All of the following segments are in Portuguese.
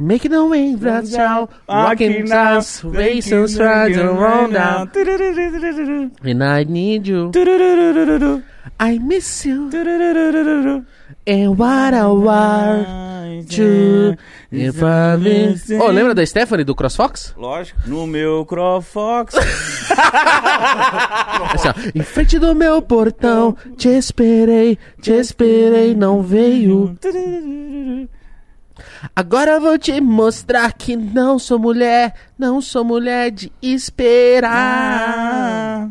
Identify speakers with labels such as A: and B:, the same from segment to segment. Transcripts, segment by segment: A: Make it no way, that's how rocking us, racing strides around now. And I need you, I miss you, and what I want you, if I miss Oh, lembra da Stephanie do CrossFox?
B: Lógico. No meu Crofox.
A: Assim, ó, em frente do meu portão, te esperei, te esperei, não veio. Agora vou te mostrar que não sou mulher, não sou mulher de esperar.
B: Ah.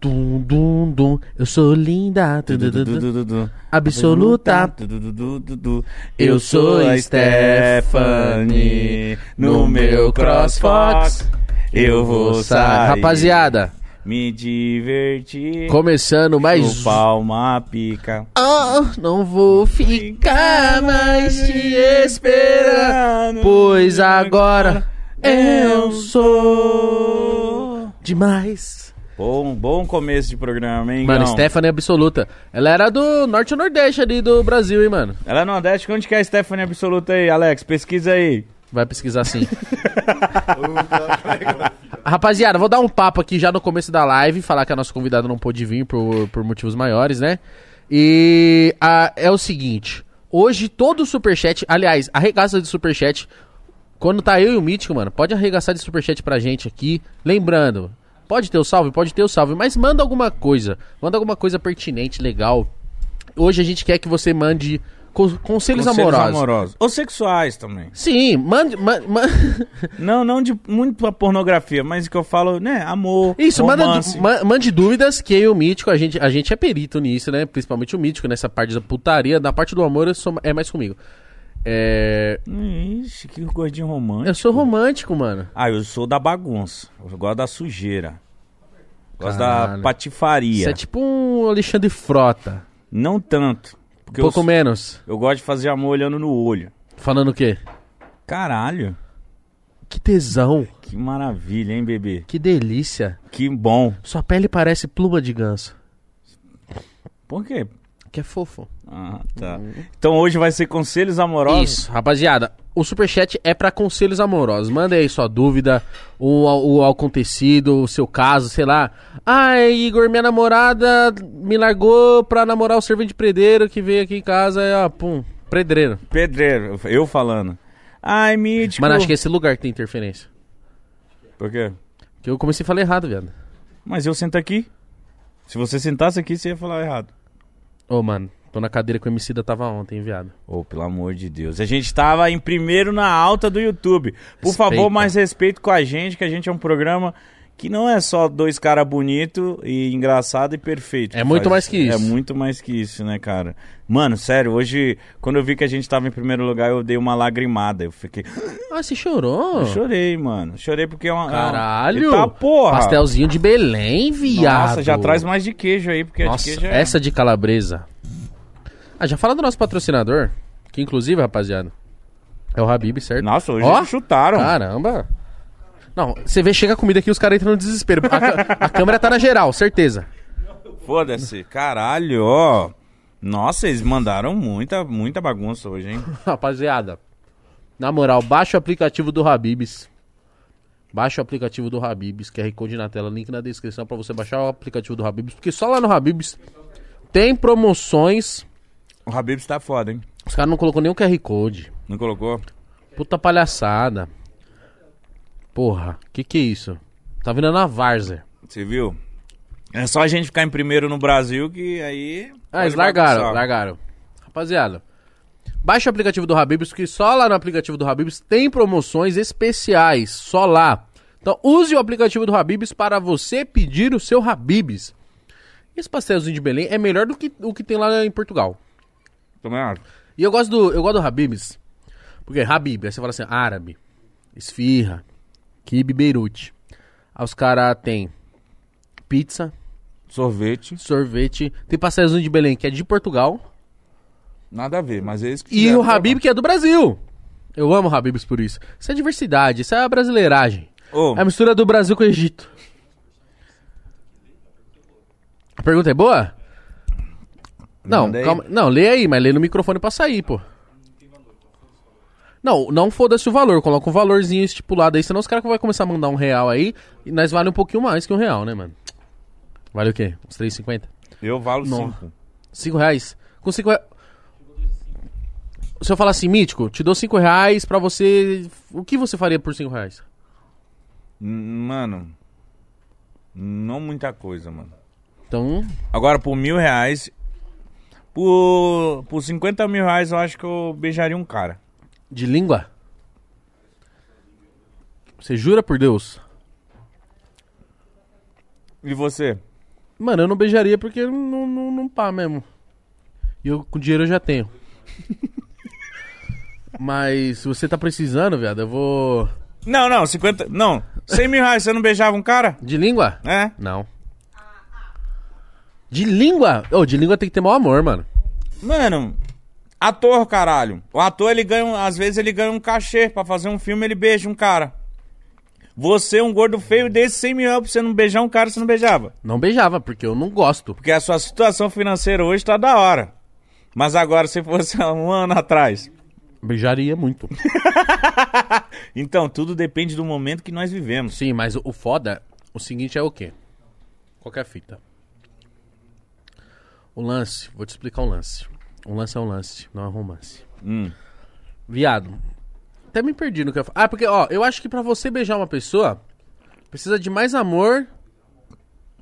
A: Dum, dum, dum, eu sou linda, du, du, du, du, absoluta.
B: Eu sou a Stephanie. No meu CrossFox. Eu vou sair.
A: Rapaziada,
B: Me divertir.
A: começando mais.
B: O palma pica.
A: Oh, não vou ficar mais te esperando. Pois agora eu sou demais.
B: Bom, bom começo de programa, hein?
A: Mano,
B: Gão?
A: Stephanie é absoluta. Ela era do norte ou nordeste ali do Brasil, hein, mano?
B: Ela é nordeste. Onde que é a Stephanie absoluta aí, Alex? Pesquisa aí.
A: Vai pesquisar sim. Rapaziada, vou dar um papo aqui já no começo da live, falar que a nossa convidada não pôde vir por, por motivos maiores, né? E ah, é o seguinte, hoje todo superchat, aliás, arregaça de superchat, quando tá eu e o Mítico, mano, pode arregaçar de superchat pra gente aqui. Lembrando, pode ter o salve, pode ter o salve, mas manda alguma coisa, manda alguma coisa pertinente, legal. Hoje a gente quer que você mande co- conselhos,
B: Conselhos
A: amorosos.
B: Ou sexuais também.
A: Sim, mande, ma- ma-
B: Não, não de muito pra pornografia, mas o que eu falo, né? Amor.
A: Isso, manda,
B: romance.
A: ma- mande dúvidas que eu e o Mítico, a gente, a gente é perito nisso, né? Principalmente o Mítico, nessa parte da putaria. Na parte do amor eu sou- é mais comigo. É,
B: Ixi, que gordinho romântico.
A: eu sou romântico, mano.
B: Ah, eu sou da bagunça. Eu gosto da sujeira. Gosto
A: Caralho.
B: da patifaria.
A: Você é tipo um Alexandre Frota.
B: Não tanto. Porque
A: pouco
B: eu,
A: menos.
B: eu gosto de fazer amor olhando no olho.
A: Falando o quê?
B: Caralho.
A: Que tesão.
B: Que maravilha, hein, bebê?
A: Que delícia.
B: Que bom.
A: Sua pele parece pluma de ganso.
B: Por quê?
A: Que é fofo.
B: Ah, tá. Então hoje vai ser conselhos amorosos.
A: Isso, rapaziada. O superchat é pra conselhos amorosos. Manda aí sua dúvida, o, o acontecido, o seu caso, sei lá. Ai, Igor, minha namorada me largou pra namorar o servente predeiro que veio aqui em casa e ó, pum, predreiro.
B: Pedreiro, eu falando. Ai, mítico.
A: Mano, acho que é esse lugar que tem interferência.
B: Por quê?
A: Que eu comecei a falar errado, viado.
B: Mas eu sento aqui. Se você sentasse aqui, você ia falar errado.
A: Ô, mano, tô na cadeira que o MC da tava ontem, viado.
B: Ô, pelo amor de Deus. A gente tava em primeiro na alta do YouTube. Por
A: Respeita.
B: favor, mais respeito com a gente, que a gente é um programa que não é só dois caras bonito e engraçado e perfeito.
A: É muito mais que isso.
B: É muito mais que isso, né, cara? Mano, sério, hoje, quando eu vi que a gente tava em primeiro lugar, eu dei uma lagrimada. Eu fiquei.
A: Ah, você chorou?
B: Eu chorei, mano. Chorei porque é uma.
A: Caralho!
B: Tá porra!
A: Pastelzinho de Belém, viado.
B: Nossa, já traz mais de queijo aí, porque
A: Nossa,
B: a de queijo é...
A: essa de calabresa. Ah, já fala do nosso patrocinador, que inclusive, rapaziada, é o Habib, certo?
B: Nossa, hoje
A: Ó,
B: eles chutaram.
A: Caramba. Não, você vê, chega a comida aqui os caras entram no desespero. A, ca- a câmera tá na geral, certeza.
B: Foda-se. Caralho, ó. Nossa, eles mandaram muita, muita bagunça hoje, hein?
A: Rapaziada, na moral, baixa o aplicativo do Habibs. Baixa o aplicativo do Habibs, QR Code na tela, link na descrição pra você baixar o aplicativo do Habibs, porque só lá no Habibs tem promoções.
B: O Habib tá foda, hein?
A: Os caras não colocou nenhum QR Code.
B: Não colocou?
A: Puta palhaçada. Porra, que que é isso? Tá virando a Varzer.
B: Você viu? É só a gente ficar em primeiro no Brasil que aí.
A: Ah, eles
B: pode
A: largaram,
B: bagunçar.
A: largaram. Rapaziada, baixa o aplicativo do Habibs, que só lá no aplicativo do Habibs tem promoções especiais, só lá. Então use o aplicativo do Habibs para você pedir o seu Habibs. Esse pastelzinho de Belém é melhor do que o que tem lá em Portugal.
B: Também acho.
A: E eu gosto do, eu gosto do Habibs, porque Habib, aí você fala assim, árabe, esfirra, kibe, beirute. Aí os caras tem pizza,
B: Sorvete,
A: sorvete, tem pastelzinho de Belém que é de Portugal
B: nada a ver, mas eles. que
A: e o
B: fizeram-
A: Habib que é do Brasil. Eu amo o Habibs por isso. Isso é diversidade, isso é a brasileiragem.
B: Ô,
A: É a mistura do Brasil com o Egito. A pergunta é boa? Não,
B: Manda aí.
A: calma. Não, lê aí, mas lê no microfone pra sair, pô. Não, não foda-se o valor, coloca um valorzinho estipulado aí, senão os caras vão começar a mandar um real aí, e nós vale um pouquinho mais que um real, né, mano? Vale o quê? Uns 3,50?
B: Eu valo
A: Não.
B: cinco.
A: 5 reais? Com 5 reais... Se eu falar assim, Mítico, te dou 5 reais pra você... O que você faria por 5 reais?
B: Hum, Mano, não muita coisa, mano.
A: Então,
B: Agora, por mil reais, por, por 50 mil reais, eu acho que eu beijaria um cara.
A: de língua? Você jura por Deus?
B: E você?
A: Mano, eu não beijaria porque não, não, não pá mesmo. E eu com dinheiro eu já tenho. Mas se você tá precisando, viado, eu vou.
B: Não, não, 50. Não, 100 mil reais, você não beijava um cara?
A: De língua?
B: É?
A: Não. De língua? Ô, de língua tem que ter mau amor, mano.
B: Mano, ator, caralho. O ator, ele ganha. um- Às vezes ele ganha um cachê pra fazer um filme, ele beija um cara. Você, um gordo feio, desse 100 mil reais pra você não beijar um cara, você não beijava.
A: Não beijava, porque eu não gosto.
B: Porque a sua situação financeira hoje tá da hora. Mas agora, se fosse há um ano atrás.
A: Beijaria muito.
B: Então, tudo depende do momento que nós vivemos.
A: Sim, mas o, o foda, o seguinte é o quê? Qual que é a fita? O lance, vou te explicar um lance. Um lance é um lance, não é um romance.
B: Hum.
A: Viado. Até me perdi no que eu falo. Ah, porque, ó, eu acho que pra você beijar uma pessoa, precisa de mais amor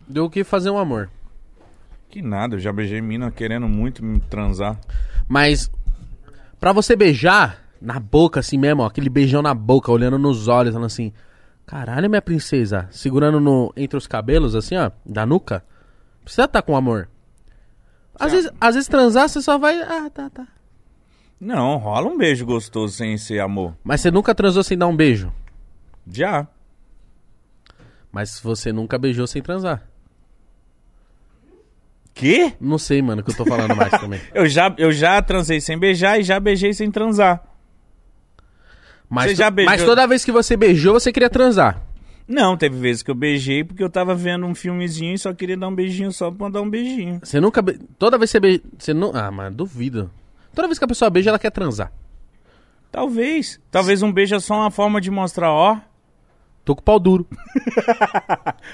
A: do que fazer um amor.
B: Que nada, eu já beijei mina querendo muito me transar.
A: Mas pra você beijar na boca assim mesmo, ó, aquele beijão na boca, olhando nos olhos, falando assim: "Caralho, minha princesa", segurando no entre os cabelos assim, ó, da nuca. Precisa estar com amor. Às vezes, às vezes transar você só vai, ah, tá, tá.
B: Não, rola um beijo gostoso sem ser amor.
A: Mas você nunca transou sem dar um beijo.
B: Já.
A: Mas você nunca beijou sem transar.
B: Que?
A: Não sei, mano, o que eu tô falando mais também.
B: Eu já, eu já transei sem beijar e já beijei sem transar.
A: Mas,
B: Você já
A: to-
B: beijou?
A: mas toda vez que você beijou, você queria transar.
B: Não, teve vezes que eu beijei porque eu tava vendo um filmezinho e só queria dar um beijinho só pra dar um beijinho.
A: Você nunca. be- Toda vez que você beija. Você não... Ah, mano, duvido. Toda vez que a pessoa beija, ela quer transar.
B: Talvez. Talvez um beijo é só uma forma de mostrar, ó.
A: Tô com o pau duro.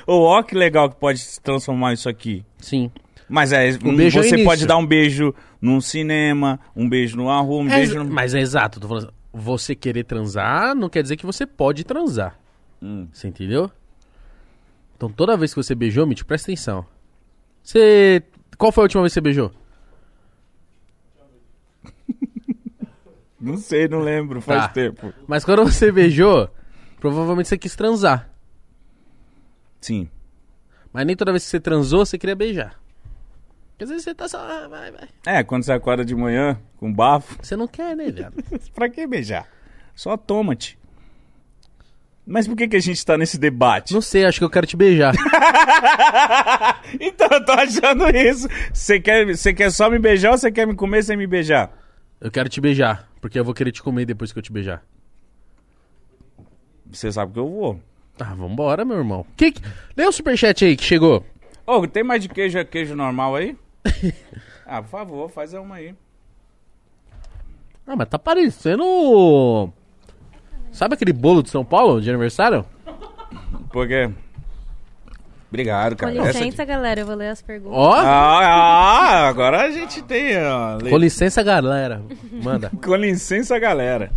B: Ou ó, que legal que pode se transformar isso aqui.
A: Sim.
B: Mas é, um-
A: beijo é o
B: você
A: início.
B: pode dar um beijo num cinema, um beijo numa rua, um
A: É
B: beijo
A: exa-
B: no...
A: Mas é exato, tô falando assim, Você querer transar não quer dizer que você pode transar.
B: Hum.
A: Você entendeu? Então toda vez que você beijou, Mitch, presta atenção. Você. Qual foi a última vez que você beijou?
B: Não sei, não lembro, faz
A: Tá.
B: tempo.
A: Mas quando você beijou, provavelmente você quis transar.
B: Sim.
A: Mas nem toda vez que você transou, você queria beijar. Porque às vezes você tá só. ah, Vai, vai.
B: É, quando você acorda de manhã com bafo,
A: Você não quer, né, viado?
B: pra que beijar? Só toma-te. Mas por que, que a gente tá nesse debate?
A: Não sei, acho que eu quero te beijar.
B: Então eu tô achando isso. Você quer, você quer só me beijar ou você quer me comer sem me beijar?
A: Eu quero te beijar, porque eu vou querer te comer depois que eu te beijar.
B: Você sabe que eu vou.
A: Ah, vambora, meu irmão. Que que... Lê o superchat aí que chegou.
B: Ô, tem mais de queijo, queijo normal aí? ah, por favor, faz uma aí.
A: Ah, mas tá parecendo. Sabe aquele bolo de São Paulo de aniversário?
B: Porque. Obrigado,
C: Com
B: cara. Essa aqui-
C: licença, galera, eu vou ler as perguntas.
A: Ó,
B: Ah, ah, agora a gente tem. ó, le-
A: com licença, galera. Manda.
B: Com licença, galera.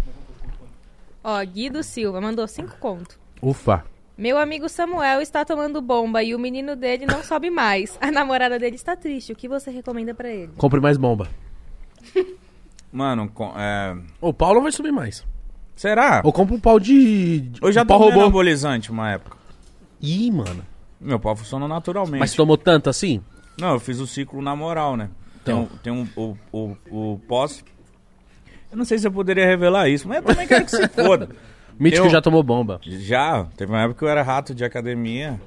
C: Ó, Guido Silva mandou cinco conto.
A: Ufa.
C: Meu amigo Samuel está tomando bomba e o menino dele não sobe mais. A namorada dele está triste. O que você recomenda pra ele?
A: Compre mais bomba.
B: Mano, com- é,
A: O pau não vai subir mais.
B: será?
A: Ou compra um pau de. de-
B: Eu já
A: um pau
B: tomei
A: robô.
B: anabolizante uma época.
A: Ih, mano.
B: Meu pau funciona naturalmente.
A: Mas tomou tanto assim?
B: Não, eu fiz o ciclo na moral, né?
A: Então.
B: Tem, um, tem um, o, o, o pós. Eu não sei se eu poderia revelar isso, mas eu também quero que se foda.
A: Mítico
B: Eu-
A: já tomou bomba.
B: Já, teve uma época que eu era rato de academia.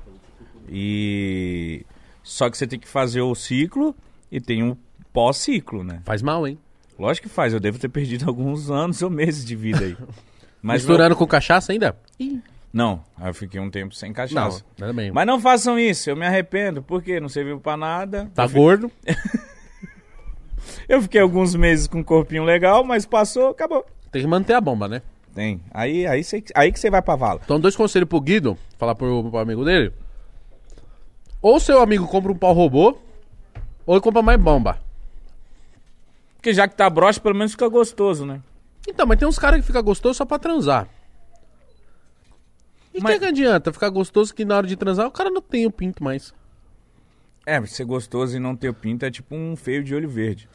B: E. Só que você tem que fazer o ciclo e tem um pós-ciclo, né?
A: Faz mal, hein?
B: Lógico que faz, eu devo ter perdido alguns anos ou meses de vida aí. Mas
A: Misturando com cachaça ainda?
B: Não, aí eu fiquei um tempo sem cachaça.
A: Não, nada bem.
B: Mas não façam isso, eu me arrependo, porque não serviu pra nada.
A: Tá
B: eu fi-
A: gordo.
B: Eu fiquei alguns meses com um corpinho legal, mas passou, acabou.
A: Tem que manter a bomba, né?
B: Tem. Aí, aí, cê- aí que você vai pra vala.
A: Então, dois conselhos pro Guido, falar pro, pro amigo dele. Ou seu amigo compra um pau robô, ou ele compra mais bomba.
B: Porque já que tá broxa, pelo menos fica gostoso, né?
A: Então, mas tem uns caras que fica gostoso só pra transar. E o
B: Mas-
A: que, que adianta ficar gostoso que na hora de transar o cara não tem o pinto mais?
B: É, mas ser gostoso e não ter o pinto é tipo um feio de olho verde.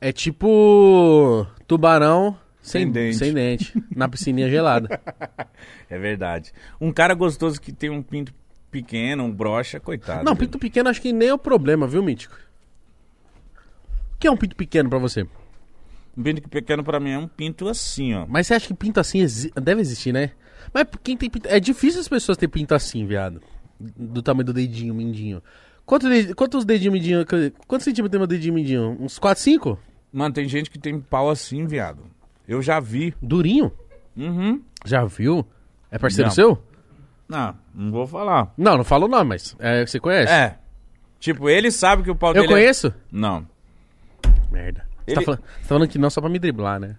A: É tipo tubarão sem,
B: Sem dente.
A: sem dente na piscininha gelada.
B: É verdade. Um cara gostoso que tem um pinto pequeno, um brocha, coitado.
A: Não, pinto pequeno acho que nem é o problema, viu, Mítico? O que é um pinto pequeno pra você?
B: Um pinto pequeno pra mim é um pinto assim, ó.
A: Mas você acha que pinto assim exi- deve existir, né? Mas quem tem pinto... É difícil as pessoas terem pinto assim, viado. Do tamanho do dedinho, mindinho. Quanto de- Quantos dedinhos mindinho... Quantos centímetros tem meu dedinho mindinho? Uns 4, 5?
B: Mano, tem gente que tem pau assim, viado. Eu já vi.
A: Durinho?
B: Uhum.
A: Já viu? É parceiro
B: Não.
A: seu?
B: Não, não vou falar.
A: Não, não falo não, mas é, você conhece?
B: É. Tipo, ele sabe que o pau
A: Eu
B: dele é-
A: conheço?
B: Não.
A: Merda. Você, tá
B: Ele-
A: falando, você tá falando que não só pra me driblar, né?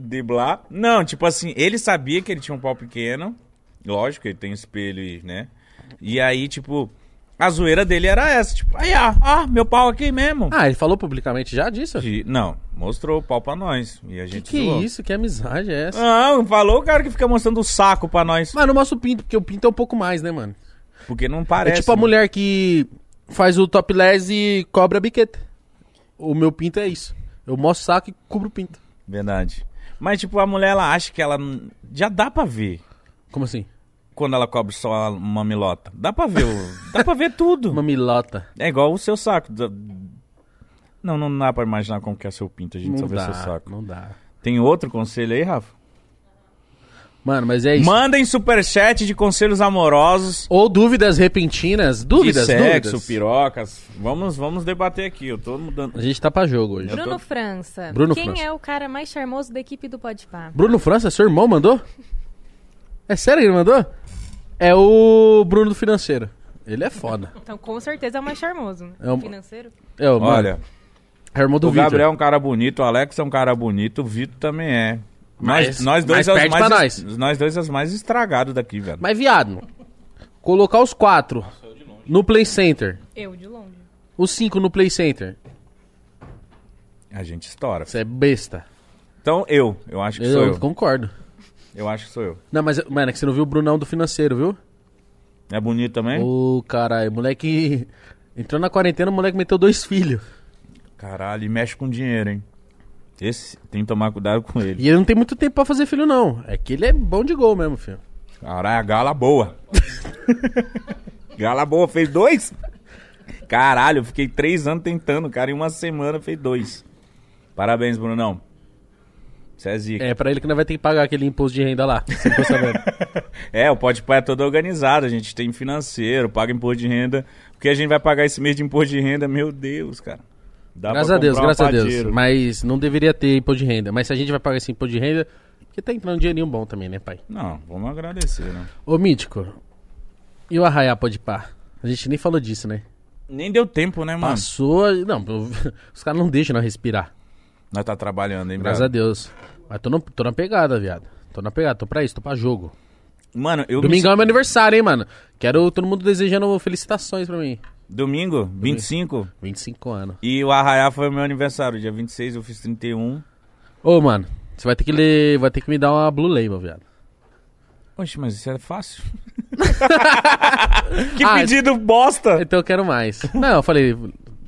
B: Driblar. Não, tipo assim, ele sabia que ele tinha um pau pequeno. Lógico, ele tem espelho e, né? E aí, tipo, a zoeira dele era essa. Tipo, aí, ah, ah, meu pau aqui mesmo.
A: Ah, ele falou publicamente já disso?
B: E- Não, mostrou o pau pra nós. E a
A: Que
B: gente
A: que é
B: zoou. Ah.
A: isso? Que amizade é essa?
B: Não, falou o cara que fica mostrando o saco pra nós.
A: Mas não mostra o pinto, porque o pinto é um pouco mais, né, mano?
B: Porque não parece.
A: é tipo a
B: né?
A: mulher que faz o topless e cobra a biqueta. O meu pinto é isso. Eu mostro o saco e cubro o pinto.
B: né? Verdade. Mas, tipo, a mulher, ela acha que ela. n- Já dá pra ver
A: Como assim?
B: quando ela cobre só a mamilota. Dá pra ver. o- dá pra ver tudo.
A: Uma milota.
B: É igual o seu saco. da- Não, não dá pra imaginar como que é seu pinto, a gente
A: Não
B: só vê seu
A: dá,
B: saco.
A: não dá.
B: Tem outro conselho aí, Rafa?
A: Mano, mas é isso.
B: Mandem superchat de conselhos amorosos.
A: Ou dúvidas repentinas.
B: De
A: Dúvidas,
B: sexo,
A: dúvidas.
B: pirocas. Vamos, vamos debater aqui. Eu tô mudando.
A: A gente tá pra jogo hoje.
C: Bruno
B: tô-
C: França.
A: Bruno
C: Quem
A: França.
C: é o cara mais charmoso da equipe do Podpah?
A: Bruno França, seu irmão mandou? É sério que ele mandou? É o Bruno do Financeiro. Ele é foda.
C: Então, com certeza é o mais charmoso. né?
A: É o-
C: Financeiro?
A: É o, mano,
B: Olha,
A: é o irmão do
B: o Gabriel é
A: Gabriel.
B: um cara bonito, o Alex é um cara bonito, o Vitor também é.
A: Mas-
B: Nós, nós dois
A: mas
B: é os
A: perde
B: mais
A: pra
B: es- nós dois é os mais estragados daqui, velho.
A: Mas, viado, colocar os quatro no Play Center,
C: Eu, de longe.
A: os cinco no Play Center,
B: A gente estoura.
A: você é besta.
B: Então eu, eu acho que
A: Eu,
B: sou eu.
A: concordo.
B: Eu acho que sou eu.
A: Não, mas, mano, é que você não viu o Brunão do Financeiro, viu?
B: É bonito também?
A: Ô, caralho, moleque... Entrou na quarentena, o moleque meteu dois filhos.
B: Caralho, e mexe com dinheiro, hein? Esse tem que tomar cuidado com ele.
A: E ele não tem muito tempo pra fazer filho, não. É que ele é bom de gol mesmo, filho.
B: Caralho, a gala boa. gala boa, fez dois? Caralho, eu fiquei três anos tentando, cara. Em uma semana fez dois. Parabéns, Brunão. Você é zica.
A: É pra ele que não vai ter que pagar aquele imposto de renda lá. Você não tá sabendo.
B: É, o Pode Pai é todo organizado. A gente tem financeiro, paga imposto de renda. Porque a gente vai pagar esse mês de imposto de renda, meu Deus, cara. Dá
A: graças
B: pra
A: a Deus,
B: comprar um
A: graças a Deus.
B: padeiro.
A: Mas não deveria ter imposto de renda. Mas se a gente vai pagar esse imposto de renda, porque tá entrando um dinheirinho bom também, né, pai?
B: Não, vamos agradecer, né?
A: Ô, Mítico, e o Arraiá pode par? A gente nem falou disso, né?
B: Nem deu tempo, né, mano?
A: Passou. Não, os caras não deixam nós respirar.
B: Nós tá trabalhando, hein,
A: Graças
B: brother?
A: a Deus. Mas tô, no- tô na pegada, viado. Tô na pegada, tô pra isso, tô pra jogo.
B: Mano, eu me
A: Domingão é meu aniversário, hein, mano. Quero todo mundo desejando felicitações pra mim.
B: Domingo, 25.
A: 25 anos.
B: E o Arraiá foi o meu aniversário. Dia 26 eu fiz 31.
A: Ô, mano, você vai ter que ler. Vai ter que me dar uma Blue Label, viado.
B: Oxe, mas isso é fácil. que
A: Ah,
B: pedido bosta!
A: Então eu quero mais. Não, eu falei,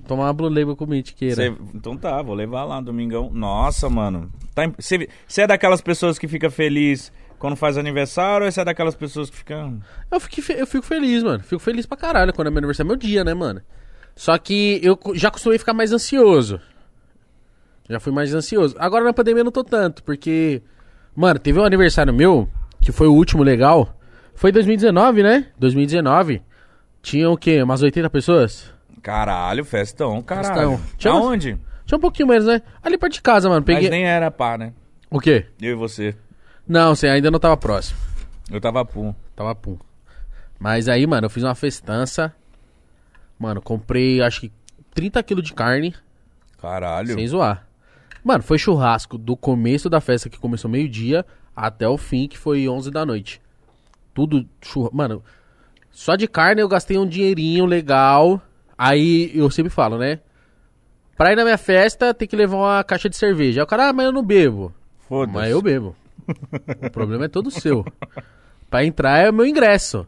A: tomar uma Blue Label com o Mitiqueira.
B: Cê- então tá, vou levar lá, domingão. Nossa, mano. Você é daquelas pessoas que fica feliz quando faz aniversário ou você é daquelas pessoas que ficam.
A: Eu fico, fe- eu fico feliz, mano. Fico feliz pra caralho quando é meu aniversário. É meu dia, né, mano? Só que eu co- já costumei ficar mais ansioso. Já fui mais ansioso. Agora na pandemia eu não tô tanto, porque. Mano, teve um aniversário meu, que foi o último legal. Foi em 2019, né? 2019. Tinha o quê? Umas 80 pessoas?
B: Caralho, festão, caralho.
A: Festão. Tinha umas-
B: Aonde?
A: Tinha um pouquinho menos, né? Ali perto de casa, mano. Peguei.
B: Mas nem era pá, né?
A: O quê?
B: Eu e você.
A: Não, você ainda não tava próximo.
B: Eu tava pum.
A: Tava pum. Mas aí, mano, eu fiz uma festança. Mano, comprei acho que 30 quilos de carne,
B: Caralho.
A: sem zoar. Mano, foi churrasco do começo da festa, que começou meio-dia, até o fim, que foi 11 da noite. Tudo churrasco. Mano, só de carne eu gastei um dinheirinho legal. Aí eu sempre falo, né? Pra ir na minha festa, tem que levar uma caixa de cerveja. Aí o cara, ah, mas eu não bebo. Mas
B: Foda-se.
A: eu bebo. O problema é todo seu. Pra entrar é o meu ingresso.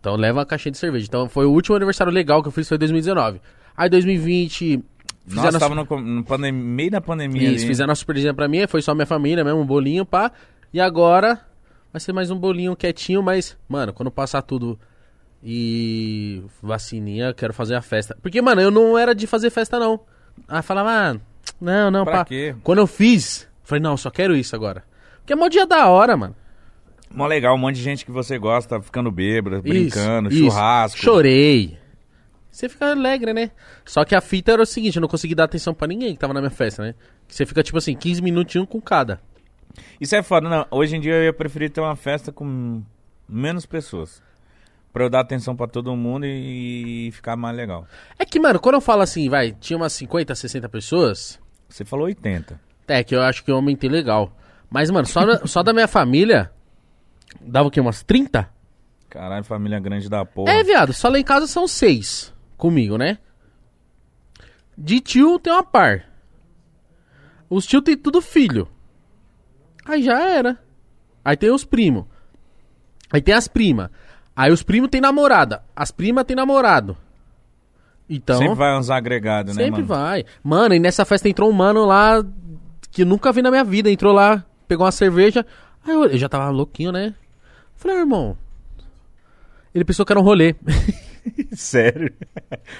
A: Então leva uma caixinha de cerveja. Então foi o último aniversário legal que eu fiz, foi em 2019. Aí 2020.
B: Nossa,
A: Fizeram
B: tava no, com- no pandem- meio da pandemia né?
A: Isso,
B: ali.
A: fizeram uma surpresinha pra mim, foi só minha família mesmo, um bolinho, pá. E agora vai ser mais um bolinho quietinho, mas, mano, quando passar tudo e vacininha, eu quero fazer a festa. Porque, mano, eu não era de fazer festa, não. Ah, falava, ah, não, não,
B: Pra
A: pá.
B: quê?
A: Quando eu fiz, falei, não, só quero isso agora. Porque é mó dia da hora, mano.
B: Mó legal, um monte de gente que você gosta, ficando bêbada,
A: Isso,
B: brincando,
A: isso.
B: churrasco.
A: Chorei. Você fica alegre, né? Só que a fita era o seguinte, eu não consegui dar atenção pra ninguém que tava na minha festa, né? Você fica, tipo assim, 15 minutinhos com cada.
B: Isso é foda, não. Hoje em dia eu ia preferir ter uma festa com menos pessoas. Pra eu dar atenção pra todo mundo e, e ficar mais legal.
A: É que, mano, quando eu falo assim, vai, tinha umas 50, 60 pessoas,
B: Você falou 80.
A: é que eu acho que eu aumentei legal. Mas, mano, só, da- só da minha família, dava o quê? Umas 30?
B: Caralho, família grande da porra.
A: É, viado, só lá em casa são seis comigo, né? De tio tem uma par. Os tio tem tudo filho. Aí já era. Aí tem os primos. Aí tem as primas. Aí os primos tem namorada. As primas tem namorado. Então.
B: Sempre vai uns agregados, né,
A: Sempre
B: mano?
A: vai. Mano, e nessa festa entrou um mano lá que eu nunca vi na minha vida. Entrou lá, pegou uma cerveja. Aí eu, eu já tava louquinho, né? Falei, "Ah, irmão. Ele pensou que era um rolê.
B: Sério.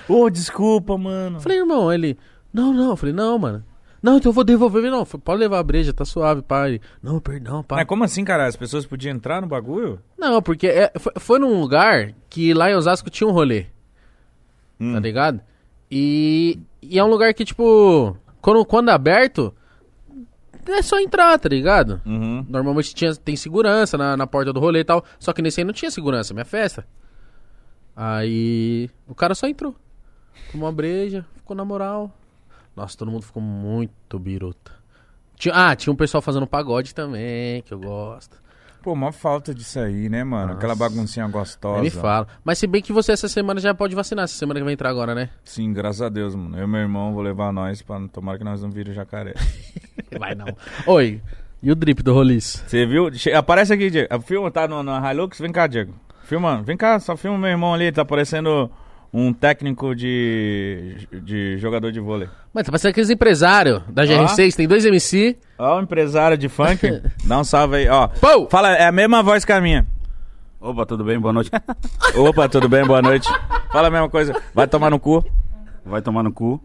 B: Ô, desculpa, mano.
A: Falei, irmão, ele. Não, não. Eu Falei, não, mano. Não, então eu vou devolver. Eu falei, Não, f- pode levar a breja, tá suave, pai. Não, perdão, pai.
B: Mas como assim, cara? As pessoas podiam entrar no bagulho?
A: Não, porque é- foi, foi num lugar que lá em Osasco tinha um rolê.
B: Hum.
A: Tá ligado? E, e é um lugar que, tipo, quando, quando é aberto, é só entrar, tá ligado?
B: Uhum.
A: Normalmente tinha, tem segurança na, na porta do rolê e tal. Só que nesse aí não tinha segurança, minha festa. Aí o cara só entrou. Tomou uma breja, ficou na moral. Nossa, todo mundo ficou muito biruta. Tinha- ah, tinha um pessoal fazendo pagode também, que eu gosto.
B: Pô, mó falta disso aí, né, mano? Aquela baguncinha gostosa.
A: Aí me fala. Mas se É bem que você essa semana já pode vacinar, essa semana que vai entrar agora, né?
B: Sim, graças a Deus, mano. Eu e meu irmão vou levar nós pra tomara que nós não vire jacaré.
A: Vai não. Oi, e o drip do Rolis?
B: Você viu? Che- Aparece aqui, Diego. Filma, tá no, no Hilux? Vem cá, Diego. Filma, vem cá, só filma meu irmão ali. Tá parecendo um técnico de, de jogador de vôlei.
A: Mas tá parecendo aqueles empresários da GR6, tem dois MC.
B: Ó, o empresário de funk. Dá um salve aí, ó.
A: Pou!
B: Fala, é a mesma voz que a minha. Opa, tudo bem? Boa noite. Opa, tudo bem? Boa noite. Fala a mesma coisa. Vai tomar no cu.
D: Vai tomar no cu.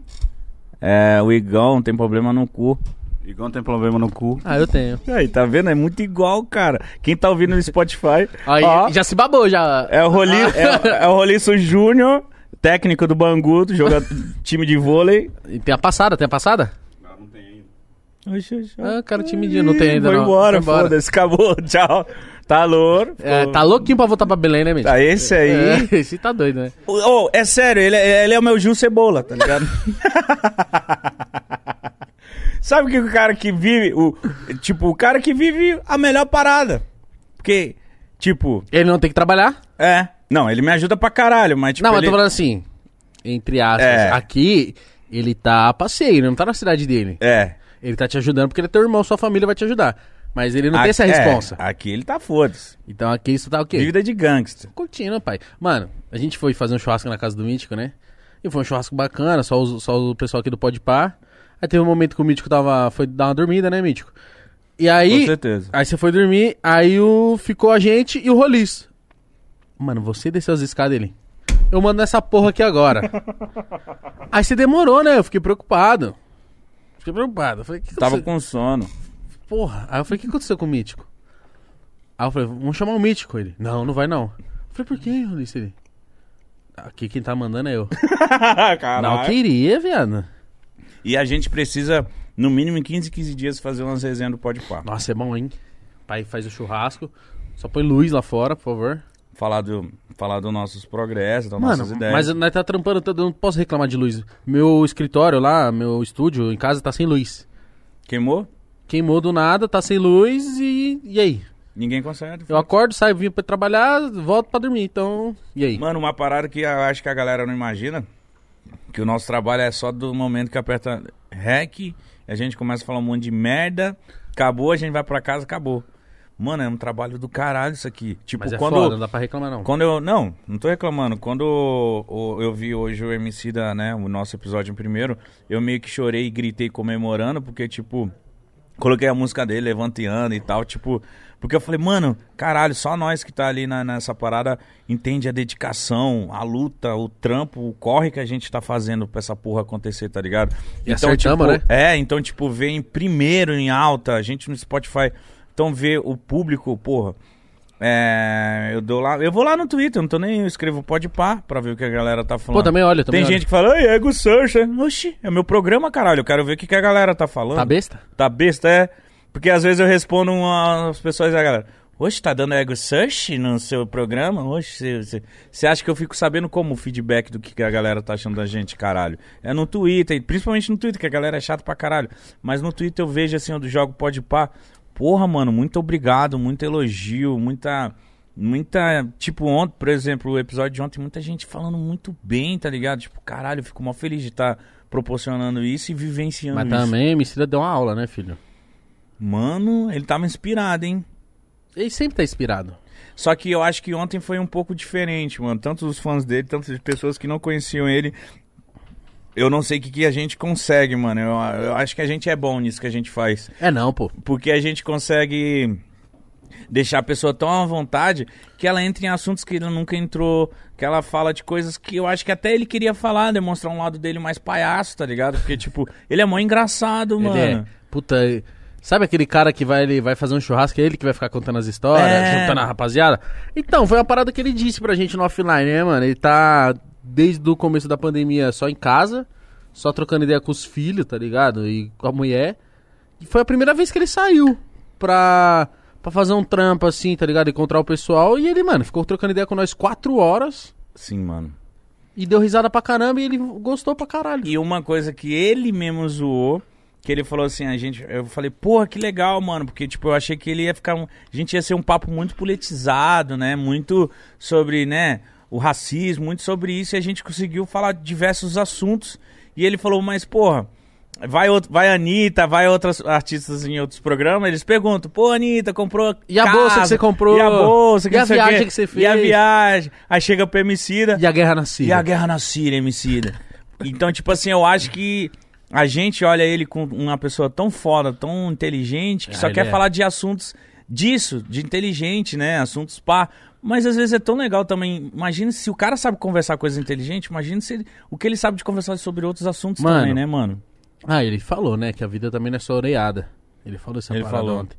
B: É, o Igão tem problema no cu.
D: Igual tem problema no cu.
A: Ah, eu tenho.
B: E aí, tá vendo? É muito igual, cara. Quem tá ouvindo no Spotify.
A: Aí,
B: ó,
A: já se babou, já.
B: É o, Roli, é, o- é o Roliço Júnior, técnico do Bangu, do joga time de vôlei.
A: E Tem a passada, tem a passada?
D: não tem ainda.
B: Oxe, oxe,
A: Ah, o cara time de- não tem ainda,
B: Foi
A: não. Foi
B: embora,
A: embora.
B: foda-se, acabou, tchau. Tá louro.
A: É,
B: Pô.
A: tá louquinho pra voltar pra Belém, né, mente?
B: Tá esse aí.
A: É, esse tá doido, né?
B: Ô, é sério, ele é, ele é o meu Gil Cebola, tá ligado? Sabe o que o cara que vive. O, tipo, o cara que vive a melhor parada. Porque, tipo,
A: Ele não tem que trabalhar?
B: é. Não, ele me ajuda pra caralho, mas tipo.
A: não, mas
B: ele-
A: eu tô falando assim, entre aspas,
B: É.
A: aqui ele tá a passeio, ele não tá na cidade dele.
B: É.
A: Ele tá te ajudando porque ele é teu irmão, sua família vai te ajudar. Mas ele não
B: Aqui-
A: tem essa
B: é,
A: responsa.
B: aqui ele tá foda-se.
A: Então aqui isso tá o quê?
B: Dívida de gangster.
A: Curtindo, pai. Mano, a gente foi fazer um churrasco na casa do Mítico, né? E foi um churrasco bacana, só, os- só o pessoal aqui do Pode Par. Aí teve um momento que o Mítico tava, foi dar uma dormida, né, Mítico? E aí.
B: Com certeza.
A: Aí você foi dormir, aí o, ficou a gente e o Rolis. Mano, você desceu as escadas ele. Eu mando nessa porra aqui agora. aí você demorou, né? Eu fiquei preocupado. Fiquei preocupado. Eu Falei, que que
B: Tava
A: você-
B: com sono.
A: Porra. Aí eu falei, o que aconteceu com o Mítico? Aí eu falei, vamos chamar o Mítico. Ele, não, não vai não. Eu falei, por que, Ulisses? Ele, aqui quem tá mandando é eu. não
B: Caralho.
A: queria, viado.
B: E a gente precisa, no mínimo, em 15, 15 dias, fazer umas resenhas do Pode Par.
A: Nossa, é bom, hein? Pai faz o churrasco. Só põe luz lá fora, por favor.
B: Falar do, falar dos nossos progressos, das
A: Mano,
B: nossas ideias.
A: mas nós tá trampando, tanto, eu não posso reclamar de luz. Meu escritório lá, meu estúdio em casa tá sem luz.
B: Queimou?
A: Queimou do nada, tá sem luz e. E aí?
B: Ninguém consegue.
A: Eu acordo, saio, vim pra trabalhar, volto pra dormir. Então. E aí?
B: Mano, uma parada que eu acho que a galera não imagina, que o nosso trabalho é só do momento que aperta REC, a gente começa a falar um monte de merda, acabou, a gente vai pra casa, acabou. Mano, é um trabalho do caralho isso aqui. Tipo,
A: Mas é
B: quando
A: foda, não dá pra reclamar não.
B: Quando eu. Não, não tô reclamando. Quando o- eu vi hoje o MC da, né, o nosso episódio em primeiro, eu meio que chorei e gritei comemorando, porque, tipo, coloquei a música dele, levantando e tal, tipo. Porque eu falei, mano, caralho, só nós que tá ali na- nessa parada entende a dedicação, a luta, o trampo, o corre que a gente tá fazendo pra essa porra acontecer, tá ligado?
A: E acertamos, né?
B: tipo, É, então, tipo, ver em primeiro, em alta, a gente no Spotify. Então, ver o público, porra. É, eu dou lá. Eu vou lá no Twitter, eu não tô nem. Eu escrevo pode par pra ver o que a galera tá falando.
A: Pô, também olha, também
B: Tem
A: olha.
B: gente que fala, ai, ego search. né? Oxi, é meu programa, caralho. Eu quero ver o que, que a galera tá falando.
A: Tá besta?
B: Tá besta, é. Porque às vezes eu respondo uma- as pessoas e a galera. Oxe, tá dando ego search no seu programa? Oxe, você- você- você acha que eu fico sabendo como o feedback do que que a galera tá achando da gente, caralho? É no Twitter, principalmente no Twitter, que a galera é chata pra caralho. Mas no Twitter eu vejo assim, eu jogo pode pá. Porra, mano, muito obrigado, muito elogio, muita. Muita. Tipo, ontem, por exemplo, o episódio de ontem, muita gente falando muito bem, tá ligado? Tipo, caralho, eu fico mó feliz de estar proporcionando isso e vivenciando
A: Mas
B: isso.
A: também, Emicida deu uma aula, né, filho?
B: Mano, ele tava inspirado, hein?
A: Ele sempre tá inspirado.
B: Só que eu acho que ontem foi um pouco diferente, mano. Tanto os fãs dele, tanto as pessoas que não conheciam ele. Eu não sei o que, que a gente consegue, mano. Eu, eu acho que a gente é bom nisso que a gente faz.
A: É não, pô.
B: Porque a gente consegue deixar a pessoa tão à vontade que ela entra em assuntos que ele nunca entrou, que ela fala de coisas que eu acho que até ele queria falar, demonstrar um lado dele mais palhaço, tá ligado? Porque, tipo, ele é mó engraçado, mano.
A: Ele é. Puta. Sabe aquele cara que vai, ele vai fazer um churrasco, é ele que vai ficar contando as histórias,
B: É.
A: juntando a rapaziada? Então, foi uma parada que ele disse pra gente no offline, né, mano? Ele tá desde o começo da pandemia só em casa, só trocando ideia com os filhos, tá ligado? E com a mulher. E foi a primeira vez que ele saiu pra, pra fazer um trampo assim, tá ligado? Encontrar o pessoal. E ele, mano, ficou trocando ideia com nós quatro horas
B: Sim, mano.
A: e deu risada pra caramba e ele gostou pra caralho.
B: E uma coisa que ele mesmo zoou, que ele falou assim, a gente, eu falei, porra, que legal, mano, porque tipo, eu achei que ele ia ficar um, a gente ia ser um papo muito politizado, né? Muito sobre, né, o racismo, muito sobre isso, e a gente conseguiu falar de diversos assuntos. E ele falou, mas porra, vai outro, vai a Anitta, vai outras artistas em outros programas, eles perguntam, pô, Anitta, comprou
A: E a bolsa que você comprou?
B: E a bolsa,
A: E
B: não
A: a
B: sei o quê?
A: viagem que você
B: E a
A: fez?
B: viagem. Aí chega pro Emicida.
A: E a guerra na Síria.
B: E a guerra na Síria, Emicida. Então, tipo assim, eu acho que a gente olha ele com uma pessoa tão foda, tão inteligente, que
A: Ah,
B: só
A: ele
B: quer
A: é.
B: falar de assuntos disso, de inteligente, né? Assuntos pá. Mas às vezes é tão legal também. Imagina se o cara sabe conversar coisa inteligente, imagina se ele- o que ele sabe de conversar sobre outros assuntos
A: Mano.
B: também, né, mano?
A: Ah, ele falou, né? Que a vida também não é só oreada. Ele falou essa
B: Ele
A: parada
B: falou.
A: ontem.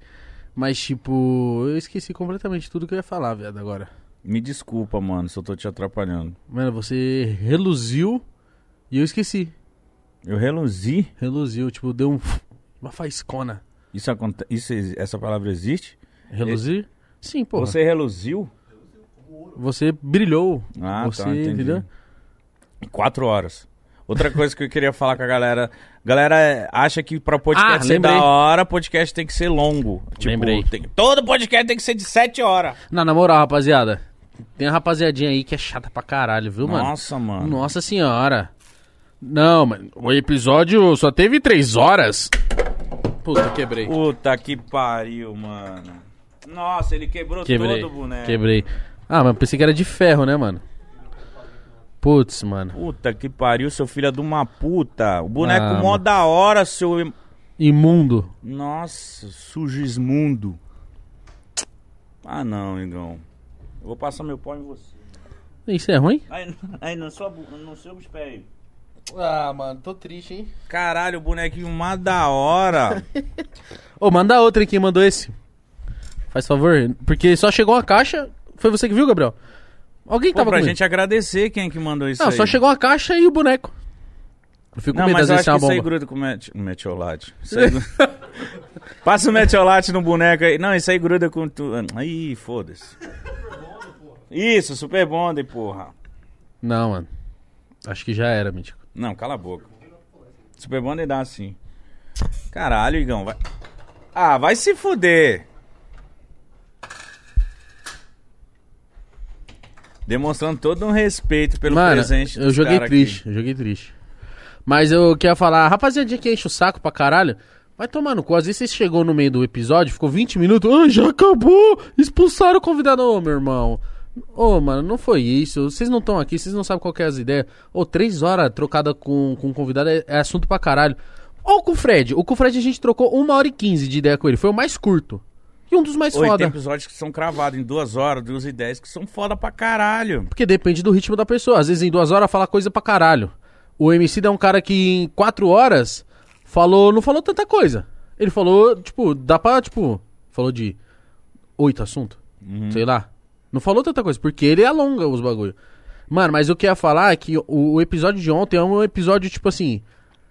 A: Mas, tipo, eu esqueci completamente tudo que eu ia falar, viado, agora.
B: Me desculpa, mano, se eu tô te atrapalhando.
A: Mano, você reluziu e eu esqueci.
B: Eu reluzi.
A: Reluziu, tipo, deu um... uma faiscona.
B: Isso acontece. Isso, ex- essa palavra existe?
A: Reluzir? Sim, pô. Você...
B: Você reluziu?
A: brilhou.
B: Ah,
A: você,
B: tá, entendi.
A: entendeu?
B: Quatro horas. Outra coisa que eu queria falar com a galera. Galera é, acha que pra
A: Ah,
B: podcast ser
A: lembrei.
B: da hora, podcast tem que ser longo. Tipo,
A: Lembrei.
B: tem- todo podcast tem que ser de sete horas.
A: Não, na moral, rapaziada. Tem a rapaziadinha aí que é chata pra caralho, viu, mano?
B: Nossa, mano.
A: Ah. Nossa senhora. Não, mano. O episódio só teve três horas. Puta, quebrei.
B: Puta que pariu, mano. Nossa, ele quebrou
A: Quebrei.
B: todo o boneco.
A: Quebrei. Ah, mas pensei que era de ferro, né, mano? Putz, mano.
B: Puta que pariu, seu filho é de uma puta. O boneco
A: Ah,
B: mó
A: mano.
B: da hora, seu. im-
A: Imundo.
B: Nossa, sujismundo. Ah não, Igão. Eu vou passar meu pau em você.
A: Isso é ruim?
B: Aí, aí no, seu, no seu pé aí.
A: Ah, mano, tô triste, hein?
B: Caralho, o bonequinho mais da hora.
A: Ô, manda outro aí quem mandou esse. Faz favor. Porque só chegou uma caixa. Foi você que viu, Gabriel? Alguém
B: Pô,
A: tava
B: pra
A: comigo.
B: gente agradecer quem é que mandou isso
A: Não,
B: aí.
A: só chegou uma caixa e o boneco. Eu fico com
B: Não,
A: medo
B: mas
A: às
B: eu
A: vezes ser
B: acho que
A: uma
B: isso aí
A: bomba.
B: gruda com met metiolate. Isso aí gruda- Passa o metiolate no boneco aí. Não, isso aí gruda com tu... Ih, foda-se. Isso, super bonde, porra.
A: Não, mano. Acho que já era, mítico.
B: Não, cala a boca. Super bonde dá assim. Caralho, Igão, vai. Ah, vai se fuder. Demonstrando todo um respeito pelo
A: Mano,
B: presente.
A: eu
B: dos
A: joguei
B: cara aqui.
A: triste, eu joguei triste. Mas eu queria falar, rapaziadinha que enche o saco pra caralho, vai tomar no cu. Às vezes você chegou no meio do episódio, ficou 20 minutos, ah, já acabou, expulsaram o convidado. Ô, meu irmão, ô, mano, não foi isso, vocês não estão aqui, vocês não sabem qual que é as ideias. Ô, três horas trocada com, com um convidado é, é assunto pra caralho. Ou com o Fred, o com o Fred a gente trocou uma hora e 15 de ideia com ele, foi o mais curto. E um dos mais
B: Oi,
A: foda.
B: tem episódios que são cravados em duas horas, duas e dez, que são foda pra caralho.
A: Porque depende do ritmo da pessoa. Às vezes em duas horas fala coisa pra caralho. O MC é um cara que em quatro horas falou, não falou tanta coisa. Ele falou, tipo, dá pra, tipo, falou de oito assuntos, sei lá. Não falou tanta coisa, porque ele alonga os bagulho. Mano, mas o que eu ia falar é que o, o episódio de ontem é um episódio, tipo assim,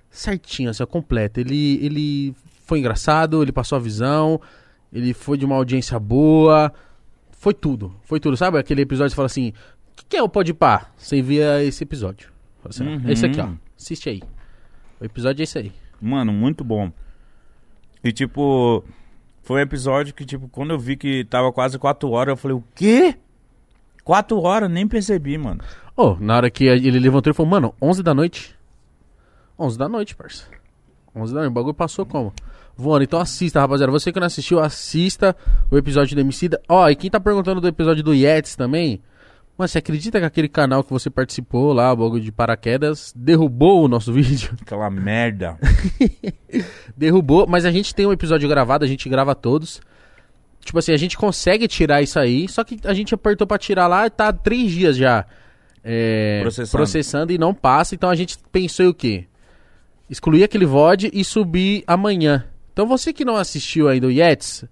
A: certinho, assim, ó, completo. Ele, ele foi engraçado, ele passou a visão, ele foi de uma audiência boa, foi tudo, foi tudo. Sabe aquele episódio que você fala assim, o que, que é o pode pá? Você via esse episódio. Fala assim, ó,
B: Uhum.
A: É esse aqui, ó, assiste aí. O episódio é esse aí.
B: Mano, muito bom. E tipo, foi um episódio que, tipo, quando eu vi que tava quase quatro horas, eu falei, o quê? Quatro horas, nem percebi, mano.
A: Ô, na hora que ele levantou, ele falou, mano, 11 da noite? 11 da noite, parça. 11 da noite, o bagulho passou como? Voando, então assista, rapaziada. Você que não assistiu, assista o episódio do Emicida. Ó, e quem tá perguntando do episódio do Yetis também, mano, você acredita que aquele canal que você participou lá, o bagulho de paraquedas, derrubou o nosso vídeo?
B: Aquela merda.
A: Derrubou, mas a gente tem um episódio gravado, a gente grava todos. Tipo assim, a gente consegue tirar isso aí, só que a gente apertou pra tirar lá, tá há três dias já é,
B: Processando.
A: processando e não passa. Então a gente pensou em o quê? Excluir aquele VOD e subir amanhã. Então você que não assistiu ainda o Yets,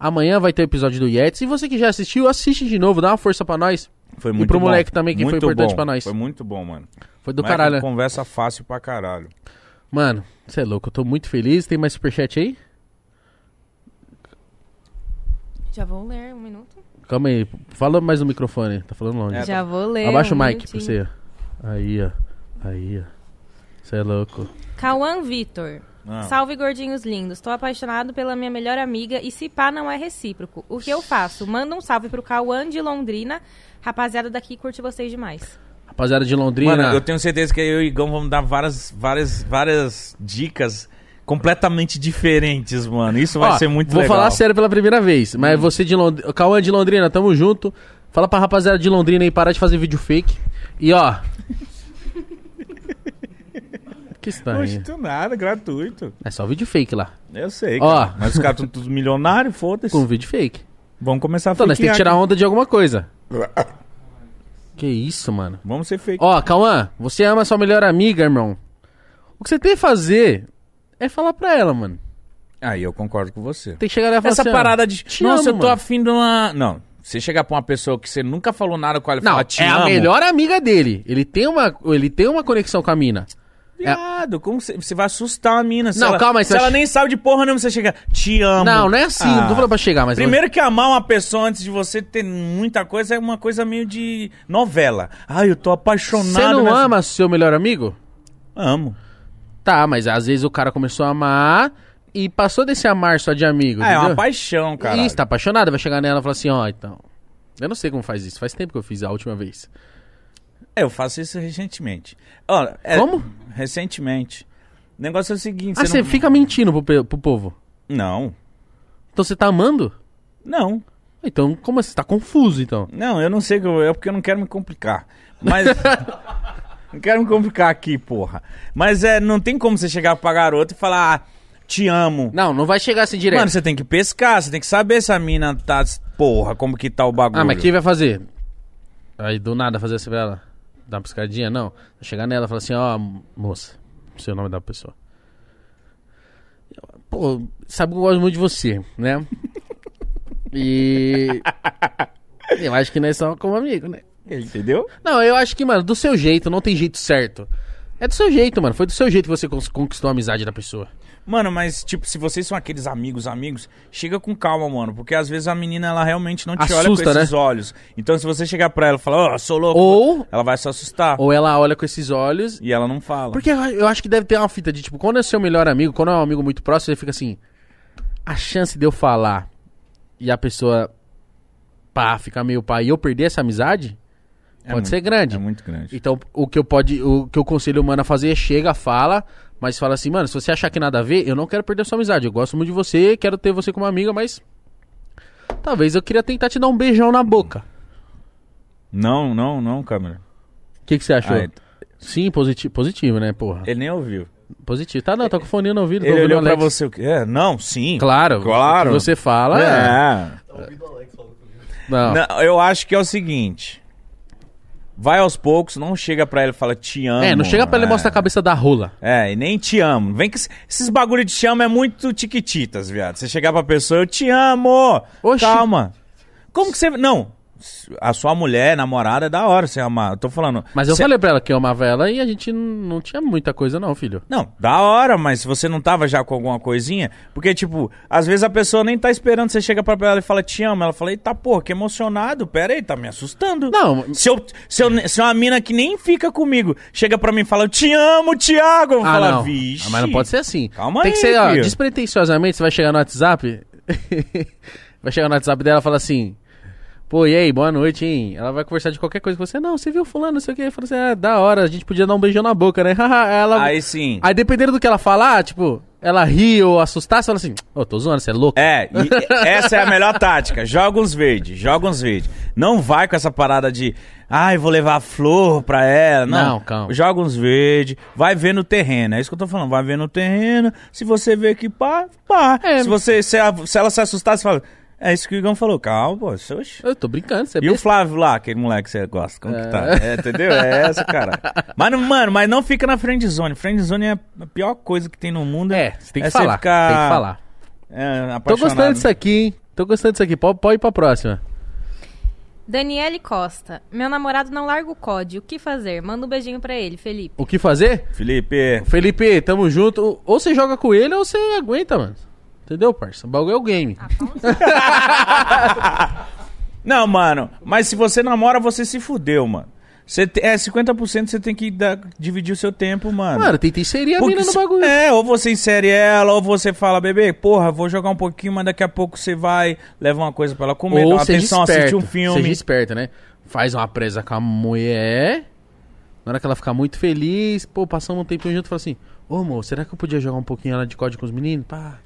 A: amanhã vai ter o episódio do Yets. E você que já assistiu, assiste de novo, dá uma força pra nós.
B: Foi muito
A: pro
B: bom.
A: moleque também, que foi
B: Muito
A: importante
B: bom.
A: pra nós.
B: Foi muito bom, mano.
A: Foi do
B: Moleque
A: caralho. né?
B: Conversa fácil pra caralho.
A: Mano, você é louco, eu tô muito feliz. Tem mais superchat aí?
C: Já vou ler um minuto.
A: Calma aí, fala mais no microfone, tá falando longe.
B: É,
C: Já vou ler.
A: Abaixa
C: um
A: o mic pra
C: minutinho.
A: você. Aí, ó. Aí, ó. Você é louco.
C: Cauã Vitor.
B: Ah.
C: Salve, gordinhos lindos. Tô apaixonado pela minha melhor amiga e se pá não é recíproco. O que eu faço? Manda um salve pro Cauã de Londrina. Rapaziada daqui, curte vocês demais.
A: Rapaziada de Londrina.
B: Mano, eu tenho certeza que eu e o Igão vamos dar várias, várias, várias dicas completamente diferentes, mano. Isso vai
A: Ó,
B: ser muito
A: Vou
B: legal. Hum.
A: falar sério pela primeira vez, mas você de Londrina. Cauã de Londrina, tamo junto. Fala pra rapaziada de Londrina aí parar de fazer vídeo fake. E ó. que estranho.
B: Não nada, gratuito.
A: É só vídeo fake lá.
B: Eu sei,
A: Ó.
B: cara. Mas os caras são todos milionários, foda-se.
A: Com vídeo fake.
B: Vamos começar a
A: Então, nós
B: fakear
A: temos que tirar
B: aqui.
A: onda de alguma coisa. Que isso, mano.
B: Vamos ser fake.
A: um- Ó, Cauã, você ama sua melhor amiga, irmão. O que você tem que fazer é falar pra ela, mano.
B: Aí eu concordo com você.
A: Tem que chegar nela e falar
B: Essa
A: assim, ó,
B: parada de.
A: te
B: Nossa,
A: amo,
B: eu tô
A: mano."
B: afim de uma. Não. Você chegar pra uma pessoa que você nunca falou nada com ela e
A: Não,
B: falar, te
A: é
B: amo.
A: a melhor amiga dele. Ele tem uma, ele tem uma conexão com a mina.
B: Viado, como você, você vai assustar a mina?
A: É.
B: Se
A: Não,
B: ela,
A: calma aí,
B: Se
A: você
B: ela
A: acha-
B: nem sabe de porra nenhuma, você chega, te amo.
A: Não, não é assim. Não
B: Ah.
A: tô falando pra chegar, mas...
B: Primeiro que amar uma pessoa antes de você ter muita coisa é uma coisa meio de novela. Ai, eu tô apaixonado.
A: Você não
B: nessa-
A: ama seu melhor amigo?
B: Amo.
A: Tá, mas às vezes o cara começou a amar e passou desse amar só de amigo,
B: Ah, é uma
A: entendeu?
B: paixão, cara.
A: Isso, tá apaixonada. Vai chegar nela e falar assim, ó, então... Eu não sei como faz isso. Faz tempo que eu fiz a última vez.
B: É, eu faço isso recentemente. Olha, é-
A: Como?
B: Recentemente. O negócio é o seguinte.
A: ah, você
B: não...
A: fica mentindo pro, pe- pro povo.
B: Não.
A: Então você tá amando?
B: Não.
A: Então, como assim? Tá confuso, então.
B: Não, eu não sei. que eu- É porque eu não quero me complicar. Mas. não quero me complicar aqui, porra. Mas é, não tem como você chegar pra garota e falar, ah, te amo.
A: Não, não vai chegar assim direto.
B: Mano, você tem que pescar, você tem que saber se a mina tá. Porra, como que tá o bagulho.
A: ah, mas quem vai fazer? Aí do nada fazer assim pra ela. Dar uma piscadinha? Não. Chegar nela e falar assim, ó, moça, não sei o nome da pessoa. Pô, sabe que eu gosto muito de você, né? E. Eu acho que nós somos como amigo, né?
B: Entendeu?
A: Não, eu acho que, mano, do seu jeito, não tem jeito certo. É do seu jeito, mano. Foi do seu jeito que você cons- conquistou a amizade da pessoa.
B: Mano, mas, tipo, se vocês são aqueles amigos, amigos, chega com calma, mano. Porque às vezes a menina, ela realmente não te olha
A: Assusta, né?
B: com esses olhos. Então, se você chegar pra ela e falar, ó, sou louco,
A: Ou-
B: ela vai se assustar.
A: Ou ela olha com esses olhos.
B: E ela não fala.
A: Porque eu, eu acho que deve ter uma fita de, tipo, quando é seu melhor amigo, quando é um amigo muito próximo, ele fica assim. A chance de eu falar e a pessoa. pá, ficar meio pá e eu perder essa amizade
B: É
A: pode
B: muito-
A: ser grande.
B: É muito grande.
A: Então, o que eu pode, o que eu conselho o mano a fazer é chega, fala, mas fala assim, mano, se você achar que nada a ver, eu não quero perder sua amizade. Eu gosto muito de você, quero ter você como amiga, mas talvez eu queria tentar te dar um beijão na boca.
B: Não, não, não, câmera.
A: O que, que você achou?
B: Ah,
A: Sim, positivo, positivo, né, porra?
B: ele nem ouviu.
A: Positivo. Tá, não, tá com o fone no ouvido, tô
B: Ele
A: ouvindo o
B: olhou pra
A: Alex.
B: você o quê? É, não, sim.
A: Claro,
B: Claro.
A: o que você fala. é.
B: É.
A: Não.
B: Não, eu acho que é o seguinte. Vai aos poucos, não chega pra ele e fala te amo.
A: É, não chega pra ele
B: é.
A: mostrar a cabeça da rola.
B: É, e nem te amo. Vem que esse- esses bagulho de te amo é muito tiquititas, viado. Você chegar pra pessoa, eu te amo.
A: Oxi.
B: Calma. Como que você. Não. A sua mulher, namorada, é da hora você amar. Eu tô falando.
A: Mas eu
B: Você-
A: falei pra ela que eu amava ela e a gente n- não tinha muita coisa não, filho.
B: Não, da hora, mas se você não tava já com alguma coisinha, porque, tipo, às vezes a pessoa nem tá esperando, você chega pra ela e fala, te amo. Ela fala, eita, porra, que emocionado, pera aí, tá me assustando.
A: Não,
B: Se, eu, se, eu- se uma mina que nem fica comigo chega pra mim e fala, eu te amo, Thiago, eu vou falar,
A: não.
B: vixe.
A: Ah, Mas não pode ser assim.
B: Calma
A: Tem que
B: aí,
A: ser, ó,
B: filho.
A: despretensiosamente, você vai chegar no WhatsApp. vai chegar no WhatsApp dela e fala assim. Pô, e aí, boa noite, hein? Ela vai conversar de qualquer coisa com você. Não, você viu fulano, não sei o quê. Fala assim, ah, da hora, a gente podia dar um beijão na boca, né? Haha, ela... aí...
B: Aí sim.
A: dependendo do que ela falar, tipo, ela ri ou assustar, você fala assim, ô, tô zoando, você é louco.
B: É, e essa é a melhor tática. Joga uns verdes, joga uns verdes. Não vai com essa parada de, ai, vou levar a flor pra ela. Não,
A: Não, calma.
B: Joga uns verdes, vai ver no terreno. É isso que eu tô falando, vai ver no terreno. Se você vê que pá, pá.
A: É.
B: Se, você, se, a- se ela se assustar, você fala, é isso que o Igão falou, calma, pô, oxe.
A: Eu tô brincando, você é
B: E o
A: besta.
B: Flávio lá, aquele moleque que você gosta, como que tá? É, entendeu? É essa, cara. Mas, não- mano, mas não fica na friend zone. Friend zone é a pior coisa que tem no mundo.
A: É, você tem que
B: é
A: falar,
B: ficar,
A: tem que falar.
B: É,
A: Tô gostando
B: apaixonado.
A: disso aqui, hein? Tô gostando disso aqui, pode, pode ir pra próxima.
C: Daniele Costa. Meu namorado não larga o COD. O que fazer? Manda um beijinho pra ele, Felipe.
A: O que fazer?
B: Felipe,
A: Felipe, tamo junto. Ou você joga com ele ou você aguenta, mano. Entendeu, parça? O bagulho é o game.
B: Não, mano, mas se você namora, você se fudeu, mano. Você te- é 50% você tem que dar- dividir o seu tempo, mano.
A: Mano, tenta inserir a
B: Porque
A: mina no
B: se-
A: bagulho.
B: É, ou você insere ela, ou você fala, bebê, porra, vou jogar um pouquinho, mas daqui a pouco você vai, leva uma coisa pra ela comer, dá
A: ou
B: uma
A: seja
B: atenção, assiste
A: esperto.
B: um
A: Seja
B: filme.
A: esperto, né? Faz uma presa com a mulher. Na hora que ela ficar muito feliz, pô, passamos um tempinho junto e fala assim: Ô, amor, será que eu podia jogar um pouquinho ela de código com os meninos? Pá.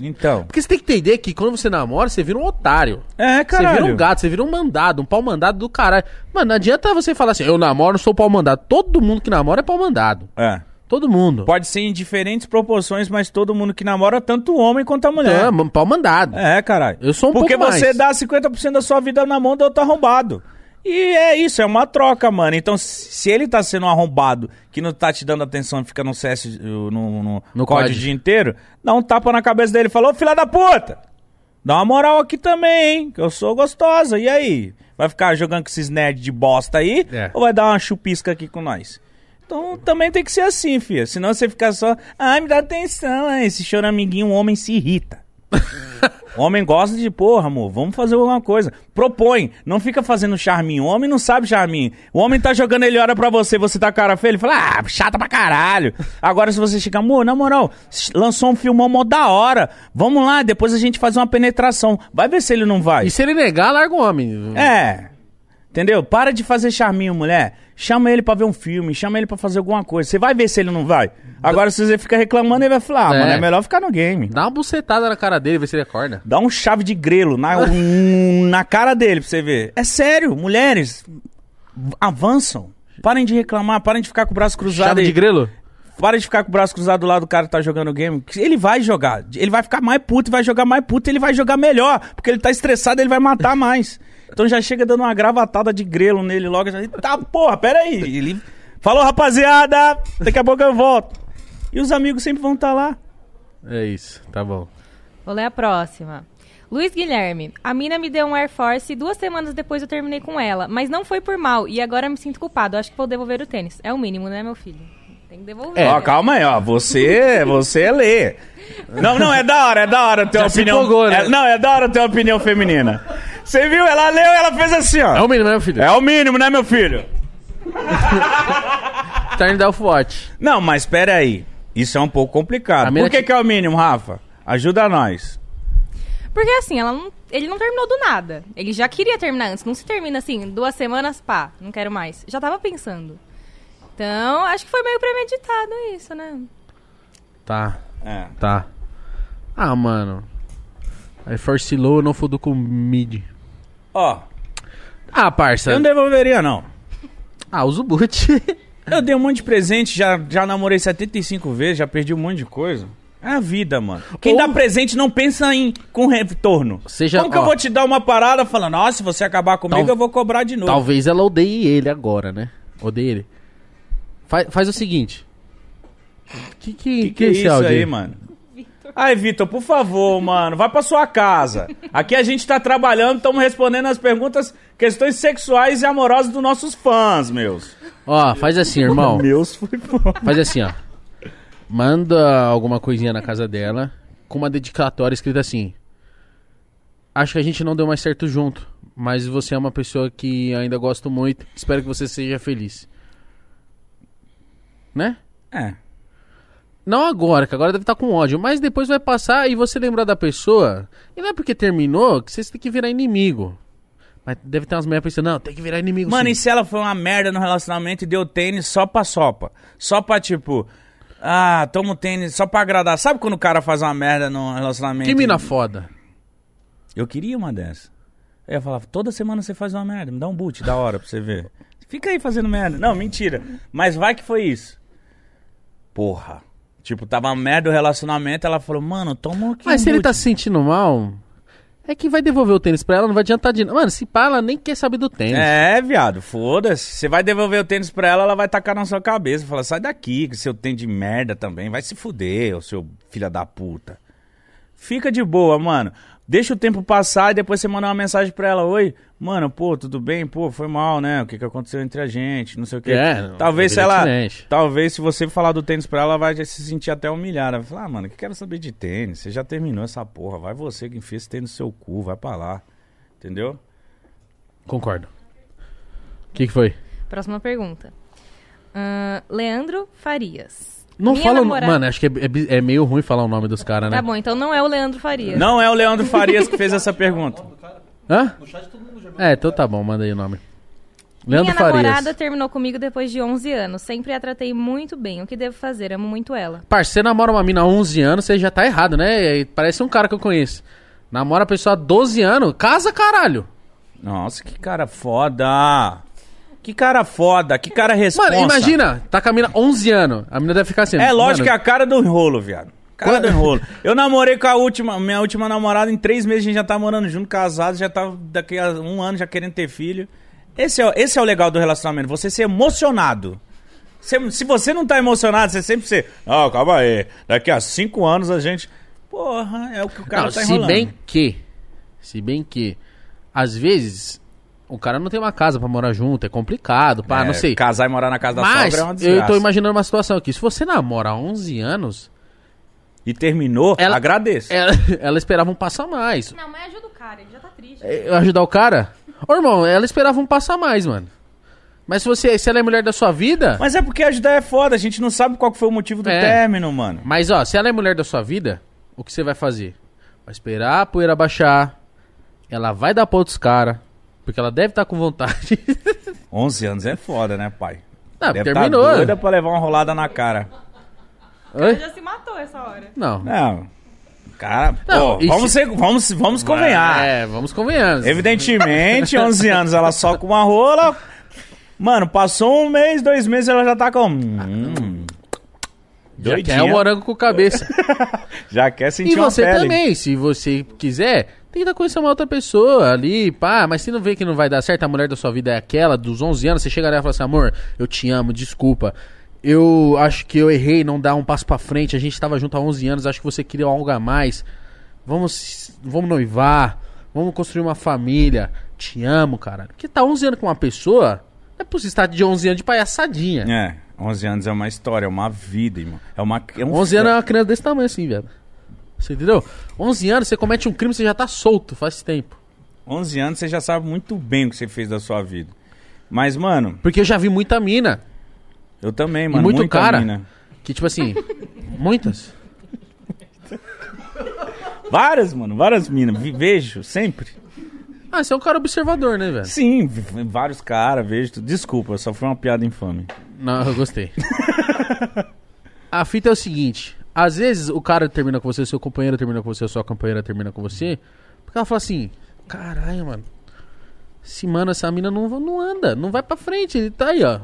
B: Então.
A: Porque você tem que entender que quando você namora, você vira um otário.
B: É,
A: Você
B: caralho.
A: vira um gato, você vira um mandado, um pau mandado do caralho. Mano, não adianta você falar assim: eu namoro, não sou pau mandado. Todo mundo que namora é pau mandado.
B: É.
A: Todo mundo.
B: Pode ser em diferentes proporções, mas todo mundo que namora, tanto o homem quanto a mulher.
A: É, mano, pau mandado.
B: É, caralho.
A: Eu sou um
B: Porque
A: pouco
B: você
A: mais.
B: dá 50% da sua vida na mão do outro arrombado. E é isso, é uma troca, mano. Então, se se ele tá sendo um arrombado que não tá te dando atenção e fica no CS, eh, no, no,
A: No
B: código
A: COD.
B: o dia inteiro, dá um tapa na cabeça dele e fala, ô filha da puta, dá uma moral aqui também, hein, que eu sou gostosa. E aí? Vai ficar jogando com esses nerds de bosta aí?
A: É.
B: Ou vai dar uma chupisca aqui com nós? Então também tem que ser assim, filha. Senão você fica só, ai, me dá atenção, né? esse choramiguinho, o homem se irrita. Homem gosta de, porra, amor, vamos fazer alguma coisa. Propõe, não fica fazendo charminho. O homem não sabe charminho. O homem tá jogando, ele olha pra você, você tá com a cara feia, ele fala, ah, chata pra caralho. Agora se você chegar, amor, na moral, s- lançou um filmão mó da hora. Vamos lá, depois a gente faz uma penetração. Vai ver se ele não vai.
A: E se ele negar, larga o homem.
B: É. Entendeu? Para de fazer charminho, mulher. Chama ele pra ver um filme, chama ele pra fazer alguma coisa. Você vai ver se ele não vai. Agora, se você fica reclamando, ele vai falar, ah,
A: É.
B: mano, é melhor ficar no game.
A: Dá uma bucetada na cara dele, vê se ele acorda.
B: Dá um chave de grelo na, um- na cara dele pra você ver. É sério, mulheres avançam. Parem de reclamar, parem de ficar com o braço cruzado.
A: Chave
B: aí.
A: de grelo?
B: Parem de ficar com o braço cruzado do lado do cara que tá jogando game. que Ele vai jogar. Ele vai ficar mais puto, vai jogar mais puto, ele vai jogar melhor. Porque ele tá estressado, ele vai matar mais. Então já chega dando uma gravatada de grelo nele logo. Já, tá, porra, peraí. Ele falou, rapaziada, daqui a pouco eu volto. E os amigos sempre vão estar lá.
A: É isso, tá bom.
C: Vou ler a próxima. Luiz Guilherme, a mina me deu um Air Force e duas semanas depois eu terminei com ela, mas não foi por mal e agora me sinto culpado. Acho que vou devolver o tênis. É o mínimo, né, meu filho? Tem que devolver.
A: É.
B: Ó, calma aí, ó. Você, você é lê. Não, não, é da hora, é da hora ter
A: Já
B: uma
A: se
B: opinião.
A: empolgou, né?
B: é- não, é da hora ter uma opinião feminina. Você viu? Ela leu e ela fez assim,
A: É
B: ó.
A: o mínimo, né, meu filho?
B: É o mínimo, né, meu filho?
A: Turn Delph Watch.
B: Não, mas espera aí. Isso é um pouco
A: A
B: complicado.
A: mina
B: Por que,
A: te-
B: que é o mínimo, Rafa? Ajuda nós.
C: Porque assim, ela não- ele não terminou do nada. Ele já queria terminar antes. Não se termina assim, duas semanas, pá, não quero mais. Já tava pensando. Então, acho que foi meio premeditado isso, né?
A: Tá,
B: É.
A: tá. Ah, mano. Aí Force Low não fudo com mid.
B: Ó,
A: Ah, parça.
B: eu não devolveria, não.
A: Ah, uso boot.
B: Eu dei um monte de presente, já, já namorei 75 vezes, já perdi um monte de coisa. É a vida, mano. Quem
A: Ou-
B: dá presente não pensa em com retorno.
A: Seja-
B: Como que
A: ó.
B: eu vou te dar uma parada falando, ó, se você acabar comigo,
A: Tal-
B: eu vou cobrar de novo.
A: Talvez ela odeie ele agora, né? Odeie ele. Fa- faz o seguinte. Que que,
B: Que, que é isso
A: áudio
B: aí, mano? Ai, Vitor, por favor, mano, vai pra sua casa. Aqui a gente tá trabalhando, estamos respondendo as perguntas, questões sexuais e amorosas dos nossos fãs, meus.
A: Ó, faz assim, irmão.
B: Meus foi foda.
A: Faz assim, ó. Manda alguma coisinha na casa dela com uma dedicatória escrita assim. Acho que a gente não deu mais certo junto, mas você é uma pessoa que ainda gosto muito. Espero que você seja feliz. Né?
B: É.
A: Não agora, que agora deve estar com ódio, mas depois vai passar e você lembrar da pessoa. E não é porque terminou que vocês têm que virar inimigo. Mas deve ter umas mulheres pensando, não, tem que virar inimigo.
B: Mano,
A: sim.
B: e se ela foi uma merda no relacionamento e deu tênis só pra sopa? Só pra, tipo, ah, toma o tênis só pra agradar. Sabe quando o cara faz uma merda no relacionamento?
A: Que mina foda.
B: Eu queria uma dessa. Eu ia falar, toda semana você faz uma merda, me dá um boot da hora pra você ver. Fica aí fazendo merda. Não, mentira. Mas vai que foi isso. Porra. Tipo, tava uma merda o relacionamento, ela falou, mano, toma aqui
A: Mas
B: um
A: se ele
B: boot.
A: tá se sentindo mal, é que vai devolver o tênis pra ela, não vai adiantar de nada. Mano, se pá, ela nem quer saber do tênis.
B: É, viado, foda-se. Você vai devolver o tênis pra ela, ela vai tacar na sua cabeça. Fala, sai daqui, que seu tênis de merda também. Vai se fuder, ô seu filho da puta. Fica de boa, mano. Deixa o tempo passar e depois você manda uma mensagem pra ela. Oi, mano, pô, tudo bem? Pô, foi mal, né? O que, que aconteceu entre a gente? Não sei o que.
A: É, não,
B: talvez se ela.
A: evidentemente.
B: Talvez se você falar do tênis pra ela, ela vai se sentir até humilhada. Vai falar, ah, mano, que quero saber de tênis? Você já terminou essa porra. Vai você que enfia esse tênis no seu cu, vai pra lá. Entendeu?
A: Concordo. O que, que foi?
C: Próxima pergunta. Ahn, Leandro Farias.
A: Não
C: Minha
A: fala. o no-
C: namorada-
A: Mano, acho que é, é bi- é meio ruim falar o nome dos caras, né?
C: Tá bom, então não é o Leandro Farias.
B: Não é o Leandro Farias que fez essa pergunta.
A: Hã? É, então tá bom, manda aí o nome. Leandro
C: Minha
A: Farias.
C: namorada terminou comigo depois de 11 anos. Sempre a tratei muito bem. O que devo fazer? Amo muito ela.
A: Parça, você namora uma mina há 11 anos, você já tá errado, né? E Parece um cara que eu conheço. Namora a pessoa há 12 anos, casa caralho.
B: Nossa, que cara foda! Que cara foda, que cara responsa.
A: Mano, imagina, tá com a mina 11 anos. A mina deve ficar assim.
B: É lógico que é
A: mano,
B: a cara do enrolo, viado. Cara
A: Quando-
B: do enrolo. Eu namorei com a última, minha última namorada, em três meses a gente já tá morando junto, casado, já tá daqui a um ano já querendo ter filho. Esse é, o- esse é o legal do relacionamento, você ser emocionado. Você- se você não tá emocionado, você sempre ser. Não, calma aí. Daqui a cinco anos a gente. Porra, é o que o cara
A: Não,
B: tá
A: se
B: enrolando.
A: bem que. Se bem que. Às vezes, o cara não tem uma casa pra morar junto, é complicado, pá,
B: É,
A: não sei.
B: Casar e morar na casa da
A: Mas,
B: sogra é uma desgraça.
A: eu tô imaginando uma situação aqui. Se você namora há 11 anos,
B: E terminou,
A: Ela-
B: agradeço.
A: ela, ela esperava um passo a mais.
C: Não, mas ajuda o cara, ele já tá triste.
A: Eu É, ajudar o cara? Ô, irmão, ela esperava um passo a mais, mano. Mas se, você, se ela é mulher da sua vida.
B: Mas é porque ajudar é foda, a gente não sabe qual que foi o motivo do
A: É.
B: término, mano.
A: Mas, ó, se ela é mulher da sua vida, o que você vai fazer? Vai esperar a poeira baixar. Ela vai dar pra outros caras. Porque ela deve estar com vontade.
B: 11 anos é foda, né, pai?
A: Não,
B: Deve
A: Ah, terminou.
B: Tá doida pra levar uma rolada na cara.
A: Oi?
C: já se matou essa hora.
A: Não.
B: Não. Cara,
A: Não,
B: pô,
A: e
B: vamos,
A: se-
B: ser- vamos, vamos convenhar.
A: É, vamos convenhamos.
B: Evidentemente, 11 anos ela só com uma rola. Mano, passou um mês, dois meses, ela já tá com. Hum,
A: Já
B: doidinha.
A: quer o morango com cabeça.
B: Já quer sentir
A: e você
B: uma pele.
A: também, se você quiser, tenta conhecer uma outra pessoa ali, pá. Mas se não vê que não vai dar certo, a mulher da sua vida é aquela, dos 11 anos, você chega nela e fala assim, amor, eu te amo, desculpa. Eu acho que eu errei, não dar um passo pra frente, a gente tava junto há 11 anos, acho que você queria algo a mais. Vamos, vamos noivar, vamos construir uma família. Te amo, cara. Porque tá 11 anos com uma pessoa É possível estar de 11 anos de palhaçadinha.
B: É, 11 anos é uma história, é uma vida, irmão. É uma... É um
A: 11 anos é uma criança desse tamanho assim, velho. Você entendeu? 11 anos, você comete um crime, você já tá solto faz tempo.
B: 11 anos você já sabe muito bem o que você fez da sua vida. Mas, mano,
A: Porque eu já vi muita mina.
B: eu também, mano.
A: muito
B: muita
A: cara.
B: mina.
A: Que tipo assim, muitas.
B: Várias, mano, várias minas. vi- Vejo, sempre.
A: Ah, você é um cara observador, né, velho?
B: Sim, vi- vi vários caras, vejo tudo. Desculpa, só foi uma piada infame.
A: Não, eu gostei. a fita é o seguinte: às vezes o cara termina com você, o seu companheiro termina com você, a sua companheira termina com você, porque ela fala assim: caralho, mano, esse mano, essa mina não, não anda, não vai pra frente, ele tá aí, ó,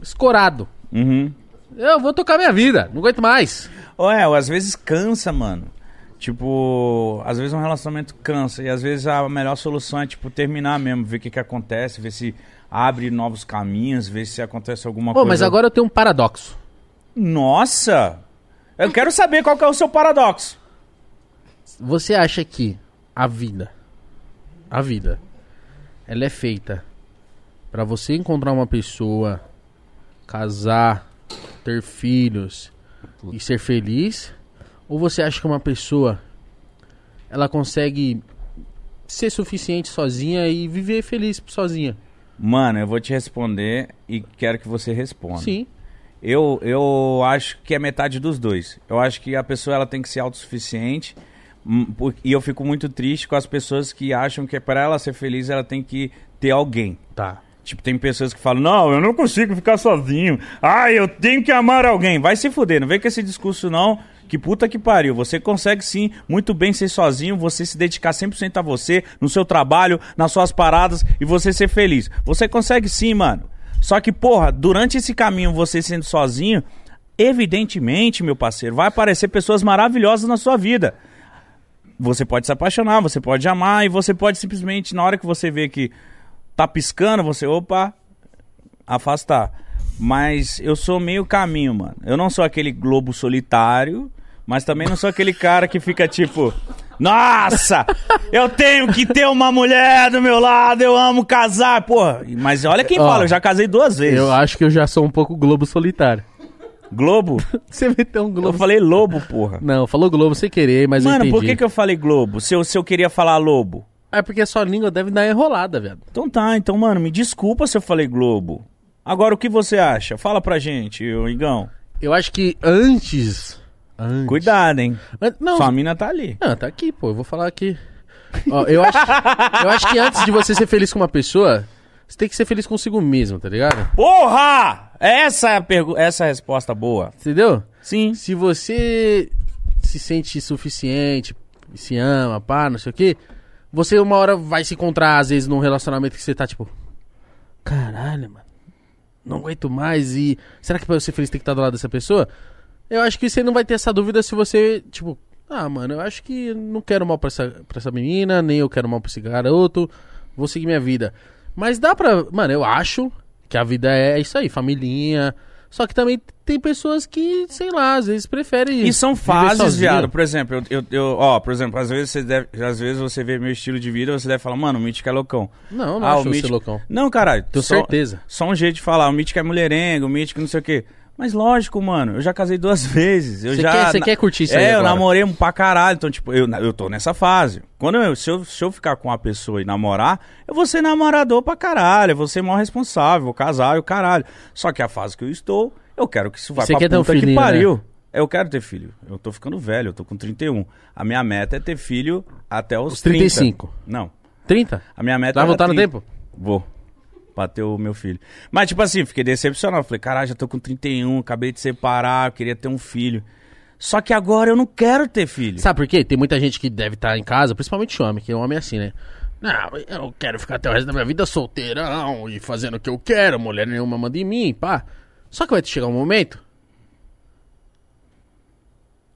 A: escorado.
B: Uhum.
A: Eu vou tocar minha vida, não aguento mais.
B: Ou é, ou às vezes cansa, mano. Tipo, às vezes um relacionamento cansa. E às vezes a melhor solução é, tipo, terminar mesmo, ver o que, que acontece, ver se abre novos caminhos, ver se acontece alguma
A: Pô,
B: coisa.
A: mas agora eu tenho um paradoxo.
B: Nossa! Eu quero saber qual que é o seu paradoxo.
A: Você acha que a vida, a vida, ela é feita pra você encontrar uma pessoa, casar, ter filhos e ser feliz? Ou você acha que uma pessoa, ela consegue ser suficiente sozinha e viver feliz sozinha?
B: Mano, eu vou te responder e quero que você responda.
A: Sim.
B: Eu, eu acho que é metade dos dois. Eu acho que a pessoa ela tem que ser autossuficiente. hum, por- E eu fico muito triste com as pessoas que acham que para ela ser feliz ela tem que ter alguém.
A: Tá.
B: Tipo, tem pessoas que falam: Não, eu não consigo ficar sozinho. Ah, eu tenho que amar alguém. Vai se fuder, não vem com esse discurso, não. Que puta que pariu. Você consegue sim muito bem ser sozinho, você se dedicar 100% a você, no seu trabalho, nas suas paradas e você ser feliz. Você consegue sim, mano. Só que, porra, durante esse caminho, você sendo sozinho, evidentemente, meu parceiro, vai aparecer pessoas maravilhosas na sua vida você pode se apaixonar, você pode amar e você pode simplesmente, na hora que você vê que tá piscando, você, opa, afastar. Mas eu sou meio caminho, mano. Eu não sou aquele globo solitário, mas também não sou aquele cara que fica tipo, nossa, eu tenho que ter uma mulher do meu lado, eu amo casar, porra. Mas olha quem
A: Ó,
B: fala, eu já casei duas vezes.
A: Eu acho que eu já sou um pouco globo solitário.
B: Globo?
A: Você meteu um
B: Eu
A: globo...
B: falei lobo, porra.
A: Não, falou globo sem querer, mas
B: Mano,
A: eu
B: por
A: entendi.
B: que, que eu falei globo? Se eu, se eu queria falar lobo?
A: É porque a sua língua deve dar enrolada, velho.
B: Então tá, então, mano, me desculpa se eu falei Globo. Agora, o que você acha? Fala pra gente, ô Igão.
A: Eu acho que antes. antes-
B: Cuidado, hein?
A: An- Não,
B: Sua mina tá ali.
A: não, tá aqui, pô. Eu vou falar aqui. Ó, eu, acho, eu acho que antes de você ser feliz com uma pessoa, você tem que ser feliz consigo mesmo, tá ligado?
B: Porra! Essa é a, pergu- essa é a resposta boa.
A: Entendeu?
B: Sim.
A: Se você se sente suficiente, se ama, pá, não sei o quê, você uma hora vai se encontrar, às vezes, num relacionamento que você tá tipo. Caralho, mano. Não aguento mais. E será que pra eu ser feliz tem que estar do lado dessa pessoa? Eu acho que você não vai ter essa dúvida se você, tipo, ah, mano, eu acho que não quero mal pra essa, pra essa menina, nem eu quero mal pra esse garoto, vou seguir minha vida. Mas dá pra. Mano, eu acho que a vida é isso aí, familhinha. Só que também tem pessoas que, sei lá, às vezes preferem.
B: E são
A: viver
B: fases,
A: sozinha.
B: viado. Por exemplo, eu, eu, eu- ó, por exemplo, às vezes você deve, às vezes você vê meu estilo de vida, você deve falar, mano, o Mítico é loucão.
A: Não, não
B: Ah, o
A: acho você
B: Mítico-
A: loucão.
B: Não, caralho.
A: Tenho
B: só-
A: certeza.
B: Só um jeito de falar, o Mítico é mulherengo, o Mítico não sei o quê. Mas lógico, mano, eu já casei duas vezes. Eu
A: Você
B: já
A: quer- você quer curtir isso
B: É,
A: aí
B: eu
A: agora?
B: namorei pra caralho. Então, tipo, eu, eu tô nessa fase. Quando eu se, eu. se eu ficar com uma pessoa e namorar, eu vou ser namorador pra caralho. Eu vou ser maior responsável, vou casar e o caralho. Só que a fase que eu estou, eu quero que isso vá
A: Você
B: pra
A: quer ter um
B: puta que
A: filhinho,
B: pariu. Eu quero ter filho. Eu tô ficando velho, eu tô com 31. A minha meta é ter filho até os,
A: Os 35.
B: 30. Não.
A: 30?
B: A minha meta
A: Vai
B: era
A: voltar no
B: 30.
A: tempo?
B: Vou. Bateu o meu filho. Mas, tipo assim, fiquei decepcionado. Falei, caralho, já tô com 31, acabei de separar, eu queria ter um filho. Só que agora eu não quero ter filho.
A: Sabe por quê? Tem muita gente que deve estar em casa, principalmente homem, que é homem assim, né? Não, eu não quero ficar até o resto da minha vida solteirão e fazendo o que eu quero, mulher nenhuma manda em mim, pá. Só que vai chegar um momento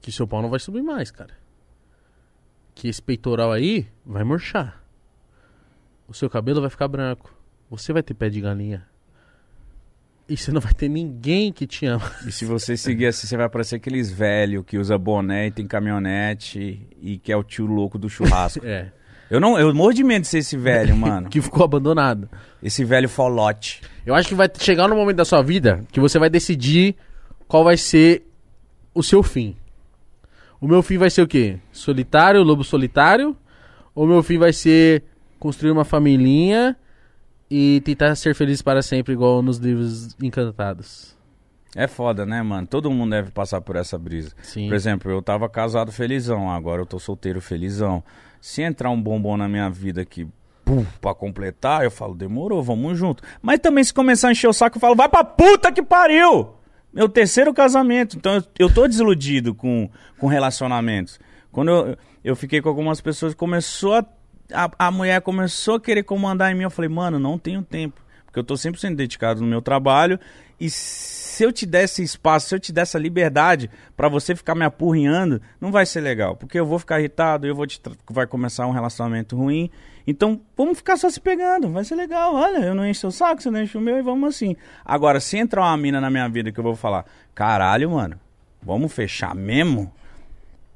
A: que seu pau não vai subir mais, cara. Que esse peitoral aí vai murchar. O seu cabelo vai ficar branco. Você vai ter pé de galinha. E você não vai ter ninguém que te ama.
B: E se você seguir assim, você vai parecer aqueles velho que usa boné e tem caminhonete e que é o tio louco do churrasco.
A: É.
B: Eu, não, eu morro de medo de ser esse velho, mano.
A: que ficou abandonado.
B: Esse velho folote.
A: Eu acho que vai chegar no momento da sua vida que você vai decidir qual vai ser o seu fim. O meu fim vai ser o quê? Solitário, lobo solitário? Ou meu fim vai ser construir uma familhinha e tentar ser feliz para sempre, igual nos livros encantados?
B: É foda, né, mano? Todo mundo deve passar por essa brisa.
A: Sim.
B: Por exemplo, eu tava casado felizão, agora eu tô solteiro felizão. Se entrar um bombom na minha vida que pum, pra completar, eu falo, demorou, vamos junto. Mas também se começar a encher o saco, eu falo, vai pra puta que pariu! Meu terceiro casamento. Então eu, eu tô desiludido com, com relacionamentos. Quando eu, eu fiquei com algumas pessoas, começou a, a. A mulher começou a querer comandar em mim. Eu falei, mano, não tenho tempo. Porque eu tô sempre sendo dedicado no meu trabalho. E se eu te desse espaço, se eu te desse a liberdade pra você ficar me apurrinhando, não vai ser legal. Porque eu vou ficar irritado, eu vou te tra- vai começar um relacionamento ruim. Então, vamos ficar só se pegando, vai ser legal. Olha, eu não encho seu saco, você não enche o meu e vamos assim. Agora, se entrar uma mina na minha vida que eu vou falar, caralho, mano, vamos fechar mesmo?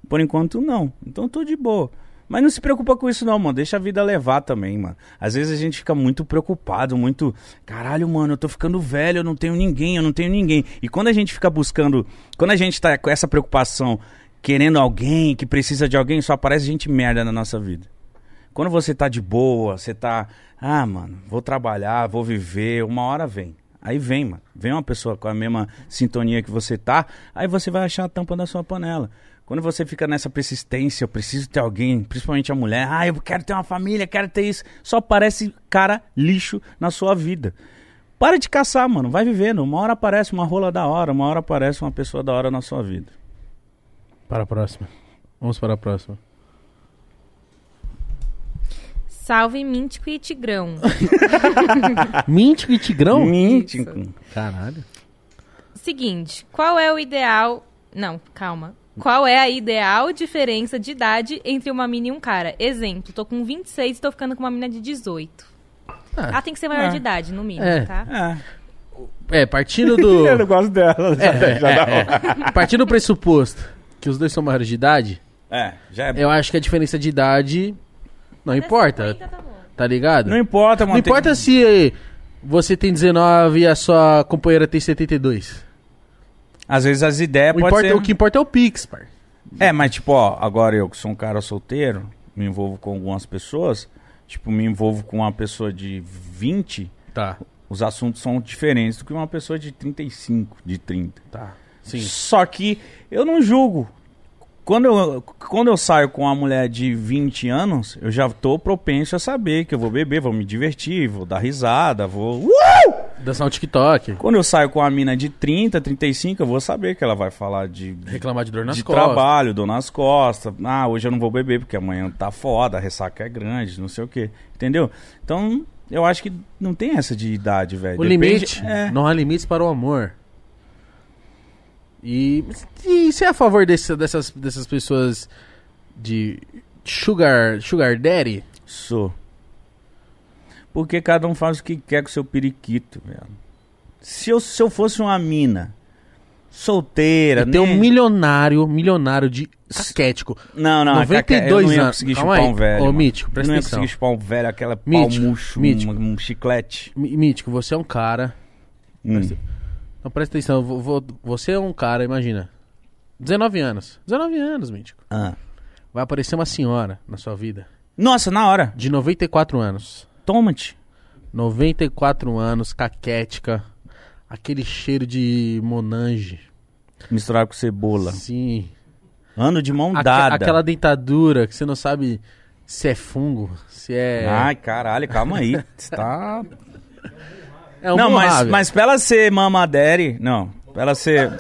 B: Por enquanto, não. Então, tô de boa. Mas não se preocupa com isso, não, mano. Deixa a vida levar também, mano. Às vezes a gente fica muito preocupado, muito. Caralho, mano, eu tô ficando velho, eu não tenho ninguém, eu não tenho ninguém. E quando a gente fica buscando. Quando a gente tá com essa preocupação, querendo alguém, que precisa de alguém, só aparece gente merda na nossa vida. Quando você tá de boa, você tá. Ah, mano, vou trabalhar, vou viver, uma hora vem. Aí vem, mano. Vem uma pessoa com a mesma sintonia que você tá, aí você vai achar a tampa da sua panela. Quando você fica nessa persistência, eu preciso ter alguém, principalmente a mulher, ah, eu quero ter uma família, quero ter isso, só parece cara lixo na sua vida. Para de caçar, mano, vai vivendo. Uma hora aparece uma rola da hora, uma hora aparece uma pessoa da hora na sua vida.
A: Para a próxima. Vamos para a próxima.
C: Salve Míntico e Tigrão.
A: Míntico e Ah.
B: Então,
A: Tigrão?
B: Mente.
A: Caralho.
C: Seguinte, qual é o ideal. Não, calma. Qual é a ideal diferença de idade entre uma mina e um cara? Exemplo, tô com 26 e tô ficando com uma mina de 18.
A: Ah,
C: Ela tem que ser maior
B: é.
C: de idade, no mínimo,
A: É.
C: tá?
B: É.
A: É, partindo do.
B: Eu não gosto dela.
A: É, é, é. Partindo do pressuposto que os dois são maiores de idade,
B: É, já é.
A: eu acho que a diferença de idade não importa,
C: Até 50 tá bom.
A: tá ligado?
B: Não importa, mano.
A: Não importa se você tem 19 e a sua companheira tem 72.
B: Às vezes as ideias
A: O,
B: podem
A: importa,
B: ser...
A: o que importa é o Pix, par.
B: É, mas tipo, ó, agora eu que sou um cara solteiro, me envolvo com algumas pessoas, tipo, me envolvo com uma pessoa de 20,
A: Tá,
B: os assuntos são diferentes do que uma pessoa de 35, de 30.
A: tá. Sim.
B: Só que eu não julgo. Quando eu, quando eu saio com uma mulher de 20 anos, eu já tô propenso a saber que eu vou beber, vou me divertir, vou dar risada, vou. uh!
A: Dançar um TikTok,
B: Quando eu saio com uma mina de 30, 35, eu vou saber que ela vai falar de, de
A: reclamar de dor nas
B: de
A: costas.
B: trabalho, dor nas costas. Ah, hoje eu não vou beber porque amanhã tá foda, a ressaca é grande, não sei o quê. Entendeu? Então, eu acho que não tem essa de idade, velho.
A: O
B: Depende-
A: limite,
B: É.
A: não há limites para o amor. E, e você é a favor desse- dessas, dessas pessoas de sugar, sugar daddy?
B: Sou. Porque cada um faz o que quer com seu periquito, velho. Se eu, se eu fosse uma mina solteira,
A: E tem
B: né?
A: um milionário, milionario de caquético.
B: Não, é não,
A: 92
B: eu não ia
A: anos.
B: conseguir
A: Calma
B: chupar
A: aí.
B: um velho.
A: Ô,
B: mano.
A: Mítico,
B: Eu não
A: presta
B: ia
A: atenção.
B: conseguir chupar um velho, aquela
A: Mítico,
B: pau murcho,
A: Mítico.
B: Um, um chiclete.
A: M- Mítico, você é um cara.
B: Hum.
A: Então presta atenção, eu vou- vou- você é um cara, imagina. 19 anos. 19 anos, Mítico.
B: Ah.
A: Vai aparecer uma senhora na sua vida.
B: Nossa, na hora.
A: De 94 anos.
B: Toma-te.
A: 94 anos, caquética. Aquele cheiro de Monange.
B: Misturar com cebola.
A: Sim.
B: Ando de mão
A: Aque-
B: dada.
A: aquela dentadura que você não sabe se é fungo, se é.
B: Ai, caralho, calma aí. Você tá...
A: é um
B: não, mas,
A: murrável.
B: mas pra ela ser mamadere... Não, pra ela ser...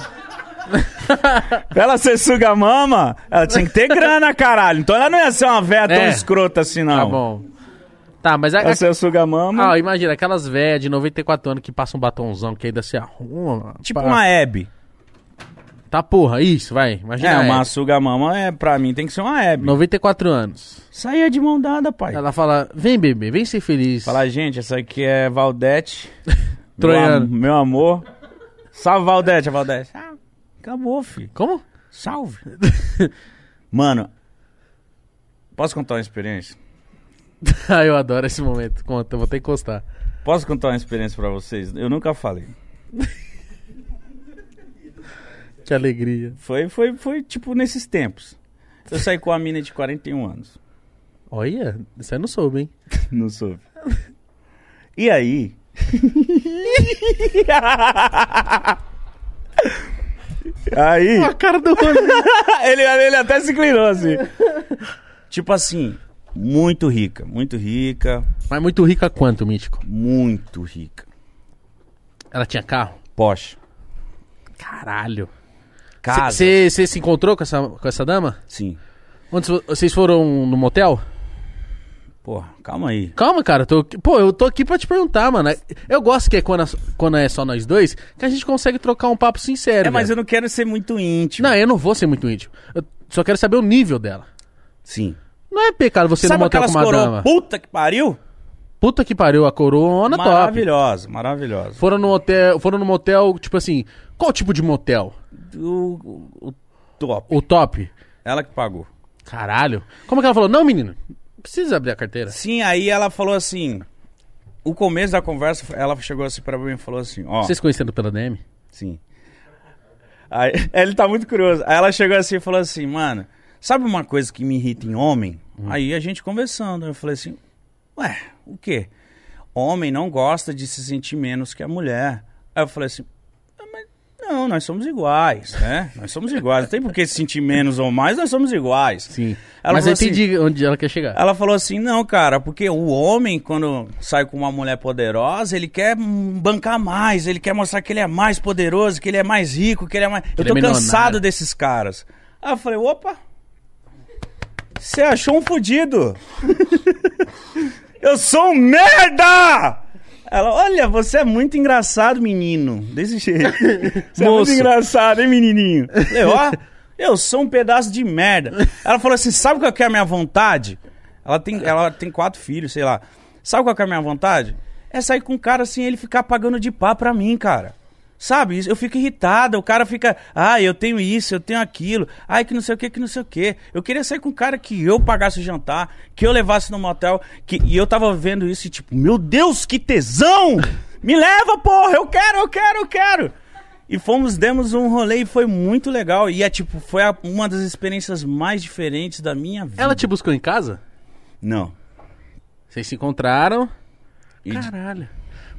B: pra ela ser suga-mama, ela tinha que ter grana, caralho. Então ela não ia ser uma véia tão
A: É.
B: escrota assim, não.
A: Tá bom. Tá, mas a,
B: Pra ser suga-mama...
A: Ah, imagina, aquelas velhas de 94 anos que passam um batonzão que ainda se arruma.
B: tipo
A: pá.
B: uma Hebe.
A: Tá porra, isso, vai. Imagina.
B: É,
A: ela.
B: uma suga-mama, é, pra mim, tem que ser uma Hebe.
A: 94 anos.
B: Saia de mão dada, pai.
A: Ela fala: vem, bebê, vem ser feliz.
B: Falar, gente, essa aqui é Valdete.
A: Troiano.
B: Meu, am- meu amor. Salve, Valdete, a Valdete. Ah, acabou, filho.
A: Como?
B: Salve. Mano, posso contar uma experiência?
A: ah, eu adoro esse momento. Conta, eu vou ter que encostar.
B: Posso contar uma experiência pra vocês? Eu nunca falei.
A: Que alegria.
B: Foi, foi, foi tipo nesses tempos. Eu saí com a mina de 41 anos.
A: Olha, você não soube, hein?
B: Não soube. E aí? aí.
A: A cara do Rodrigo.
B: ele, ele até se inclinou assim. tipo assim, muito rica, muito rica,
A: Mas muito rica quanto, Mítico?
B: muito rica.
A: Ela tinha carro?
B: Porsche,
A: Caralho.
B: casa.
A: Você se encontrou com essa, com essa dama?
B: Sim.
A: Onde cê- vocês foram no motel?
B: Porra, calma aí.
A: Calma, cara. eu Tô, aqui- pô, eu tô aqui pra te perguntar, mano. Eu gosto que é quando, as- quando é só nós dois, que a gente consegue trocar um papo sincero.
B: É, mas
A: velho.
B: eu não quero ser muito íntimo.
A: Não, eu não vou ser muito íntimo. Eu só quero saber o nível dela.
B: Sim.
A: Não é pecado você não
B: Sabe
A: motel com
B: aquelas
A: uma
B: coroa
A: dama.
B: puta que pariu?
A: Puta que pariu, a coroona top.
B: maravilhosa, maravilhosa.
A: Foram no hotel, foram no motel, tipo assim, qual tipo de motel?
B: O, o- o top.
A: O top?
B: Ela que pagou.
A: Caralho. Como é que ela falou? Não, menino, precisa abrir a carteira.
B: Sim, aí ela falou assim. O começo da conversa, ela chegou assim pra mim e falou assim, ó.
A: Vocês conhecendo pela DM?
B: Sim. Aí, ele tá muito curioso. Aí ela chegou assim e falou assim, mano, sabe uma coisa que me irrita em homem? Aí a gente conversando, eu falei assim, ué, o quê? Homem não gosta de se sentir menos que a mulher. Aí eu falei assim, "Ah, mas não, nós somos iguais, né? Nós somos iguais. Não tem por que se sentir menos ou mais, nós somos iguais.
A: Sim.
B: Ela
A: Mas eu
B: falou assim-
A: entendi onde ela quer chegar.
B: Ela falou assim: não, cara, porque o homem, quando sai com uma mulher poderosa, ele quer hum, bancar mais, ele quer mostrar que ele é mais poderoso, que ele é mais rico, que ele é mais. Eu
A: ele
B: tô
A: é milionário.
B: cansado desses caras. Aí eu falei: opa, você achou um fudido. eu sou um merda! Ela, olha, você é muito engraçado, menino. Desse jeito. Você é muito
A: Moço.
B: engraçado, hein, menininho? Eu, falei, ó, eu sou um pedaço de merda. Ela falou assim, sabe qual que é a minha vontade? Ela tem, ela tem quatro filhos, sei lá. Sabe qual que é a minha vontade? É sair com um cara assim, ele ficar pagando de pá pra mim, cara. Sabe? Isso- Eu fico irritada. O cara fica, ah, eu tenho isso, eu tenho aquilo. Ai, que não sei o que, que não sei o que. Eu queria sair com um cara que eu pagasse o jantar, que eu levasse no motel. Que... E eu tava vendo isso e tipo, meu Deus, que tesão! Me leva, porra! Eu quero, eu quero, eu quero! E fomos, demos um rolê e foi muito legal. E é tipo, foi a- uma das experiências mais diferentes da minha vida.
A: Ela te buscou em casa?
B: Não.
A: Vocês se encontraram?
B: E de-
A: Caralho.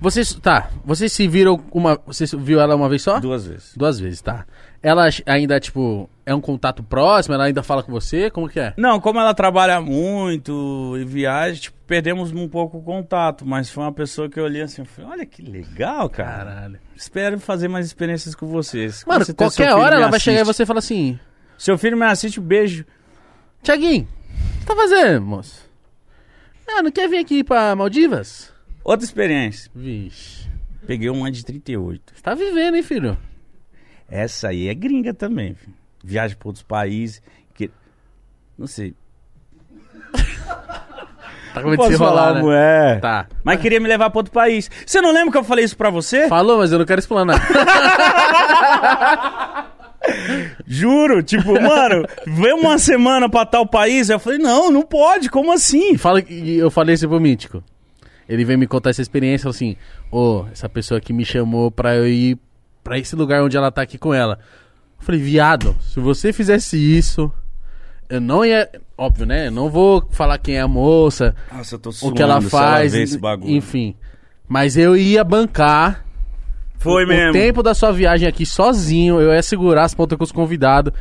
A: Vocês, tá, vocês se viram uma, você viu ela uma vez só?
B: Duas vezes.
A: Duas vezes, tá. Ela ch- ainda, tipo, é um contato próximo, ela ainda fala com você? Como que é?
B: Não, como ela trabalha muito e viaja, tipo, perdemos um pouco o contato, mas foi uma pessoa que eu olhei assim, eu falei, olha que legal, cara.
A: Caralho.
B: Espero fazer mais experiências com vocês. Com
A: Mano,
B: certeza seu
A: qualquer
B: filho
A: hora
B: me
A: ela vai chegar e
B: assiste.
A: você fala assim:
B: Seu filho me assiste, um beijo.
A: Tiaguinho, o que tá fazendo, moço? Ah, não quer vir aqui pra Maldivas?
B: Outra experiência.
A: Vixe.
B: Peguei uma de 38.
A: Você tá vivendo, hein, filho?
B: Essa aí é gringa também, filho. Viaja pra outros países. Que... Não sei.
A: Tá com medo
B: Não
A: de
B: posso
A: se
B: falar,
A: rolar, né?
B: mulher.
A: Tá.
B: Mas queria me levar pra outro país. Você não lembra que eu falei isso pra você?
A: Falou, mas eu não quero explanar.
B: Juro, tipo, mano, vem uma semana pra tal país. Eu falei, não, não pode, como assim?
A: Fala que eu falei isso pro Mítico. Ele veio me contar essa experiência falou assim: Ô, essa pessoa que me chamou pra eu ir pra esse lugar onde ela tá aqui com ela. Eu falei, viado, se você fizesse isso, eu não ia. Óbvio, né? Eu não vou falar quem é a moça,
B: Nossa, eu tô
A: o que ela faz.
B: vê esse bagulho.
A: Enfim. Mas eu ia bancar
B: Foi
A: o
B: mesmo.
A: tempo da sua viagem aqui sozinho, eu ia segurar as pontas com os convidados.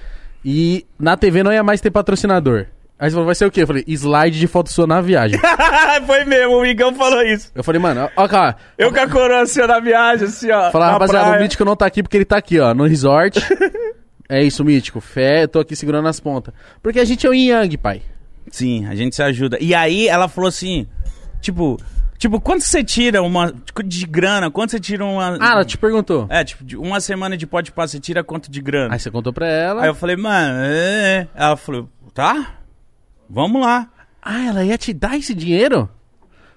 A: E na TV não ia mais ter patrocinador. Aí você falou, vai ser o quê? Eu falei, slide de foto sua na viagem.
B: Ah, Foi mesmo, o Migão falou isso.
A: Eu falei, mano, ó, cara.
B: Eu com a coroa assim, ó, na viagem, assim, ó.
A: Falar,
B: na
A: rapaziada,
B: praia.
A: o Mítico não tá aqui porque ele tá aqui, ó, no resort. é isso, Mítico. Fé, eu tô aqui segurando as pontas. Porque a gente é o Yin Yang, pai.
B: Sim, a gente se ajuda. E aí ela falou assim, tipo, tipo, quanto você tira uma tipo, de grana? Quanto você tira uma
A: Ah, ela te perguntou.
B: Uhum. É, tipo, de uma semana de pode você tira quanto de grana?
A: Aí você contou pra ela.
B: Aí eu falei, mano, é, é. ela falou, tá? Vamos lá.
A: Ah, ela ia te dar esse dinheiro?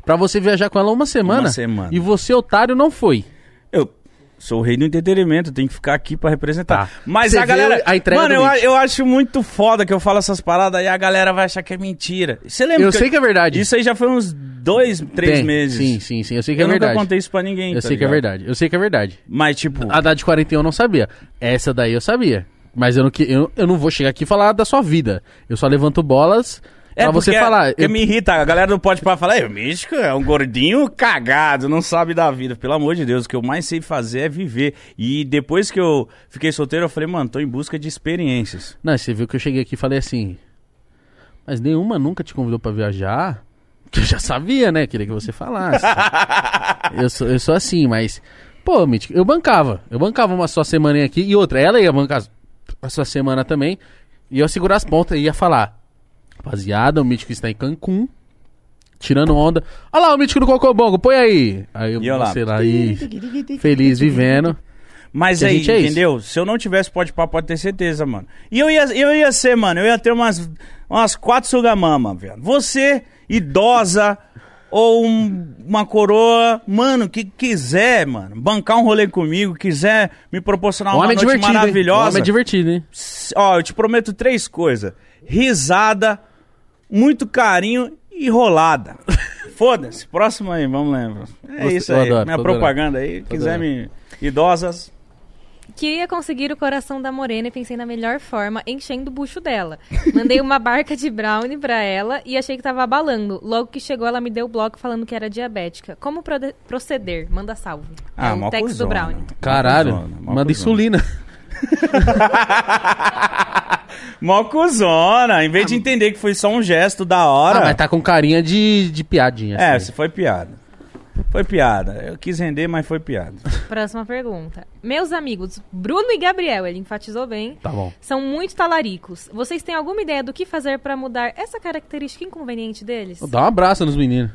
A: Pra você viajar com ela uma semana?
B: Uma semana.
A: E você, otário, não foi.
B: Eu Sou o rei do entretenimento, tenho que ficar aqui pra representar.
A: Tá.
B: Mas
A: Você
B: a
A: vê
B: galera.
A: a entrega
B: mano,
A: do
B: eu, a-
A: bicho.
B: eu acho muito foda que eu falo essas paradas e a galera vai achar que é mentira. Você lembra?
A: Eu sei que é verdade.
B: Isso aí já foi uns dois, três
A: Tem.
B: meses.
A: Sim, sim, sim. Eu sei que
B: eu
A: é verdade.
B: nunca contei isso pra ninguém.
A: eu
B: tá
A: sei que é
B: ligado?
A: verdade. Ah, Eu sei que é verdade.
B: Mas, tipo,
A: A da de 41 eu não sabia. Essa daí eu sabia. Mas eu não, que- eu, eu não vou chegar aqui e falar da sua vida. Eu só levanto bolas pra você
B: É, porque-
A: falar.
B: Porque
A: Eu-
B: me irrita, a galera não pode parar falar, "Ei, o Místico é um gordinho cagado, não sabe da vida. Pelo amor de Deus, o que eu mais sei fazer é viver. E depois que eu fiquei solteiro, eu falei, mano, tô em busca de experiências.
A: Não, você viu que eu cheguei aqui e falei assim. Mas nenhuma nunca te convidou pra viajar? Que eu já sabia, né? Queria que você falasse. eu, sou, eu sou assim, mas. Pô, Mítico, eu bancava. Eu bancava uma só semana aqui e outra. Ela ia bancar a sua semana também. E eu segurar as pontas e ia falar. Rapaziada, o Mítico está em Cancún. Tirando onda. Olha lá o Mítico do Cocobongo, põe aí. Aí eu,
B: E eu lá.
A: sei lá, aí, feliz vivendo.
B: Mas
A: Que a
B: aí,
A: gente é isso.
B: entendeu? Se eu não tivesse pode pá, pode ter certeza, mano. E eu ia, eu ia ser, mano, eu ia ter umas, umas quatro sugamama, velho. Você, idosa, ou um- uma coroa, mano, que quiser, mano, bancar um rolê comigo, quiser me proporcionar uma
A: Homem é
B: noite
A: divertido, hein?
B: maravilhosa.
A: Homem é divertido, hein?
B: Ó, eu te prometo três coisas: risada, muito carinho e rolada. Foda-se, próximo aí, vamos lembrar. É
A: Gostei,
B: isso
A: eu
B: aí,
A: adoro,
B: minha
A: tô
B: propaganda aí. quiser me. Idosas.
C: Queria conseguir o coração da morena e pensei na melhor forma, enchendo o bucho dela. Mandei uma barca de brownie pra ela e achei que tava abalando. Logo que chegou, ela me deu o bloco falando que era diabética. Como prode- proceder? Manda salve.
A: Ah,
C: é o
B: Ah, mó
C: texto do
B: cuzona,
C: brownie.
B: mó
A: Caralho,
B: cuzona, mó
A: manda
B: cuzona.
A: insulina.
B: Mó cuzona, em vez de entender que foi só um gesto da hora.
A: Ah, mas tá com carinha de, de piadinha.
B: É,
A: assim.
B: isso foi piada. Foi piada. Eu quis render, mas foi piada.
C: Próxima pergunta. Meus amigos, Bruno e Gabriel, ele enfatizou bem,
A: Tá bom.
C: são muito talaricos. Vocês têm alguma ideia do que fazer pra mudar essa característica inconveniente deles?
A: Dá um abraço nos meninos.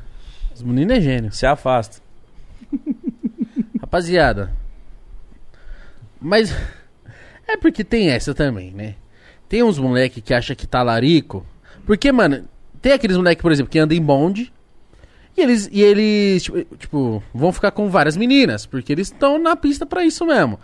A: Os meninos é gênios.
B: Se afasta.
A: Rapaziada. Mas. É porque tem essa também, né? Tem uns moleque que acha que tá larico. Porque, mano, tem aqueles moleque, por exemplo, que anda em bonde. E eles, e eles tipo, tipo, vão ficar com várias meninas. Porque eles estão na pista pra isso mesmo.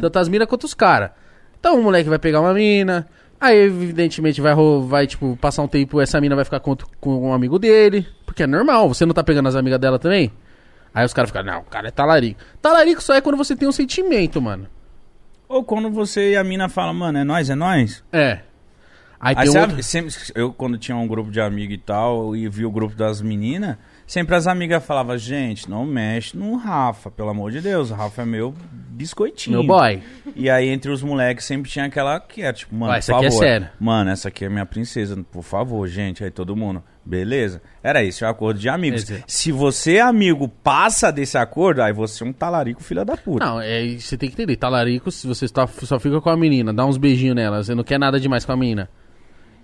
A: Tanto as minas quanto os caras. Então o moleque vai pegar uma mina. Aí, evidentemente, vai, ro- vai, tipo, passar um tempo, essa mina vai ficar com, outro- com um amigo dele. Porque é normal, você não tá pegando as amigas dela também? Aí os caras ficam, não, o cara é talarico. Talarico só é quando você tem um sentimento, mano.
B: Ou quando você e a mina falam, mano, é nós, é nós.
A: É. Aí,
B: Aí
A: tem
B: você-
A: outro...
B: sempre, eu, quando tinha um grupo de amigo e tal, e vi o grupo das meninas, sempre as amigas falavam, gente, não mexe no Rafa, pelo amor de Deus, o Rafa é meu biscoitinho.
A: Meu boy.
B: E aí, entre os moleques, sempre tinha aquela que era, tipo, mano,
A: Ó, essa
B: por
A: aqui é
B: favor.
A: séria.
B: Mano, essa aqui é minha princesa, por favor, gente. Aí todo mundo, beleza. Era isso, é um acordo de amigos.
A: Exato.
B: Se você, amigo, passa desse acordo, aí você é um talarico filha da puta.
A: Não, é, isso você tem que entender. Talarico, se você tá- só fica com a menina, dá uns beijinhos nela, você não quer nada demais com a menina.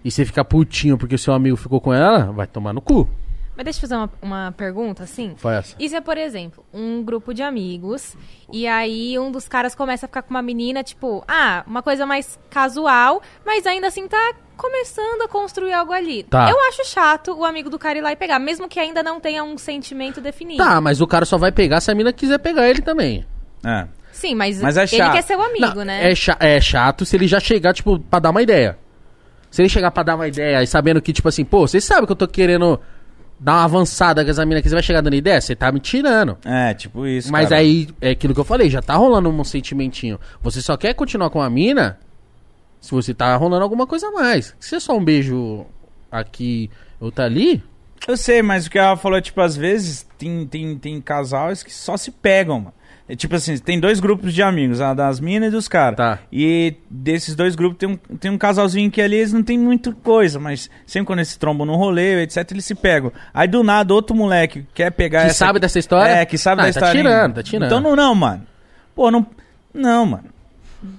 A: E você fica putinho porque o seu amigo ficou com ela, vai tomar no cu.
C: Mas deixa eu fazer uma, uma pergunta, assim.
A: Foi essa.
C: Isso é, por exemplo, um grupo de amigos, e aí um dos caras começa a ficar com uma menina, tipo, ah, uma coisa mais casual, mas ainda assim tá começando a construir algo ali.
A: Tá.
C: Eu acho chato o amigo do cara ir lá e pegar, mesmo que ainda não tenha um sentimento definido.
A: Tá, mas o cara só vai pegar se a mina quiser pegar ele também.
B: É.
C: Sim, mas,
B: Mas é
C: ele
B: chato.
C: quer ser o amigo,
A: Não,
C: né?
A: É, cha- é chato se ele já chegar, tipo, pra dar uma ideia. Se ele chegar pra dar uma ideia e sabendo que, tipo assim, pô, vocês sabem que eu tô querendo dar uma avançada com essa mina aqui, você vai chegar dando ideia? Você tá me tirando.
B: É, tipo isso.
A: Mas
B: cara.
A: aí, é aquilo que eu falei, já tá rolando um sentimentinho. Você só quer continuar com a mina se você tá rolando alguma coisa a mais. Se é só um beijo aqui ou tá ali,
B: Eu sei, mas o que ela falou, tipo, às vezes tem, tem, tem casais que só se pegam, mano. É, tipo assim, tem dois grupos de amigos, a das minas e dos caras.
A: Tá.
B: E desses dois grupos tem um, tem um casalzinho que ali eles não tem muita coisa, mas sempre quando eles se trombam no rolê, etc, eles se pegam. Aí do nada outro moleque quer pegar
A: que
B: essa
A: sabe dessa história.
B: É, que sabe
A: Ah,
B: da
A: tá
B: história.
A: tirando, tá tirando.
B: Então não, não, mano. Pô, não não, mano.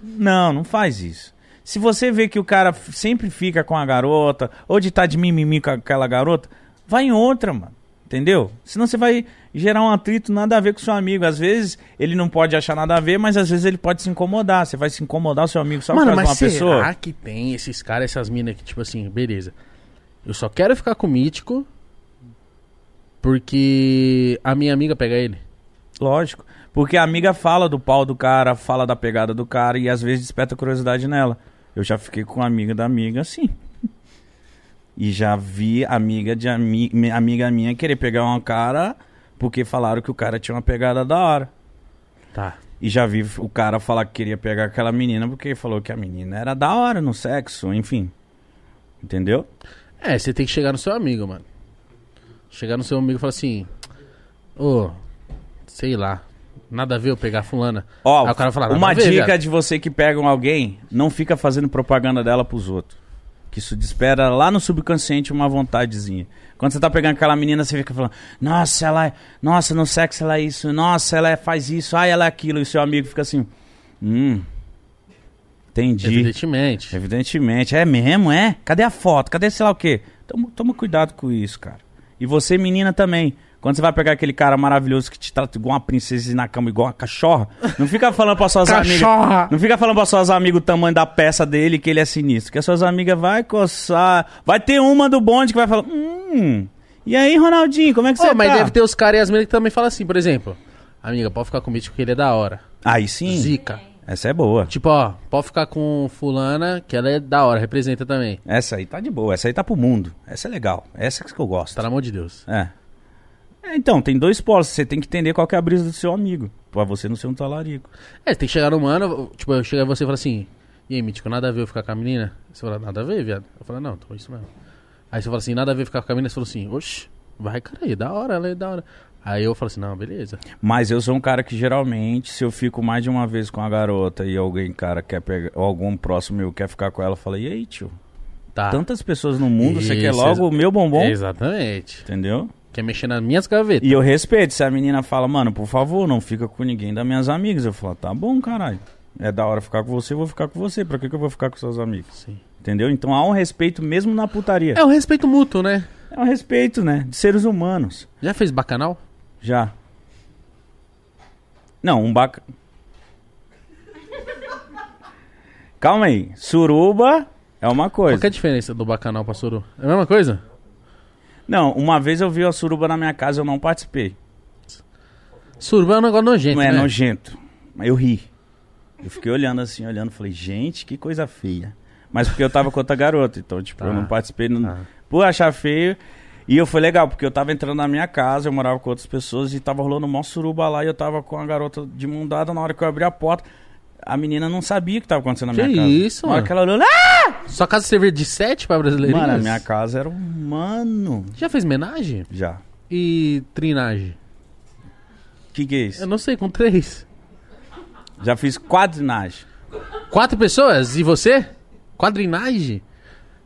B: Não, não faz isso. Se você vê que o cara f- sempre fica com a garota, ou de tá de mimimi com aquela garota, vai em outra, mano. Entendeu? Senão você vai gerar um atrito nada a ver com seu amigo. Às vezes ele não pode achar nada a ver, mas às vezes ele pode se incomodar. Você vai se incomodar o seu amigo só
A: Mano,
B: por causa
A: mas
B: de uma
A: será
B: pessoa.
A: que tem esses caras, essas minas que, tipo assim, beleza. Eu só quero ficar com o mítico porque a minha amiga pega ele.
B: Lógico. Porque a amiga fala do pau do cara, fala da pegada do cara e às vezes desperta curiosidade nela. Eu já fiquei com a amiga da amiga assim. E já vi amiga de ami mi- amiga minha querer pegar um cara porque falaram que o cara tinha uma pegada da hora.
A: Tá.
B: E já vi o cara falar que queria pegar aquela menina porque falou que a menina era da hora no sexo, enfim. Entendeu?
A: É, você tem que chegar no seu amigo, mano. Chegar no seu amigo e falar assim: Ô, sei lá. Nada a ver eu pegar fulana.
B: Ó,
A: Aí o cara fala, nada
B: uma
A: a ver,
B: dica
A: viado.
B: de você que pega um alguém, não fica fazendo propaganda dela pros outros. Que isso despera lá no subconsciente uma vontadezinha. Quando você tá pegando aquela menina, você fica falando, nossa, ela é. Nossa, no sexo ela é isso, nossa, ela é- faz isso, ai, ela é aquilo, e seu amigo fica assim. Hum. Entendi.
A: Evidentemente.
B: Evidentemente. É mesmo, é? Cadê a foto? Cadê sei lá o quê? Toma, toma cuidado com isso, cara. E você, menina, também. Quando você vai pegar aquele cara maravilhoso que te trata igual uma princesa e na cama igual uma cachorra, não fica falando pra suas amigas.
A: Cachorra!
B: Não fica falando pra suas amigas o tamanho da peça dele que ele é sinistro. Que as suas amigas vai coçar. Vai ter uma do bonde que vai falar. Hum. E aí, Ronaldinho, como é que você
A: Ô, mas
B: tá?
A: deve ter os caras e as meninas que também falam assim, por exemplo. Amiga, pode ficar com o Mítico que ele é da hora.
B: Aí sim.
A: Zica.
B: Essa é boa.
A: Tipo, ó, pode ficar com fulana, que ela é da hora, representa também.
B: Essa aí tá de boa. Essa aí tá pro mundo. Essa é legal. Essa que eu gosto.
A: Pelo amor de Deus.
B: É. É, Então, tem dois polos. Você tem que entender qual que é a brisa do seu amigo. Pra você não ser um talarico.
A: É, tem que chegar no mano, tipo, eu chego a você e falo assim, e aí, Mítico, nada a ver eu ficar com a menina? Você fala, nada a ver, viado. Eu falo, não, tô isso mesmo. Aí você fala assim, nada a ver ficar com a menina? Você fala assim, oxe, vai, cara, aí, da hora, ela é da hora. Aí eu falo assim, não, beleza.
B: Mas eu sou um cara que geralmente, se eu fico mais de uma vez com a garota e alguém, cara, quer pegar. Ou algum próximo meu quer ficar com ela, fala, e aí, tio?
A: Tá.
B: Tantas pessoas no mundo, você quer
A: Isso,
B: logo o meu bombom?
A: Exatamente.
B: Entendeu?
A: Quer mexer nas minhas gavetas.
B: E eu respeito. Se a menina fala, mano, por favor, não fica com ninguém das minhas amigas. Eu falo, tá bom, caralho. É da hora ficar com você, eu vou ficar com você. Pra que, que eu vou ficar com seus amigos?
A: Sim.
B: Entendeu? Então há um respeito mesmo na putaria.
A: É um respeito mútuo, né?
B: É um respeito, né? De seres humanos.
A: Já fez bacanal?
B: Já. Não, um bac... Calma aí. Suruba é uma
A: Qual que é
B: coisa.
A: a diferença do bacanal pra suru? É a mesma coisa?
B: Não, uma vez eu vi a suruba na minha casa, eu não participei.
A: Suruba é um negócio nojento,
B: Não é
A: né?
B: nojento. Mas eu ri. Eu fiquei olhando assim, olhando, falei, gente, que coisa feia. Mas porque eu tava com outra garota, então, tipo,
A: Tá.
B: eu não participei, não...
A: Tá.
B: por achar feio. E eu foi legal, porque eu tava entrando na minha casa, eu morava com outras pessoas e tava rolando mó suruba lá e eu tava com a garota de mão dada. Na hora que eu abri a porta, a menina não sabia o que tava acontecendo na
A: Que
B: minha casa.
A: isso,
B: na hora
A: mano?
B: que ela olhou, ah!
A: Só casa servir de sete pra brasileirinhas?
B: Mano, a minha casa era um mano.
A: Já fez menagem?
B: Já.
A: E trinagem?
B: Que que é
A: Eu
B: isso?
A: não sei, com três.
B: Já fiz quadrinagem.
A: Quatro pessoas? E você? Quadrinagem?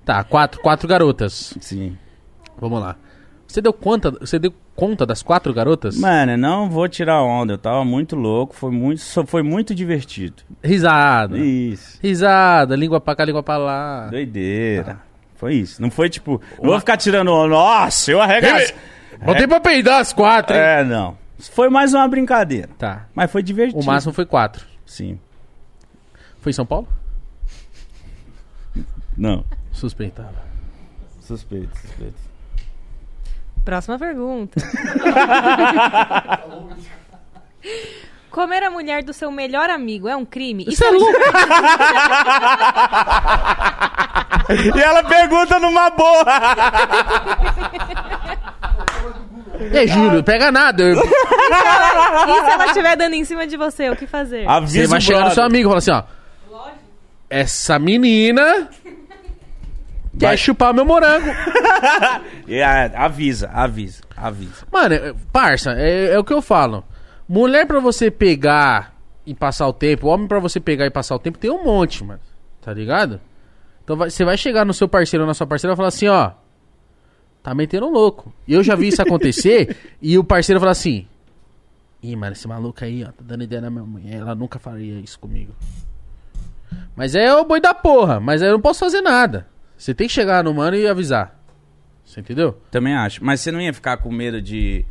A: Tá, quatro, quatro garotas.
B: Sim.
A: Vamos lá. Você deu conta, você deu conta das quatro garotas?
B: Mano, eu não vou tirar onda, eu tava muito louco, foi muito, só foi muito divertido.
A: Risada.
B: Isso.
A: Risada, língua pra cá, língua pra lá.
B: Doideira.
A: Ah.
B: Foi isso. Não foi tipo, não vou ficar tirando onda, nossa, eu arregaço.
A: Botei pra peidar as quatro, hein?
B: É, não. Foi mais uma brincadeira.
A: Tá.
B: Mas foi divertido.
A: O máximo foi quatro.
B: Sim.
A: Foi em São Paulo?
B: Não.
A: Suspeitava.
D: Suspeito, suspeito.
C: Próxima pergunta. Comer a mulher do seu melhor amigo é um crime?
A: Isso é louco!
B: E ela pergunta numa boa.
A: É, juro, pega nada. Eu-
C: E se ela estiver dando em cima de você, o que fazer?
B: Avisa
A: Você vai
B: o
A: chegar no
B: brother.
A: seu amigo e falar assim, ó. Essa menina quer
B: Vai.
A: chupar meu morango.
B: É, avisa, avisa, avisa.
A: Mano, é- parça, é, é o que eu falo. Mulher pra você pegar e passar o tempo, homem pra você pegar e passar o tempo, tem um monte, mano. Tá ligado? Então vai- você vai chegar no seu parceiro ou na sua parceira e vai falar assim, ó. Tá metendo um louco. E eu já vi isso acontecer e o parceiro fala assim. Ih, mano, esse maluco aí, ó, tá dando ideia na minha mulher. Ela nunca faria isso comigo. Mas é o boi da porra, mas aí eu não posso fazer nada. Você tem que chegar no mano e avisar. Você entendeu?
B: Também acho. Mas você não ia ficar com medo de.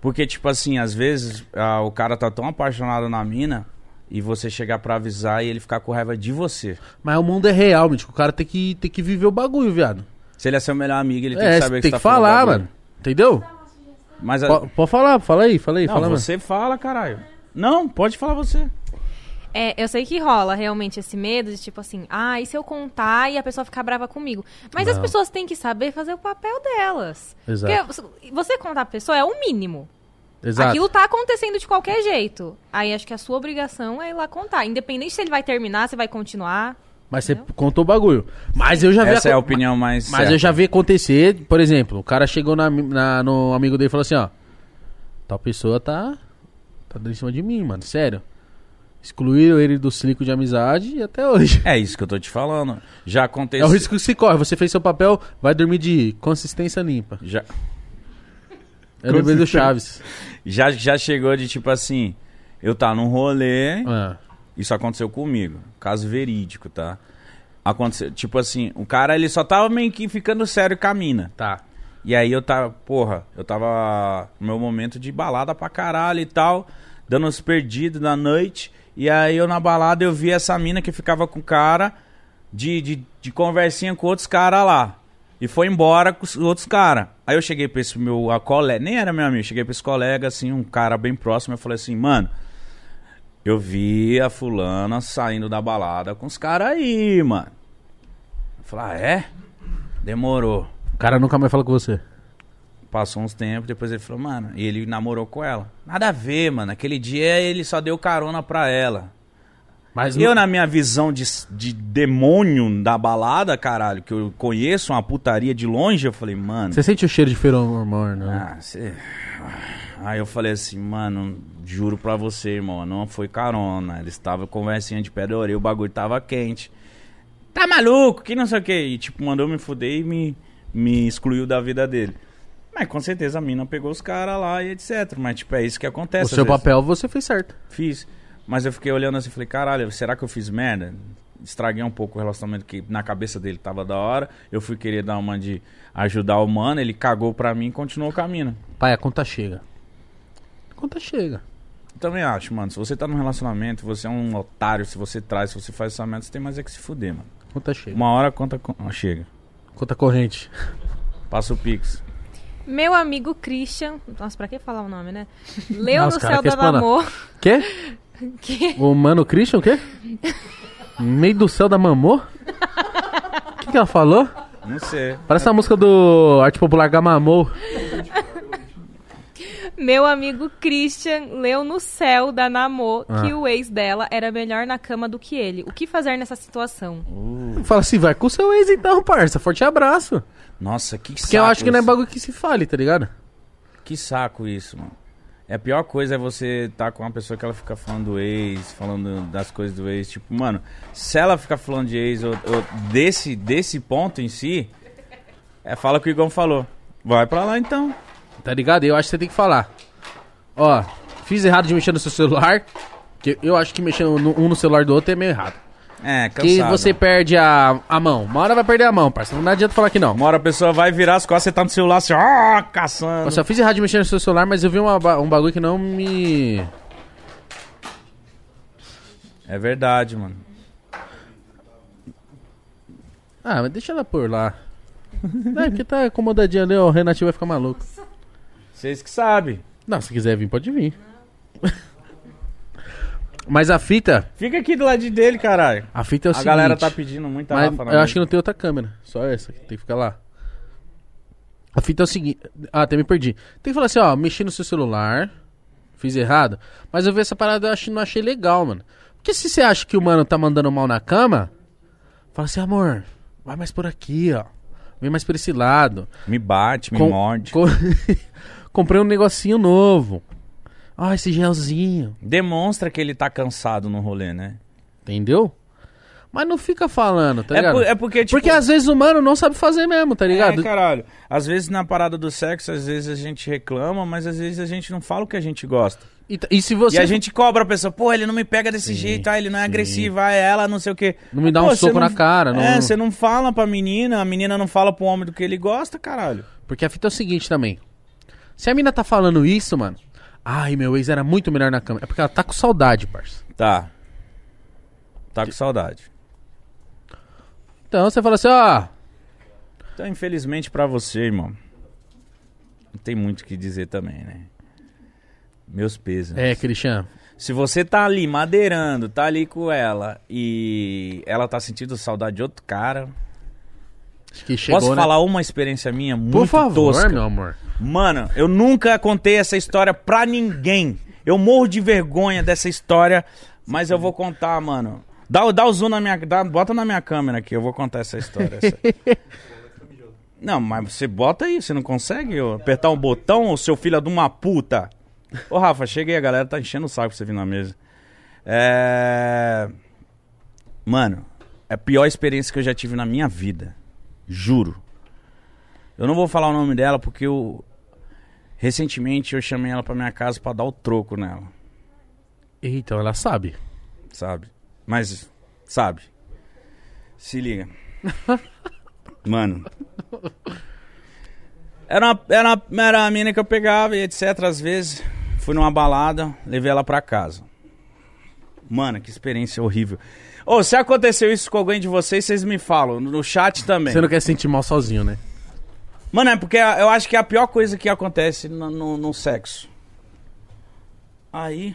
B: Porque, tipo assim, às vezes ah, o cara tá tão apaixonado na mina e você chegar pra avisar e ele ficar com raiva de você.
A: Mas o mundo é real, mítico. O cara tem que, tem que viver o bagulho, viado.
B: Se ele é seu melhor amigo, ele tem
A: é,
B: que
A: você
B: saber
A: tem
B: você
A: que
B: tá falando
A: falar,
B: bagulho.
A: mano. Entendeu?
B: Mas a-
A: Po- Pode falar, fala aí, fala aí,
B: não,
A: fala, mano.
B: você fala, caralho. Não, pode falar você.
C: É, eu sei que rola realmente esse medo de tipo assim, ah, e se eu contar e a pessoa ficar brava comigo? Mas as
A: Não.
C: pessoas têm que saber fazer o papel delas.
A: Exato.
C: Porque você contar pra pessoa é o mínimo.
A: Exato.
C: Aquilo tá acontecendo de qualquer jeito. Aí acho que a sua obrigação é ir lá contar. Independente se ele vai terminar, se vai continuar.
A: Mas você contou o bagulho. Mas eu já vi.
B: Essa é a
A: acon-
B: opinião mais.
A: Tá Mas eu já vi acontecer, por exemplo, o cara chegou na, na- no amigo dele e falou assim, ó. Tal pessoa tá. Tá dando em cima de mim, mano. Sério. Excluíram ele do ciclo de amizade e até hoje.
B: É isso que eu tô te falando. Já aconteceu.
A: É o risco que se corre. Você fez seu papel, vai dormir de consistência limpa.
B: Já,
A: Eu lembrei do Chaves.
B: já, já chegou de tipo assim. Eu tá num rolê.
A: Ah,
B: Isso aconteceu comigo. Caso verídico, tá? Aconteceu. Tipo assim, o cara ele só tava meio que ficando sério com a mina.
A: tá.
B: E aí eu tava, porra, eu tava no meu momento de balada pra caralho e tal, dando uns perdidos na noite. E aí eu na balada eu vi essa mina que ficava com o cara de, de, de conversinha com outros caras lá. E foi embora com os outros caras. Aí eu cheguei pra esse meu a colega, nem era meu amigo, cheguei pra esse colega, assim, um cara bem próximo, eu falei assim, mano, eu vi a fulana saindo da balada com os caras aí, mano. Eu falei, ah, é? Demorou.
A: O cara nunca mais fala com você.
B: Passou uns tempos, depois ele falou, mano, e ele namorou com ela. Nada a ver, mano. Aquele dia ele só deu carona pra ela.
A: Mas
B: Eu, na minha visão de, de demônio da balada, caralho, que eu conheço uma putaria de longe, eu falei, mano.
A: Você sente o cheiro de feromônio, né?
B: Ah, cê... Aí eu falei assim, mano, juro pra você, irmão, não foi carona. Eles estavam conversinha de pé da orelha, o bagulho tava quente. Tá maluco? Que não sei o que. E tipo, mandou me fuder e me, me excluiu da vida dele. Mas com certeza a mina pegou os caras lá e etc. Mas tipo, é isso que
A: o
B: acontece.
A: seu
B: às vezes.
A: papel você fez certo.
B: Fiz. Mas eu fiquei olhando assim e falei, caralho, será que eu fiz merda? Estraguei um pouco o relacionamento que na cabeça dele tava da hora. Eu fui querer dar uma de ajudar o mano, ele cagou pra mim e continuou o caminho.
A: Pai, a conta chega. A conta chega.
B: Também acho, mano. Se você tá num relacionamento, você é um otário, se você traz, se você faz essa merda, você tem mais é que se fuder, mano.
A: A Conta chega.
B: Uma hora a conta. co- ah, chega.
A: Conta corrente.
B: Passa o Pix.
C: Meu amigo Christian. Nossa, pra que falar o nome, né? Leu
A: Não, os
C: no
A: cara
C: céu
A: quer
C: dava
A: explanar.
C: amor.
A: Quê?
C: Que...
A: O Mano Christian, o quê? Meio do céu da mamô? O que, que ela falou?
B: Não sei.
A: Parece a música do Arte Popular Gamamô.
C: Meu amigo Christian leu no céu da Namor
A: Ah.
C: que o ex dela era melhor na cama do que ele. O que fazer nessa situação?
A: Fala assim, vai com o seu ex então, parça. Forte abraço.
B: Nossa, que saco.
A: Porque eu acho que não é
B: isso.
A: bagulho que se fale, tá ligado?
B: Que saco isso, mano. É a pior coisa é você tá com uma pessoa que ela fica falando do ex, falando das coisas do ex. Tipo, mano, se ela fica falando de ex ou, ou desse, desse ponto em si, é fala o que o Igor falou. Vai pra lá então.
A: Tá ligado? Eu acho que você tem que falar. Ó, fiz errado de mexer no seu celular. Que eu acho que mexer no- um no celular do outro é meio errado.
B: É,
A: Que
B: cansado.
A: você perde a, a mão. Uma hora vai perder a mão, parça. Não adianta falar que não.
B: Uma hora a pessoa vai virar as costas, você tá no celular assim, ó, caçando.
A: Eu só fiz errado de mexer no seu celular, mas eu vi uma ba- um bagulho que não me.
B: É verdade, mano.
A: Ah, mas deixa ela por lá. É, porque tá acomodadinha ali, ó. O Renatinho vai ficar maluco.
B: Vocês que sabem.
A: Não, se quiser vir, pode vir. Mas a fita.
B: Fica aqui do lado dele, caralho.
A: A fita é o
B: a
A: seguinte.
B: galera tá pedindo muita
A: mas
B: Rafa na
A: Eu
B: mesa.
A: acho que não tem outra câmera. Só essa que tem que ficar lá. A fita é o seguinte. Ah, até me perdi. Tem que falar assim, ó. Mexi no seu celular. Fiz errado. Mas eu vi essa parada e não achei legal, mano. Porque se você acha que o mano tá mandando mal na cama. Fala assim, amor. Vai mais por aqui, ó. Vem mais por esse lado.
B: Me bate, me
A: Com-
B: morde.
A: co- Comprei um negocinho novo. Ó, esse gelzinho.
B: Demonstra que ele tá cansado no rolê, né?
A: Entendeu? Mas não fica falando, tá
B: é,
A: ligado?
B: por- é porque, tipo,
A: Porque às vezes o mano não sabe fazer mesmo, tá ligado?
B: É, caralho. Às vezes na parada do sexo, às vezes a gente reclama, mas às vezes a gente não fala o que a gente gosta.
A: E, t- e se você.
B: E a gente cobra a pessoa, pô, ele não me pega desse jeito, ah, ele não é agressivo, ah, ela não sei o quê.
A: Não me dá
B: Pô,
A: um
B: você
A: soco na cara, não-
B: É, você não fala pra menina, a menina não fala pro homem do que ele gosta, caralho.
A: Porque a fita é o seguinte também. Se a mina tá falando isso, mano. Ai, meu ex era muito melhor na cama. É porque ela tá com saudade, parça.
B: Tá. Tá com saudade.
A: Então você fala assim, ó.
B: Então, infelizmente pra você, irmão, não tem muito o que dizer também, né? Meus pesos.
A: É, Christian.
B: Se você tá ali madeirando, tá ali com ela e ela tá sentindo saudade de outro cara.
A: Acho que chegou,
B: posso
A: né?
B: falar uma experiência minha muito
A: Por favor,
B: tosca?
A: meu amor.
B: Mano, eu nunca contei essa história pra ninguém. Eu morro de vergonha dessa história, mas eu vou contar, mano. Dá, o- dá o zoom na minha. dá- bota na minha câmera aqui, eu vou contar essa história. essa. Não, mas você bota aí, você não consegue ô, apertar um botão, ô seu filho de uma puta? Ô, Rafa, cheguei, a galera tá enchendo o saco pra você vir na mesa. É. Mano, é a pior experiência que eu já tive na minha vida. Juro. Eu não vou falar o nome dela porque eu. Recentemente eu chamei ela pra minha casa pra dar o troco nela,
A: Então, ela sabe.
B: sabe? Mas, sabe? Se liga. Mano. Era uma, era, uma- era a mina que eu pegava e etc. Às vezes fui numa balada, levei ela pra casa. Mano, que experiência horrível. Ô, se aconteceu isso com alguém de vocês, vocês me falam. No no chat também.
A: Você não quer se sentir mal sozinho, né?
B: Mano, é porque eu acho que é a pior coisa que acontece no, no- no sexo. Aí,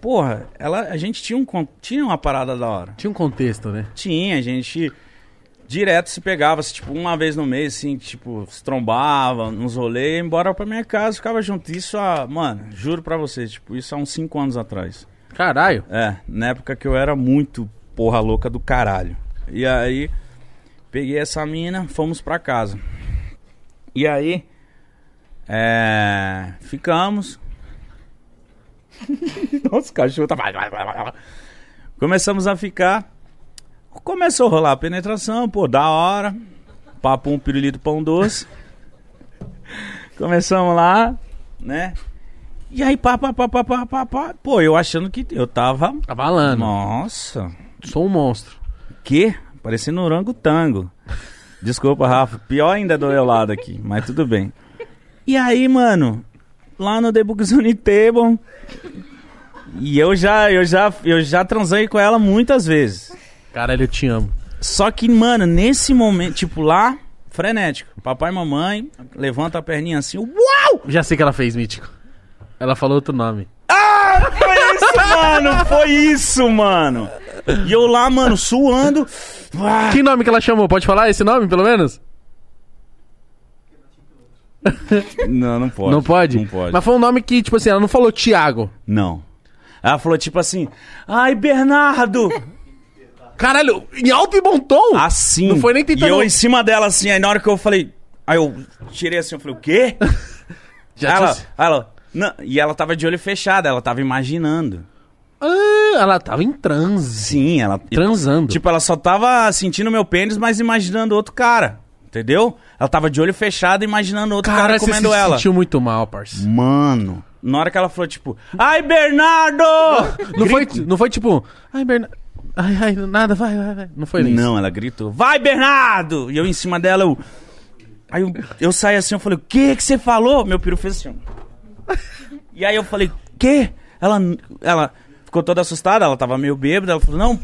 B: porra, ela, a gente tinha, um, con- tinha uma parada da hora.
A: Tinha um contexto, né?
B: Tinha, a gente direto se pegava, assim, tipo, uma vez no mês, assim, tipo, se trombava nos rolês, ia embora pra minha casa, ficava junto. Isso há, mano, juro pra vocês, tipo, isso há uns 5 anos atrás.
A: Caralho.
B: É, na época que eu era muito porra louca do caralho. E aí, peguei essa mina, fomos pra casa. E aí, é, ficamos. Nossa, o cachorro tá. Começamos a ficar. Começou a rolar a penetração, pô, da hora. Papo um pirulito pão doce. Começamos lá, né? E aí, pá, pá, pá, pá, pá, pá, pá. Pô, eu achando que eu tava
A: Tá balando.
B: nossa,
A: Sou um monstro.
B: que? Parecendo um orangotango. Desculpa, Rafa. Pior ainda do meu lado aqui, mas tudo bem. E aí, mano, lá no The Book Zone Table. E eu já, eu já, eu já transei com ela muitas vezes.
A: Caralho, eu te amo.
B: Só que, mano, nesse momento, tipo lá, frenético. Papai e mamãe levanta a perninha assim, uau!
A: Já sei que ela fez, Mítico. Ela falou outro nome.
B: Foi isso, mano! Foi isso, mano! E eu lá, mano, suando. Ah,
A: Que nome que ela chamou? Pode falar esse nome, pelo menos?
B: Não, não pode.
A: não pode?
B: Não pode.
A: Mas foi um nome que, tipo assim, ela não falou Tiago.
B: Não. Ela falou tipo assim: Ai, Bernardo!
A: Caralho, em alto e bom tom?
B: Assim.
A: Não foi nem tentando-
B: E eu em cima dela, assim, aí na hora que eu falei. Aí eu tirei assim, eu falei, o quê?
A: Já
B: Aí ela,
A: disse-
B: aí ela. "Não." E ela tava de olho fechado, ela tava imaginando.
A: Ah, ela tava em transe.
B: Sim, ela.
A: Transando.
B: Tipo, ela só tava sentindo meu pênis, mas imaginando outro cara. Entendeu? Ela tava de olho fechado, imaginando outro cara,
A: Caralho, você
B: comendo
A: se
B: ela.
A: sentiu muito mal, parça.
B: Mano. Na hora que ela falou, tipo, ai, Bernardo!
A: Não foi, não foi tipo, ai, Bernardo. Ai, ai, nada, vai, vai, vai. Não foi isso.
B: Não, ela gritou, vai, Bernardo! E eu em cima dela, eu. Aí eu, eu saí assim, eu falei, o que que você falou? Meu peru fez assim. ó. E aí eu falei, que? Ela, ela ficou toda assustada, ela tava meio bêbada, ela falou, não,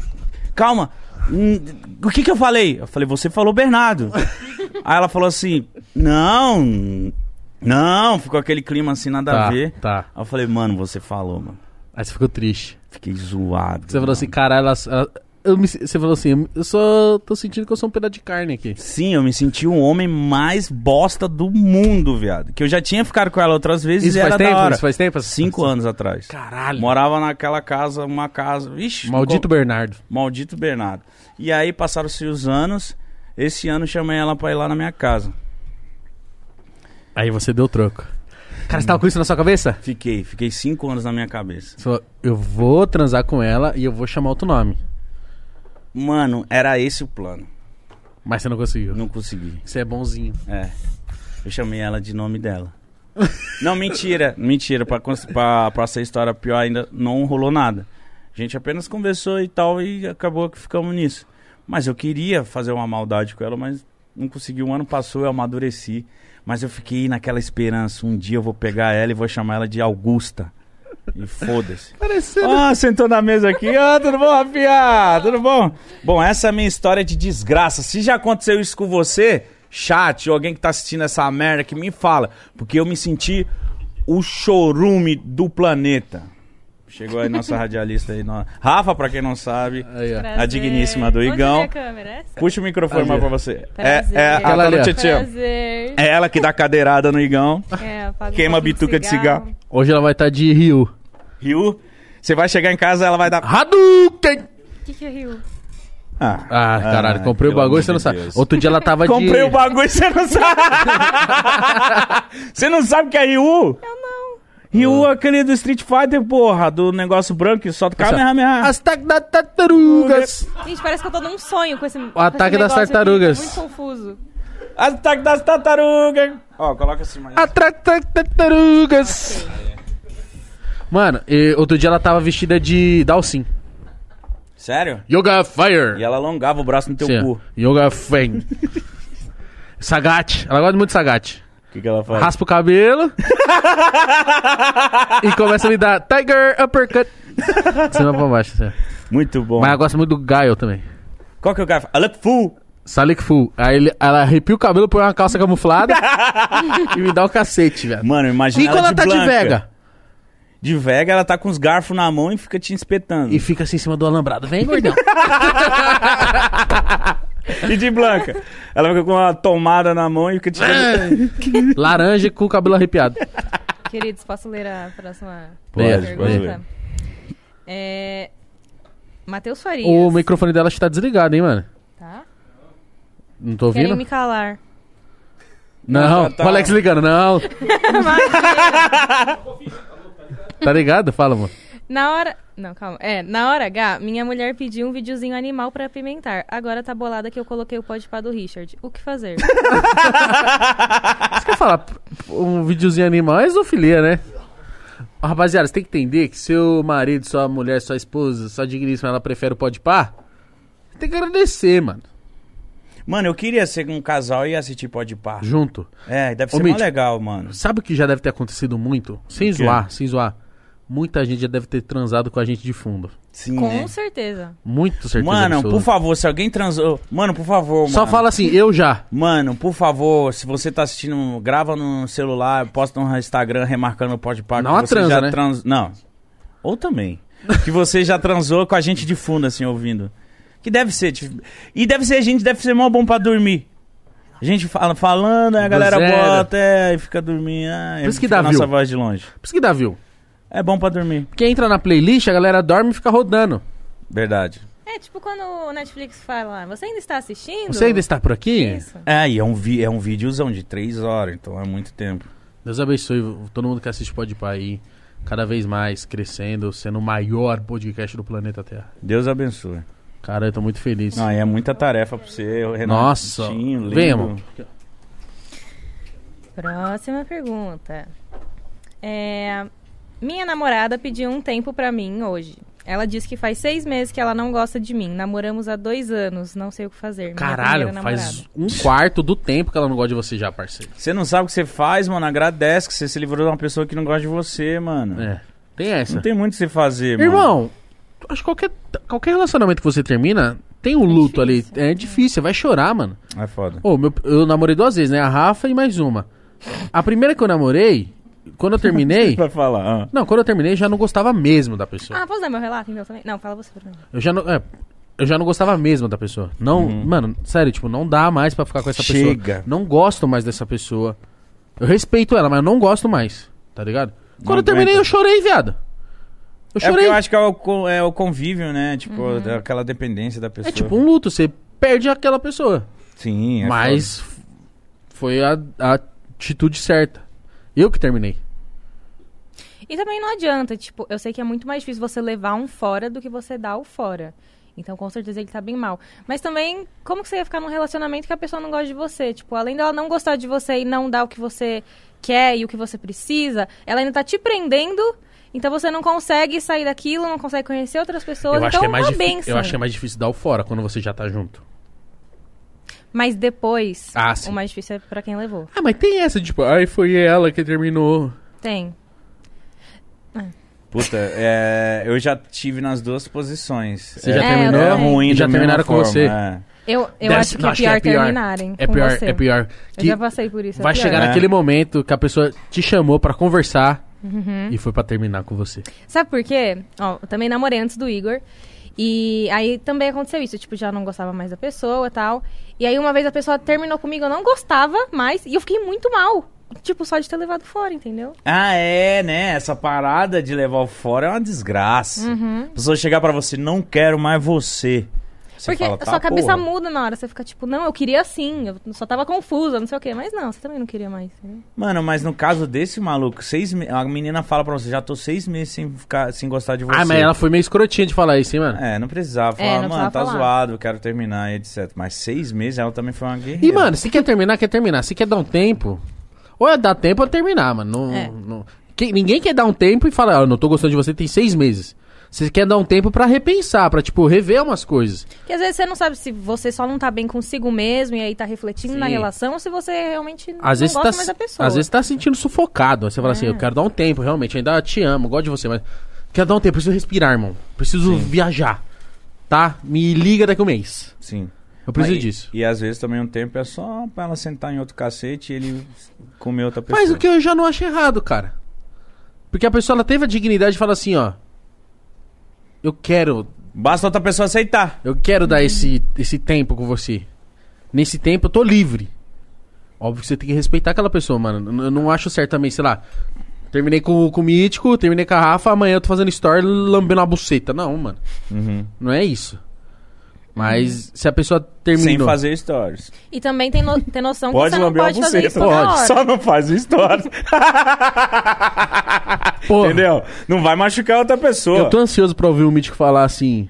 B: calma. hum, O que que eu falei? Eu falei, você falou Bernardo. aí ela falou assim, não, não, ficou aquele clima assim, nada
A: Tá,
B: a ver.
A: tá.
B: Aí eu falei, mano, você falou, mano.
A: Aí você ficou triste.
B: Fiquei zoado.
A: Você falou
B: mano.
A: assim, caralho, ela, ela- eu me- você falou assim, eu só tô sentindo que eu sou um pedaço de carne aqui.
B: Sim, eu me senti o homem mais bosta do mundo, viado. Que eu já tinha ficado com ela outras vezes
A: Isso
B: e
A: faz
B: era da
A: tempo?
B: hora.
A: Isso faz tempo?
B: Cinco anos atrás.
A: Caralho.
B: Morava naquela casa, uma casa... Ixi,
A: Maldito
B: Bernardo.
A: Bernardo.
B: Maldito Bernardo. E aí passaram-se os anos. Esse ano chamei ela pra ir lá na minha casa.
A: Aí você deu troco. Cara, você tava com isso na sua cabeça?
B: Fiquei, fiquei cinco anos na minha cabeça.
A: Você falou, eu vou transar com ela e eu vou chamar outro nome.
B: Mano, era esse o plano.
A: Mas você não conseguiu.
B: Não consegui.
A: Você é bonzinho.
B: É. Eu chamei ela de nome dela. não, mentira. Mentira. Pra, cons- pra, pra ser história pior ainda, não rolou nada. A gente apenas conversou e tal e acabou que ficamos nisso. Mas eu queria fazer uma maldade com ela, mas não consegui. Um ano passou, eu amadureci. Mas eu fiquei naquela esperança. Um dia eu vou pegar ela e vou chamar ela de Augusta. E foda-se.
A: Parecendo.
B: Ah, sentou na mesa aqui. Ah, tudo bom, Rafinha? Tudo bom? Bom, essa é a minha história de desgraça. Se já aconteceu isso com você, chat ou alguém que tá assistindo essa merda que me fala. Porque eu me senti o chorume do planeta. Chegou aí nossa radialista aí. no- Rafa, pra quem não sabe.
A: Aí, ó.
B: A digníssima do
C: Onde
B: Igão.
C: é a câmera? Essa?
B: Puxa o microfone mais pra você. É,
C: Prazer.
B: é, a
C: Aquela
B: dona
A: ali, ó.
B: Tietchan.
C: Prazer.
B: É ela que dá cadeirada no Igão.
C: É, apaga um
B: Queima a
C: pouquinho
B: bituca de cigarro.
A: Hoje ela vai estar de Rio.
B: Rio. Você vai chegar em casa, ela vai dar.
A: Hadouken!
C: O que, que é Rio?
B: Ah,
A: Ah, caralho,
B: ah,
A: comprei o
B: pelo
A: bagulho
B: amor
A: e você não
B: de
A: sabe.
B: Deus.
A: Outro dia ela tava de...
B: Comprei o bagulho e você não sabe. você não sabe o que é Ryu?
C: Eu não.
B: Ryu é aquele do Street Fighter, porra, do negócio branco que solta Kamehameha.
A: As ataque das tartarugas.
C: Gente, parece que eu tô num sonho com esse. O
A: ataque das tartarugas.
C: Muito confuso.
B: Ataque das tartarugas. Ó, coloca assim, mas...
A: Ataque das tartarugas. Mano, e outro dia ela tava vestida de Dalsin.
B: Sério?
A: Yoga Fire.
B: E ela alongava o braço no teu
A: Sim, ó.
B: cu.
A: Yoga Fang. Sagat. Ela gosta muito de Sagat.
B: O que, que ela faz?
A: Raspa o cabelo. e começa a me dar Tiger Uppercut. De cima pra baixo. Assim. ó.
B: Muito bom.
A: Mas ela gosta muito do Gaio também.
B: Qual que é o cara? Alep Full.
A: Salik Full. Aí ele- ela arrepia o cabelo, põe uma calça camuflada e me dá o cacete, velho.
B: Mano, imagina
A: E quando ela
B: de
A: tá de
B: blanca.
A: vega?
B: De vega, ela tá com os garfos na mão e fica te espetando.
A: E fica assim em cima do alambrado. Vem, gordão.
B: E de blanca? Ela fica com uma tomada na mão e fica te...
A: Laranja com o cabelo arrepiado.
C: Queridos, posso ler a próxima
A: Pode,
B: pode
C: pergunta?
B: ler.
C: É... Matheus Farias.
A: O microfone dela acho que tá desligado, hein, mano?
C: Tá?
A: Não tô
C: Querem
A: ouvindo?
C: me calar.
A: Não,
B: Não, tá- tá-
A: o Alex ligando, não. tá ligado? Fala, mano.
C: Na hora. Não, calma. É, na hora H, minha mulher pediu um videozinho animal pra apimentar. Agora tá bolada que eu coloquei o pode do Richard. O que fazer?
A: Você quer falar p- um videozinho animal? É zoofilia, né? Ó, Rapaziada, você tem que entender que seu marido, sua mulher, sua esposa, sua digníssima, ela prefere o pó de pá? Tem que agradecer, mano.
B: Mano, eu queria ser um casal e assistir Pode Par.
A: Junto.
B: É, deve
A: Ô,
B: ser mó
A: Mitch.
B: legal, mano.
A: Sabe o que já deve ter acontecido muito? Sem
B: O quê?
A: zoar, sem zoar. Muita gente já deve ter transado com a gente de fundo.
B: Sim, né?
C: Com certeza.
A: Muito certeza.
B: Mano,
A: absoluta.
B: por favor, se alguém transou... Mano, por favor,
A: Só
B: mano.
A: fala assim, eu já.
B: Mano, por favor, se você tá assistindo, grava no celular, posta no Instagram remarcando o pode pagar.
A: Não a transa, né?
B: Não. Ou também. que você já transou com a gente de fundo, assim, ouvindo. Que deve ser. tipo- E deve ser, gente, deve ser mó bom pra dormir. A gente fala, falando, aí a
A: Do
B: galera
A: zero.
B: bota, é, e fica dormindo. É,
A: Por isso que
B: fica
A: dá
B: a nossa
A: view.
B: voz de longe.
A: Por isso que dá view.
B: É bom pra dormir.
A: Porque entra na playlist, a galera dorme e fica rodando.
B: Verdade.
C: É tipo quando o Netflix fala, você ainda está assistindo?
A: Você ainda está por aqui?
C: Isso.
B: É, e é um, vi é um videozão de três horas, então é muito tempo.
A: Deus abençoe todo mundo que assiste o Podpah aí. Cada vez mais crescendo, sendo o maior podcast do planeta Terra.
B: Deus abençoe.
A: Cara, eu tô muito feliz.
B: Não, e é muita tarefa pra você, Renato.
A: Nossa. Vem, amor.
C: Próxima pergunta. É, minha namorada pediu um tempo pra mim hoje. Ela disse que faz seis meses que ela não gosta de mim. Namoramos há dois anos, não sei o que fazer. Minha
A: Caralho,
C: primeira
A: faz
C: namorada.
A: um quarto do tempo que ela não gosta de você já, parceiro.
B: Você não sabe o que você faz, mano. Agradece que você se livrou de uma pessoa que não gosta de você, mano.
A: É. Tem essa.
B: Não tem muito o que você fazer, mano.
A: Irmão, acho que qualquer, qualquer relacionamento que você termina, tem um luto ali. É difícil, você vai chorar, mano.
B: É foda.
A: Ô, meu, eu namorei duas vezes, né? A Rafa e mais uma. A primeira que eu namorei, quando eu terminei.
B: Vai falar. ah.
A: não, quando eu terminei, já não gostava mesmo da pessoa.
C: Ah, posso dar meu relato então também? Não, fala você pra mim.
A: Eu já não. é, eu já não gostava mesmo da pessoa. Não, mano, sério, tipo, não dá mais pra ficar com essa pessoa.
B: Chega.
A: Não gosto mais dessa pessoa. Eu respeito ela, mas eu não gosto mais. Tá ligado? Quando eu
B: aguenta.
A: terminei, eu chorei, viado. Eu
B: É porque
A: chorei.
B: eu acho que é o, co- é o convívio, né? Tipo, aquela dependência da pessoa.
A: é tipo um luto, você perde aquela pessoa.
B: Sim, é
A: Mas f- foi a, a atitude certa. Eu que terminei.
C: E também não adianta, tipo, eu sei que é muito mais difícil você levar um fora do que você dar o fora. Então, com certeza, ele tá bem mal. Mas também, como que você ia ficar num relacionamento que a pessoa não gosta de você? Tipo, além dela não gostar de você e não dar o que você quer e o que você precisa, ela ainda tá te prendendo, então você não consegue sair daquilo, não consegue conhecer outras pessoas. então, uma
A: difi-
C: benção.
A: eu acho que é mais difícil dar o fora quando você já tá junto.
C: Mas depois,
A: Ah, sim.
C: o mais difícil é pra quem levou.
A: Ah, mas tem essa, tipo, ai, foi ela que terminou.
C: Tem.
B: Foda. Puta, é, eu já tive nas duas posições.
A: Você já
C: É,
A: terminou?
C: eu
B: É
C: também.
B: ruim
A: E já
B: da mesma
A: terminaram com
B: forma,
A: você?
B: é.
C: Eu, eu
A: Deve
C: acho
A: ser-
C: que
A: não,
C: é pior terminarem.
A: É
C: com
A: pior,
C: você.
A: é pior.
C: Eu
A: Que
C: já passei por isso. é
A: vai
C: pior.
A: chegar
B: É.
A: naquele momento que a pessoa te chamou pra conversar
C: Uhum.
A: E foi pra terminar com você.
C: Sabe por quê? Ó, eu também namorei antes do Igor. E aí também aconteceu isso, tipo, já não gostava mais da pessoa e tal. E aí uma vez a pessoa terminou comigo, eu não gostava mais, e eu fiquei muito mal. Tipo, só de ter levado fora, entendeu?
B: Ah, é, né? Essa parada de levar o fora é uma desgraça.
C: Uhum.
B: A pessoa chegar pra você, não quero mais você. Você
C: Porque
B: fala,
C: a
B: tá,
C: sua
B: porra.
C: cabeça muda na hora, você fica tipo, não, eu queria sim, eu só tava confusa, não sei o quê. Mas não, você também não queria mais. né? entendeu?
B: Mano, mas no caso desse maluco, seis me... a menina fala pra você, já tô seis meses sem, ficar, sem gostar de você.
A: Ah, mas ela foi meio escrotinha de falar isso, hein, mano?
B: É, não precisava. Falar,
C: É, não
B: mano,
C: precisava
B: tá
C: falar."
B: zoado, eu quero terminar e etc. Mas seis meses, ela também foi uma guerreira.
A: E, mano, se quer terminar, quer terminar. Se quer dar um tempo, ou é dar tempo ou terminar, mano. Não,
C: É.
A: não- Quem- ninguém quer dar um tempo e falar, ó, eu não tô gostando de você, tem seis meses. Você quer dar um tempo pra repensar, pra, tipo, rever umas coisas.
C: Porque às vezes você não sabe se você só não tá bem consigo mesmo e aí tá refletindo na
A: Sim.
C: relação ou se você realmente
A: Às
C: não
A: vezes,
C: gosta
A: tá,
C: mais da pessoa. É.
A: às vezes tá sentindo sufocado. Aí Você fala assim, eu quero dar um tempo, realmente. Ainda te amo, gosto de você, mas... Quero dar um tempo, preciso respirar, irmão. Preciso viajar, tá? Me liga daqui um mês.
B: Sim.
A: Eu preciso
B: Mas-
A: disso.
B: E às vezes também um tempo é só pra ela sentar em outro cacete e ele comer outra pessoa.
A: Mas o que eu já não acho errado, cara. Porque a pessoa, ela teve a dignidade de falar assim, ó... Eu quero
B: Basta outra pessoa aceitar.
A: Eu quero dar esse, esse tempo com você. Nesse tempo eu tô livre. Óbvio que você tem que respeitar aquela pessoa, mano. Eu- Eu não acho certo também, sei lá. Terminei com, com o Mítico, terminei com a Rafa, amanhã eu tô fazendo story lambendo a buceta. Não, mano.
B: Uhum.
A: Não é isso. Mas se a pessoa terminou...
B: Sem fazer stories.
C: E também tem, no- tem noção que
D: Pode
C: você não
D: lamber uma
C: pode fazer isso
D: buceta.
C: toda hora.
B: Só não faz o stories.
A: Pô,
B: Entendeu? Não vai machucar outra pessoa.
A: eu tô ansioso pra ouvir o Mítico falar assim...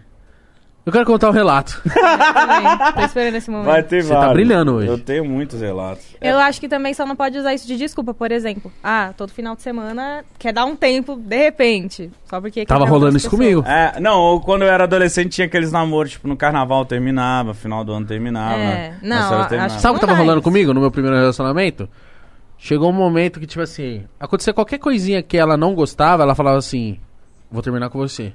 A: Eu quero contar um relato.
C: Também, Tô esperando esse momento.
B: Vai ter
A: Você tá
B: vários.
A: brilhando hoje.
B: Eu tenho muitos relatos.
A: É.
C: Eu acho que também só não pode usar isso de desculpa, por exemplo. Ah, todo final de semana quer dar um tempo, de repente. Só porque. quer um
A: Tava
C: ver
A: rolando
C: outras
A: isso
C: pessoas.
A: comigo.
B: É, não, ou quando eu era adolescente tinha aqueles namoros, tipo, no carnaval terminava, final do ano terminava.
C: É,
B: né?
C: não,
B: Nossa,
C: a-
B: eu
C: acho
B: terminava.
C: que-
A: Sabe o que
C: Não
A: tava
C: dá
A: rolando
C: isso.
A: comigo no meu primeiro relacionamento? Chegou um momento que, tipo assim, acontecia qualquer coisinha que ela não gostava, ela falava assim: Vou terminar com você.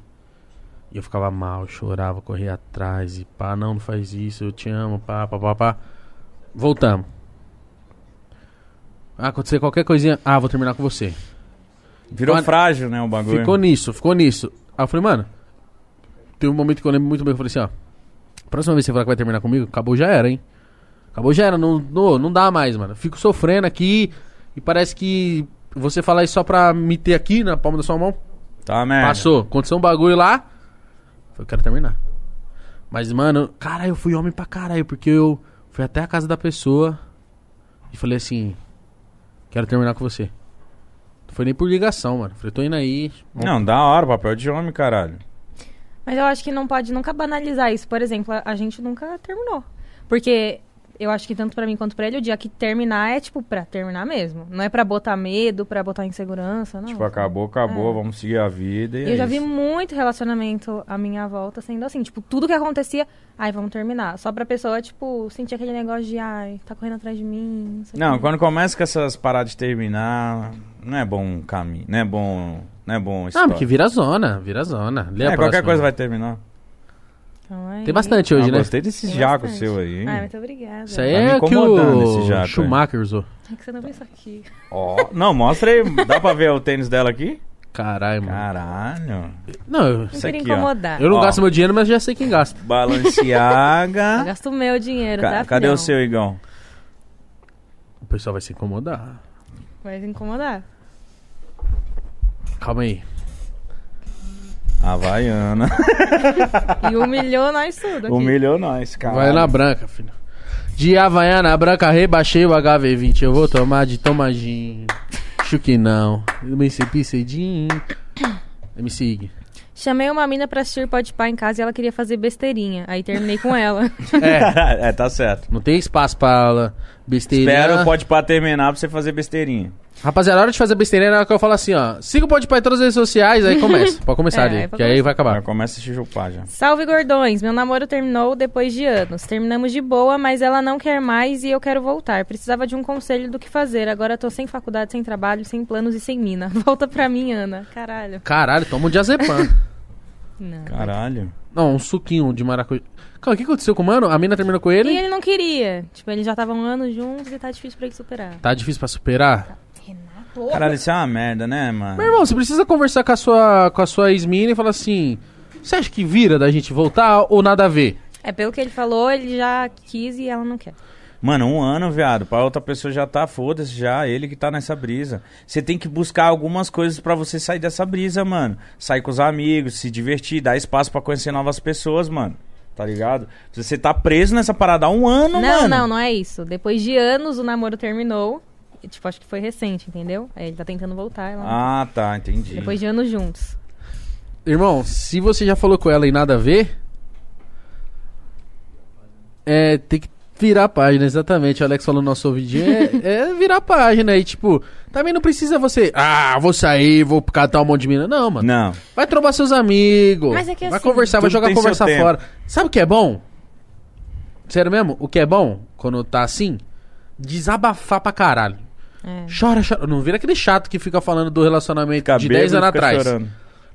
A: E eu ficava mal, chorava, corria atrás e pá, não, não faz isso, eu te amo, pá, pá, pá, pá. Voltamos. Ah, acontecer qualquer coisinha, ah, vou terminar com você.
B: Virou
A: Quando-
B: frágil, né, o bagulho.
A: Ficou nisso, ficou nisso. Aí eu falei, mano, tem um momento que eu lembro muito bem, que eu falei assim, ó, próxima vez que você falar que vai terminar comigo, acabou já era, hein? Acabou já era, não, não, não dá mais, mano. Fico sofrendo aqui e parece que você falar isso só pra me ter aqui na palma da sua mão.
B: Tá, merda.
A: Passou, aconteceu um bagulho lá, eu quero terminar. Mas, mano, caralho, eu fui homem pra caralho, porque eu fui até a casa da pessoa e falei assim, quero terminar com você. Não foi nem por ligação, mano. Falei, tô indo aí.
B: Não, da hora, papel de homem, caralho.
C: Mas eu acho que não pode nunca banalizar isso. Por exemplo, a- a gente nunca terminou. Porque eu acho que tanto pra mim quanto pra ele, o dia que terminar é tipo pra terminar mesmo. Não é pra botar medo, pra botar insegurança, não.
B: Tipo, acabou, acabou, vamos seguir a vida. E
C: Hum. É. Eu
B: é
C: já vi
B: isso.
C: muito relacionamento à minha volta sendo assim. Tipo, tudo que acontecia, ai, vamos terminar. Só pra pessoa, tipo, sentir aquele negócio de, ai, tá correndo atrás de mim. Não, sei o
B: Não,
C: quê.
B: quando começa com essas paradas de terminar, não é bom caminho, não é bom. Não é bom
A: Ah,
B: história.
A: porque vira zona, vira zona. Lê a próxima. né?
B: É, qualquer coisa vai terminar.
C: Então, aí-
A: Tem bastante hoje,
B: Ah,
A: né?
B: Gostei desse
C: Tem
B: jaco
C: bastante.
B: seu aí, hein?
C: Ai, muito obrigada.
A: Isso aí
B: Tá me
A: é que
B: incomodando
A: o
B: esse jato aí.
A: Schumacher usou.
C: É que você não viu isso aqui.
B: Ó, não, mostra aí. Dá pra ver o tênis dela aqui?
A: Caralho, mano.
B: Caralho.
A: Não, eu,
C: Não
B: Isso
C: queria
B: aqui, ó.
C: incomodar.
A: eu não
B: Ó.
A: gasto meu dinheiro, mas já sei quem gasta.
C: Eu
B: Balenciaga.
C: gasto o meu dinheiro,
B: Ca-
C: tá?
B: cadê
C: filhão?
B: o seu, Igão?
A: O pessoal vai se incomodar.
C: Vai se incomodar.
A: Calma aí.
B: Havaiana.
C: E humilhou nós tudo aqui.
B: Humilhou nós,
A: Vai na
B: cara.
A: branca, filho. De Havaiana branca, rebaixei o HV20. Eu vou tomar de Tomajin. Chuque não. MC cedinho. MC Ig.
C: Chamei uma mina pra assistir Podpah em casa e ela queria fazer besteirinha. Aí terminei com ela.
A: É, é-
B: é, tá certo.
A: não tem espaço pra besteira.
B: Espero pode pra terminar pra você fazer besteirinha.
A: Rapaziada, a hora de fazer besteira é na hora que eu falo assim, ó. Siga o Podpah em todas as redes sociais, aí começa. Pode começar
C: É,
A: ali,
C: aí
A: que
C: pode
A: aí
C: começar.
A: vai acabar.
B: Já começa a chupar já.
C: Salve, gordões! Meu namoro terminou depois de anos. Terminamos de boa, mas ela não quer mais e eu quero voltar. Precisava de um conselho do que fazer. Agora tô sem faculdade, sem trabalho, sem planos e sem mina. Volta pra mim, Ana. Caralho.
A: Caralho, toma um diazepam.
C: Não.
B: Caralho.
A: não, um suquinho de maracujá. Cara, o que aconteceu com o mano? A mina terminou com ele?
C: E ele não queria. Tipo, eles já estavam um ano juntos e tá difícil pra ele superar.
A: Tá difícil pra superar?
C: Renato? Porra.
B: Caralho, isso é uma merda, né, mano?
A: Meu irmão, você precisa conversar com a sua, com a sua ex-mina e falar assim: você acha que vira da gente voltar ou nada a ver?
C: É, pelo que ele falou, ele já quis e ela não quer.
B: Mano, um ano, viado, pra outra pessoa já tá, foda-se já, ele que tá nessa brisa. Você tem que buscar algumas coisas pra você sair dessa brisa, mano. Sair com os amigos, se divertir, dar espaço pra conhecer novas pessoas, mano. Tá ligado? Você tá preso nessa parada há um ano,
C: não,
B: mano.
C: não, não é isso. Depois de anos, o namoro terminou. E, tipo, acho que foi recente, entendeu? Aí ele tá tentando voltar. Ela...
B: Ah, tá, entendi.
C: Depois de anos juntos.
A: Irmão, se você já falou com ela e nada a ver, é, tem que virar a página, exatamente. O Alex falou no nosso vídeo, é, é virar a página. E tipo, também não precisa você, ah, vou sair, vou catar um monte de mina. Não, mano.
B: Não.
A: Vai trombar seus amigos,
C: Mas é que
A: vai
C: assim-
A: conversar, vai
B: Tudo
A: jogar
B: tem
A: conversa
B: seu tempo.
A: fora. Sabe o que é bom? Sério mesmo? O que é bom quando tá assim? Desabafar pra caralho.
C: É.
A: Chora, chora. Não vira aquele chato que fica falando do relacionamento
B: Fica
A: de
B: bêbado
A: 10 anos
B: e fica
A: atrás.
B: chorando.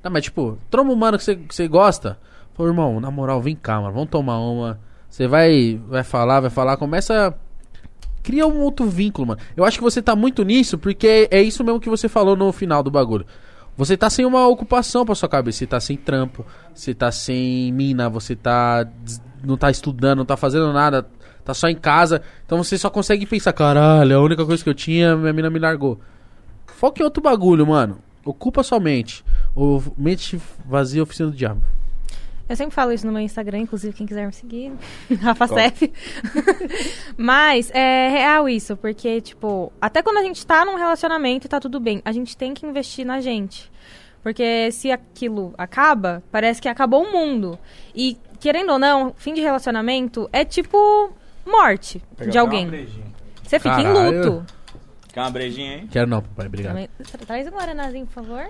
A: Não, mas tipo, tromba um mano que você- que você gosta. Pô, irmão, na moral, vem cá, mano. Vamos tomar uma. Você vai, vai falar, vai falar. Começa. Cria um outro vínculo, mano. Eu acho que você tá muito nisso, porque é isso mesmo que você falou no final do bagulho. Você tá sem uma ocupação pra sua cabeça. Você tá sem trampo, você tá sem mina, você tá. des- Não tá estudando, não tá fazendo nada. Tá só em casa. Então você só consegue pensar, caralho, é a única coisa que eu tinha, minha mina me largou. Foca em é outro bagulho, mano. Ocupa sua mente. O mente vazia, oficina do diabo.
C: Eu sempre falo isso no meu Instagram, inclusive quem quiser me seguir, Rafa Cef. Mas é real isso, porque, tipo, até quando a gente tá num relacionamento e tá tudo bem, a gente tem que investir na gente. Porque se aquilo acaba, parece que acabou o mundo. E, querendo ou não, fim de relacionamento é tipo morte de
A: um
C: alguém. Você fica em
A: Caralho.
C: luto.
B: Quer uma brejinha, hein?
A: Quero não, papai, obrigado.
C: Também- tra- Traz um guaranazinho, por favor.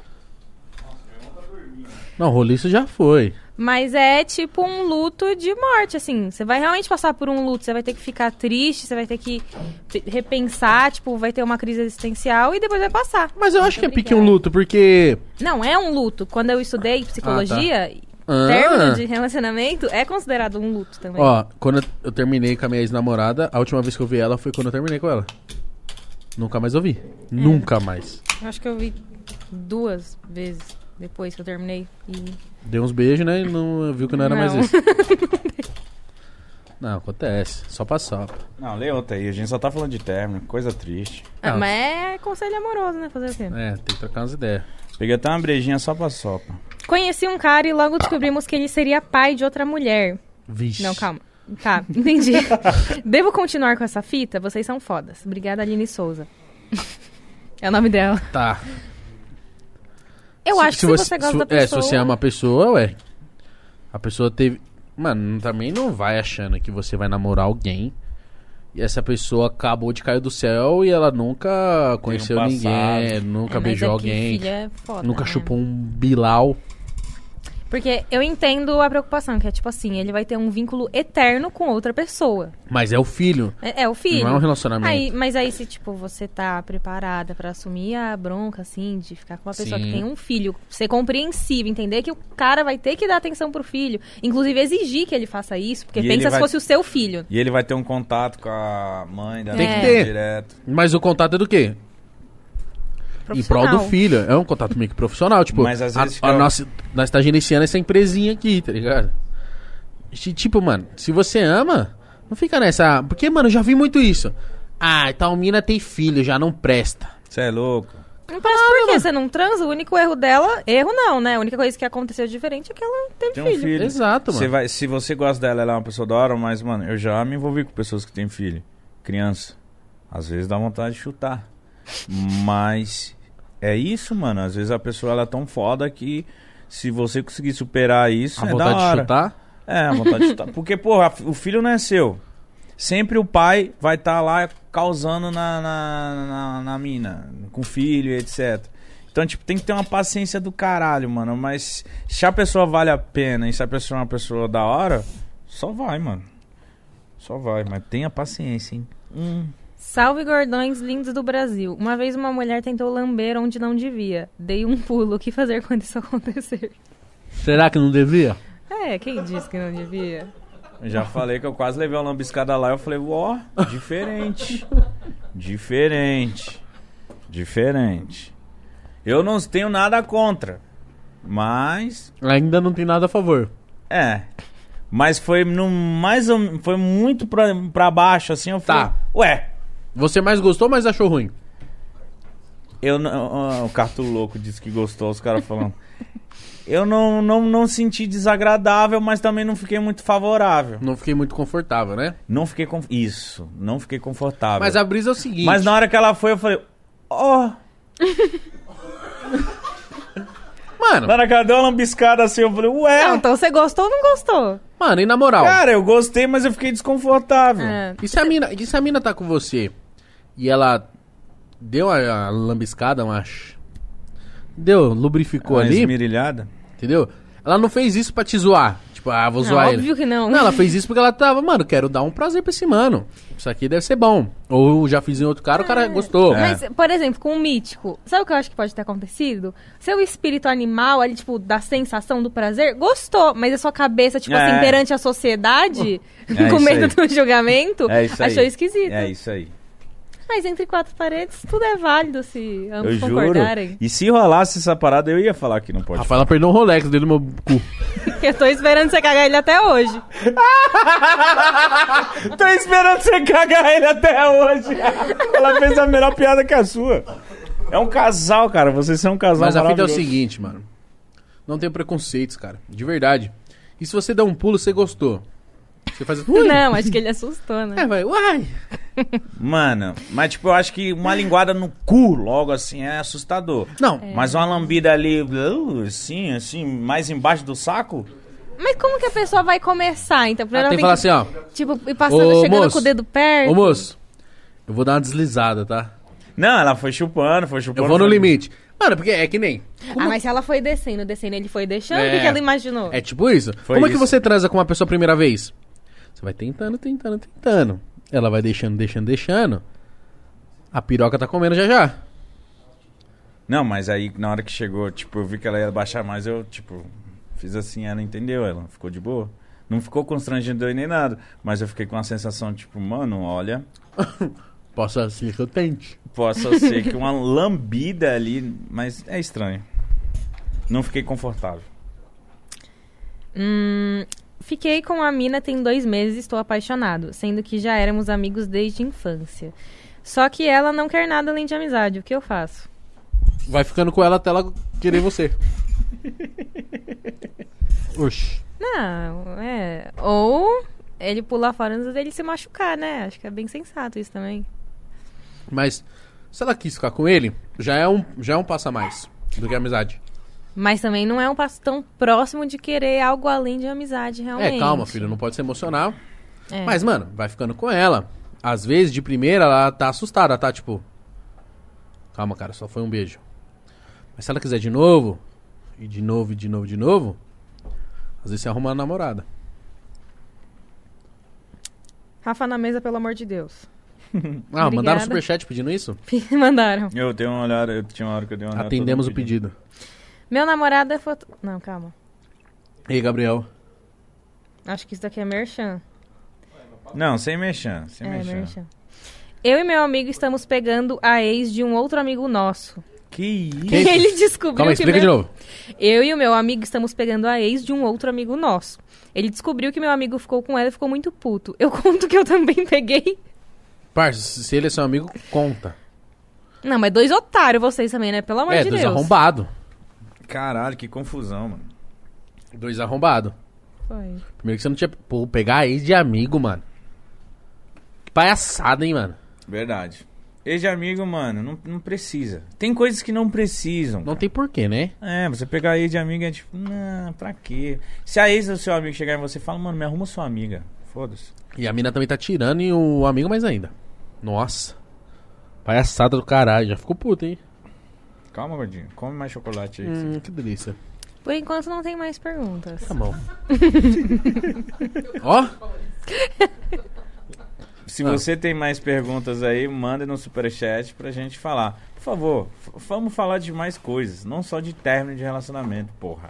A: Não, roliço já foi.
C: Mas é tipo um luto de morte, assim. Você vai realmente passar por um luto, você vai ter que ficar triste, você vai ter que te- repensar, tipo, vai ter uma crise existencial e depois vai passar.
A: Mas eu acho que é pique um
C: obrigada.
A: luto, porque.
C: Não, é um luto. Quando eu estudei psicologia,
A: Ah.
C: término de relacionamento é considerado um luto também.
A: Ó, quando eu- eu terminei com a minha ex-namorada, a última vez que eu vi ela foi quando eu terminei com ela. Nunca mais ouvi.
C: É.
A: Nunca mais.
C: Eu acho que eu vi duas vezes depois que eu terminei. E
A: Dei uns beijos, né? E não viu que não era mais
C: Não.
A: isso. Não, acontece. Só pra sopa.
B: Não, lê outra aí. A gente só tá falando de término, coisa triste.
A: Ah.
C: Ah, mas é conselho amoroso, né? Fazer o quê?
A: É, tem que trocar umas ideias.
B: Peguei até uma brejinha só pra sopa.
C: Conheci um cara e logo descobrimos que ele seria pai de outra mulher.
A: Vixe.
C: Não, calma. Tá, entendi. Devo continuar com essa fita? Vocês são fodas. Obrigada, Aline Souza. É o nome dela.
A: Tá.
C: Eu acho que se você, gosta
A: se-
C: da pessoa...
A: É, se você ama a pessoa, ué. A pessoa teve. Mano, também não vai achando que você vai namorar alguém. E essa pessoa acabou de cair do céu e ela nunca conheceu
B: passado.
A: ninguém, nunca
C: É, mas
A: beijou
C: é que
A: alguém,
C: filho é foda,
A: nunca um.
C: né?
A: chupou um bilau.
C: Porque eu entendo a preocupação, que é tipo assim, ele vai ter um vínculo eterno com outra pessoa.
A: Mas é o filho.
C: É, é o filho.
A: Não é um relacionamento.
C: Aí, mas aí se, tipo, você tá preparada pra assumir a bronca, assim, de ficar com uma pessoa
A: Sim.
C: que tem um filho, ser compreensivo, entender que o cara vai ter que dar atenção pro filho. Inclusive exigir que ele faça isso,
B: E
C: porque
B: ele
C: pensa se
B: vai-
C: fosse o seu filho.
B: E ele vai ter um contato com a mãe
C: É.
B: da
A: Tem que
B: menina
A: ter.
B: direto.
A: Mas o contato é do quê? Em prol do
C: Profissional.
A: filho. É um contato meio que profissional. Tipo,
B: Mas às
A: a-
B: vezes
A: a
B: fica-
A: nossa, nós tá gerenciando essa empresinha aqui, tá ligado? E, Tipo, mano, se você ama, não fica nessa. ah, Porque, mano, eu já vi muito isso. Ah, tal mina tem filho, já não presta.
B: Você é louco?
C: Mas por que você não transa? O único erro dela, erro não, né? A única coisa que aconteceu de diferente é que ela teve
B: Tem um
C: filho.
B: filho.
A: Exato,
B: Você
A: mano.
B: vai, se você gosta dela, ela é uma pessoa da hora, mas, mano, eu já me envolvi com pessoas que têm filho. Criança. Às vezes dá vontade de chutar. Mas é isso, mano. Às vezes a pessoa ela é tão foda que se você conseguir superar isso,
A: A
B: é da
A: vontade
B: hora.
A: de chutar.
B: É, a vontade de chutar. Porque, porra, o filho não é seu. Sempre o pai vai estar lá causando na, na, na, na mina, com o filho, etc. Então, tipo, tem que ter uma paciência do caralho, mano. Mas se a pessoa vale a pena e se a pessoa é uma pessoa da hora, só vai, mano. Só vai, mas tenha paciência, hein? Hum.
C: Salve gordões lindos do Brasil. Uma vez uma mulher tentou lamber onde não devia. Dei um pulo. O que fazer quando isso acontecer?
A: Será que não devia?
C: É, quem disse que não devia?
B: Eu já falei que eu quase levei uma lambiscada lá. Eu falei, ó, diferente. diferente. Diferente. Eu não tenho nada contra. Mas.
A: Ainda não tem nada a favor.
B: É. Mas foi no mais ou men- foi muito pra, pra baixo, assim, eu falei.
A: Tá.
B: Ué,
A: Você mais gostou, mas achou ruim?
B: eu não. ah, O Carto Louco disse que gostou, os caras falando. Eu não, não, não senti desagradável, mas também não fiquei muito favorável.
A: Não fiquei muito confortável, né?
B: Não fiquei com. Isso, não fiquei confortável.
A: Mas a brisa é o seguinte.
B: Mas na hora que ela foi, eu falei. Ó.
A: Mano,
B: Na hora que ela deu uma lambiscada assim, eu falei, ué.
C: Não, então você gostou ou não gostou?
A: mano, e na moral?
B: Cara, eu gostei, mas eu fiquei desconfortável.
C: É.
A: E se a mina, e se a mina tá com você e ela deu a, a lambiscada, macho? Deu, lubrificou
B: Uma
A: ali,
B: esmirilhada.
A: entendeu? Ela não fez isso pra te zoar. Tipo, ah, vou zoar ele.
C: óbvio que não.
A: Não, ela fez isso porque ela tava, mano, quero dar um prazer pra esse mano. Isso aqui deve ser bom. Ou já fiz em outro cara, o cara gostou.
C: É.
B: É.
C: Mas, por exemplo, com o mítico, sabe o que eu acho que pode ter acontecido? Seu espírito animal, ali, tipo, da sensação do prazer, gostou, mas a sua cabeça, tipo
B: É.
C: assim, perante a sociedade,
B: É
C: com
B: isso
C: medo
B: aí.
C: do julgamento,
B: É isso aí.
C: achou esquisito.
B: É isso aí.
C: Mas entre quatro paredes, tudo é válido se ambos
B: eu juro.
C: concordarem.
B: E se rolasse essa parada, eu ia falar que não pode.
A: Rafaela perdeu um Rolex dentro do meu cu.
C: Eu tô esperando você cagar ele até hoje.
B: Tô esperando você cagar ele até hoje. Ela fez a melhor piada que a sua. É um casal, cara. Vocês são um casal
A: Mas a fita é o
B: maravilhoso.
A: seguinte, mano. Não tem preconceitos, cara. De verdade. E se você der um pulo, você gostou. Você faz. assim, Ui.
C: Não, acho que ele assustou, né?
A: É, vai. Uai.
B: Mano, mas tipo, eu acho que uma linguada no cu, logo assim, é assustador.
A: Não.
B: Mas uma lambida ali, uh, assim, assim, mais embaixo do saco?
C: Mas como que a pessoa vai começar, então?
A: Ela
C: Primeiro
A: tem que falar
C: ela
A: assim, ó.
C: Tipo, e passando,
A: Ô,
C: chegando
A: moço.
C: com o dedo perto.
A: Ô, moço, eu vou dar uma deslizada, tá?
B: Não, ela foi chupando, foi
A: Eu
B: chupando.
A: vou no
B: foi-
A: limite. Mano, porque é que nem.
C: Ah, mas se ela foi descendo, descendo, ele foi deixando, o
A: É.
C: que, que ela imaginou?
A: É tipo isso.
B: Foi
A: Como é que
B: isso.
A: você transa com uma pessoa a primeira vez? Você vai tentando, tentando, tentando. Ela vai deixando, deixando, deixando. A piroca tá comendo já já.
B: Não, mas aí na hora que chegou, tipo, eu vi que ela ia baixar mais, eu, tipo, fiz assim, ela entendeu, ela ficou de boa. Não ficou constrangedor nem nada, mas eu fiquei com a sensação, tipo, mano, olha,
A: Posso ser que eu tente.
B: possa ser que uma lambida ali, mas é estranho. Não fiquei confortável.
C: Hum, fiquei com a mina tem dois meses e estou apaixonado, sendo que já éramos amigos desde a infância. Só que ela não quer nada além de amizade, o que eu faço?
A: Vai ficando com ela até ela querer você. Oxi.
C: Não, é. Ou ele pular fora antes dele se machucar, né? Acho que é bem sensato isso também.
A: Mas se ela quis ficar com ele, já é um, já é um passo a mais do que a amizade.
C: Mas também não é um passo tão próximo de querer algo além de amizade, realmente.
A: É, calma, filho, não pode se emocionar.
C: É.
A: Mas, mano, vai ficando com ela. Às vezes, de primeira, ela tá assustada, tá? Tipo, calma, cara, só foi um beijo. Mas se ela quiser de novo, e de novo, e de novo, de novo, às vezes você arruma uma namorada.
C: Rafa na mesa, pelo amor de Deus.
A: Ah,
C: Obrigada.
A: mandaram superchat pedindo isso?
C: Mandaram.
B: Eu dei uma olhada, eu tinha uma hora que eu dei uma olhada.
A: Atendemos o
B: todo mundo
A: pedido.
C: Meu namorado é foto. Não, calma.
A: Ei, Gabriel.
C: Acho que isso daqui é merchan.
B: pedindo. Não, sem mexer, sem
C: É,
B: mexer.
C: merchan. Eu e meu amigo estamos pegando a ex de um outro amigo nosso.
B: Que isso?
A: Que isso?
C: Ele descobriu
A: Calma aí,
C: que é-
A: explica de
C: meu-
A: novo.
C: Eu e o meu amigo estamos pegando a ex de um outro amigo nosso. Ele descobriu que meu amigo ficou com ela e ficou muito puto. Eu conto que eu também peguei.
A: Parça, se ele é seu amigo, conta.
C: Não, mas dois otários vocês também, né? Pelo amor
A: é,
C: de
A: dois
C: Deus.
A: arrombado.
B: Caralho, que confusão, mano.
A: Dois arrombado.
C: Foi.
A: Primeiro que você não tinha... Pô, pegar ex de amigo, mano. Que palhaçada, hein, mano.
B: Verdade. Ex de amigo, mano, não, não precisa. Tem coisas que não precisam.
A: Não tem porquê, né?
B: É, você pegar ex de amiga é tipo, não, pra quê? Se a ex do seu amigo chegar em você e fala, mano, me arruma sua amiga. Foda-se.
A: E a mina também tá tirando e o amigo mais ainda. Nossa. Palhaçada do caralho. Já ficou puta, hein?
B: Calma, gordinho. Come mais chocolate aí.
A: Hum, que delícia.
C: Por enquanto não tem mais perguntas.
A: Tá bom. Ó,
B: Se
A: Ah.
B: você tem mais perguntas aí, manda no superchat pra gente falar. Por favor, f- vamos falar de mais coisas. Não só de término de relacionamento, porra.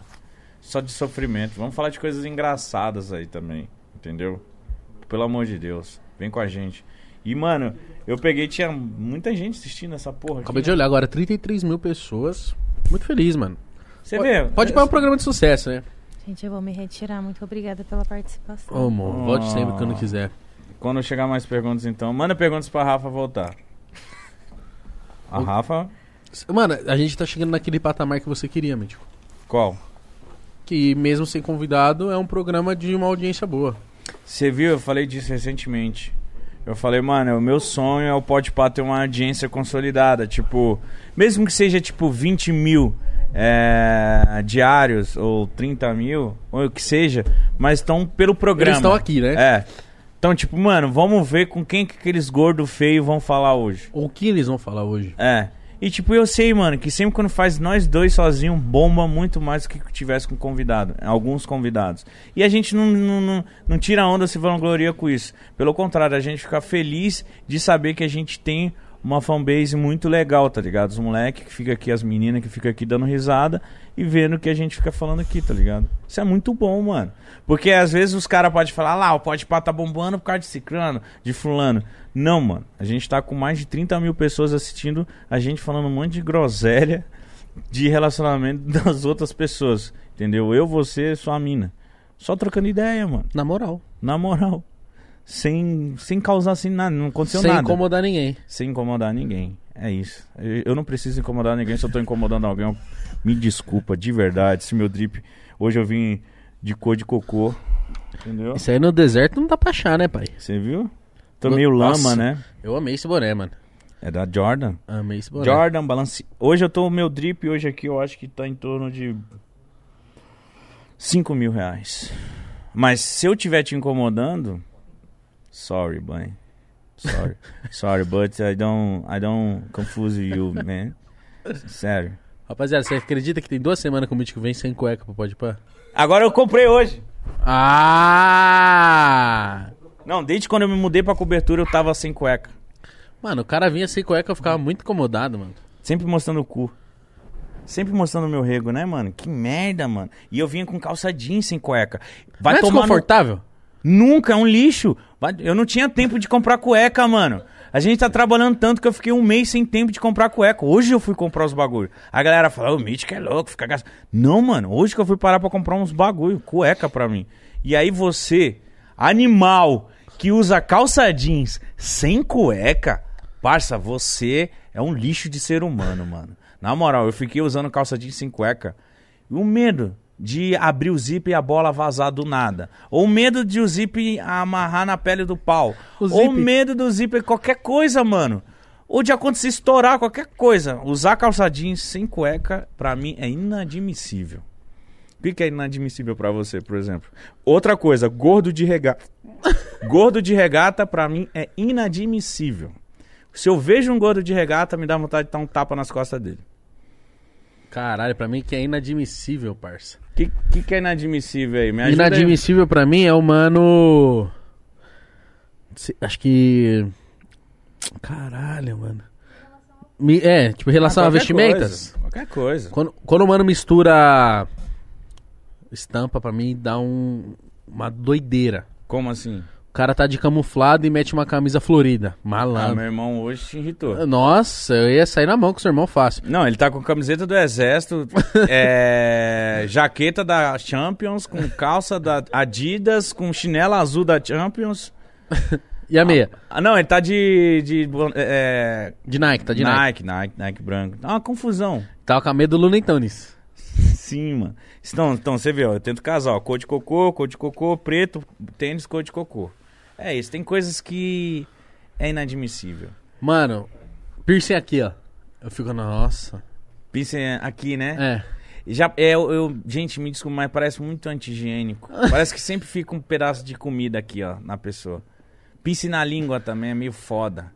B: Só de sofrimento. Vamos falar de coisas engraçadas aí também. Entendeu? Pelo amor de Deus. Vem com a gente. E, mano, eu peguei, tinha muita gente assistindo essa porra. aqui,
A: Acabei de
B: né?
A: olhar agora, 33 mil pessoas. Muito feliz, mano.
B: Você
A: Pode-
B: vê? é,
A: Pode pôr um programa de sucesso, né?
C: Gente, eu vou me retirar. Muito obrigada pela participação.
A: Ô, amor, volte
B: Ah.
A: sempre quando quiser.
B: Quando chegar mais perguntas, então, manda perguntas pra Rafa voltar. A Rafa,
A: Mano, a gente tá chegando naquele patamar que você queria, Mítico.
B: qual?
A: Que mesmo sem convidado, é um programa de uma audiência boa.
B: Você viu? Eu falei disso recentemente. Eu falei, mano, o meu sonho é o Podpah ter uma audiência consolidada. Tipo, mesmo que seja tipo 20 mil é, diários ou 30 mil, ou o que seja, mas estão pelo programa.
A: Eles estão aqui, né?
B: É. Então, tipo, mano, vamos ver com quem que aqueles gordo feio vão falar hoje.
A: O que eles vão falar hoje?
B: É. E tipo, eu sei, mano, que sempre quando faz nós dois sozinho, bomba muito mais do que tivesse com convidado, alguns convidados. E a gente não, não, não, não tira onda se vangloria com isso. Pelo contrário, a gente fica feliz de saber que a gente tem uma fanbase muito legal, tá ligado? Os moleques que fica aqui, as meninas que fica aqui dando risada e vendo o que a gente fica falando aqui, tá ligado? Isso é muito bom, mano. Porque às vezes os caras podem falar, "Ah lá, o pode tá bombando por causa de ciclano, de fulano. Não, mano. A gente tá com mais de 30 mil pessoas assistindo a gente falando um monte de groselha de relacionamento das outras pessoas. Entendeu? Eu, você, sua mina. Só trocando ideia, mano.
A: Na moral.
B: Na moral. Sem, sem causar assim nada. Não aconteceu
A: sem
B: nada.
A: incomodar ninguém.
B: Sem incomodar ninguém. É isso. Eu eu não preciso incomodar ninguém. Se eu tô incomodando alguém, eu- me desculpa, de verdade. Se meu drip. Hoje eu vim de cor de cocô. Entendeu?
A: Isso aí no deserto não dá pra achar, né, pai?
B: Você viu? Tô
A: No-
B: meio lama,
A: Nossa.
B: né?
A: Eu amei esse boné, mano.
B: É da Jordan.
A: Amei esse boné.
B: Jordan, balance. Hoje eu tô. Meu drip hoje aqui eu acho que tá em torno de. 5 mil reais. Mas se eu tiver te incomodando. Sorry, boy. Sorry. sorry, but I don't. I don't confuse you, man. Sério.
A: Rapaziada, você acredita que tem duas semanas que o Mítico vem sem cueca pro Pode Pan?
B: Agora eu comprei hoje.
A: Ah!
B: Não, desde quando eu me mudei pra cobertura eu tava sem cueca.
A: Mano, o cara vinha sem cueca, eu ficava muito incomodado, mano.
B: Sempre mostrando o cu. Sempre mostrando o meu rego, né, mano? Que merda, mano. E eu vinha com calça jeans sem cueca. Vai
A: Não é
B: tomar no-
A: desconfortável?
B: Nunca, é um lixo. Vai- Eu não tinha tempo de comprar cueca, mano. A gente tá trabalhando tanto que eu fiquei um mês sem tempo de comprar cueca. Hoje eu fui comprar os bagulho. A galera fala, o Mítico é louco, fica gastando. Não, mano, hoje que eu fui parar pra comprar uns bagulho, cueca pra mim. E aí você, animal, que usa calça jeans sem cueca, parça, você é um lixo de ser humano, mano. Na moral, eu fiquei usando calça jeans sem cueca. O Um medo de abrir o zip e a bola vazar do nada. Ou o medo de o zip amarrar na pele do pau.
A: O
B: Ou o
A: zip.
B: medo do zip qualquer coisa, mano. Ou de acontecer estourar qualquer coisa. Usar calça jeans sem cueca, pra mim, é inadmissível. O que que é inadmissível pra você, por exemplo? Outra coisa, gordo de regata. gordo de regata, pra mim, é inadmissível. Se eu vejo um gordo de regata, me dá vontade de dar um tapa nas costas dele.
A: Caralho, pra mim que é inadmissível, parça.
B: O que, que, que é inadmissível aí? Me ajuda aí.
A: Inadmissível pra mim é o mano. Se- Acho que. Caralho, mano. Mi- É, tipo, em relação a
B: Ah, qualquer
A: vestimentas.
B: coisa, qualquer coisa.
A: Quando, quando o mano mistura estampa, pra mim dá um, uma doideira.
B: Como assim?
A: O cara tá de camuflado e mete uma camisa florida.
B: Ah,
A: Malandro.
B: meu irmão hoje se irritou.
A: Nossa, eu ia sair na mão com seu irmão fácil.
B: Não, ele tá com camiseta do exército, é, jaqueta da Champions, com calça da Adidas, com chinela azul da Champions.
A: E a meia?
B: Ah, não, ele tá de, de bon- é,
A: De Nike, tá de Nike.
B: Nike, Nike, Nike branco. Tá uma confusão.
A: Tava com a meia do Luna Tunis.
B: Sim, mano. Então, então, você vê, ó, eu tento casar, ó, cor de cocô, cor de cocô, preto, tênis, cor de cocô. É isso, tem coisas que é inadmissível.
A: Mano, piercing aqui, ó. Eu fico, nossa.
B: Pensem aqui, né?
A: É.
B: Já, é, eu, eu- gente, me desculpa, mas parece muito antigênico. Parece que sempre fica um pedaço de comida aqui, ó, na pessoa. Pisse na língua também é meio foda.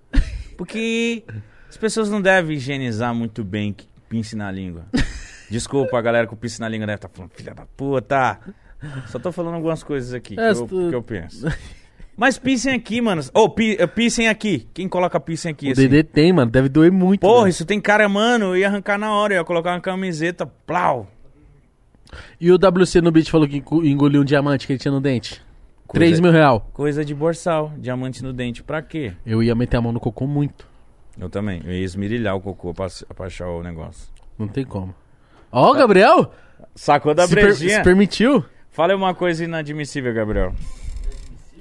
B: Porque as pessoas não devem higienizar muito bem que pince na língua. Desculpa a galera com pince na língua deve estar falando, filha da puta. Só tô falando algumas coisas aqui que,
A: É,
B: eu,
A: tu-
B: que eu penso. Mas pissem aqui, mano. Ô, oh, pissem aqui. Quem coloca pissem aqui? assim?
A: O DD tem, mano. Deve doer muito.
B: Porra,
A: mano.
B: isso tem cara, mano. Eu ia arrancar na hora, eu ia colocar uma camiseta. Plau.
A: E o WC no beat falou que enco- engoliu um diamante que ele tinha no dente.
B: Coisa,
A: 3 mil real.
B: Coisa de borsal, diamante no dente, pra quê?
A: Eu ia meter a mão no cocô muito.
B: Eu também. Eu ia esmirilhar o cocô pra, pra achar o negócio.
A: Não tem como. Ó,
B: Tá.
A: Gabriel!
B: Sacou da
A: se, per-
B: brejinha?
A: se permitiu?
B: Fala aí uma coisa inadmissível, Gabriel.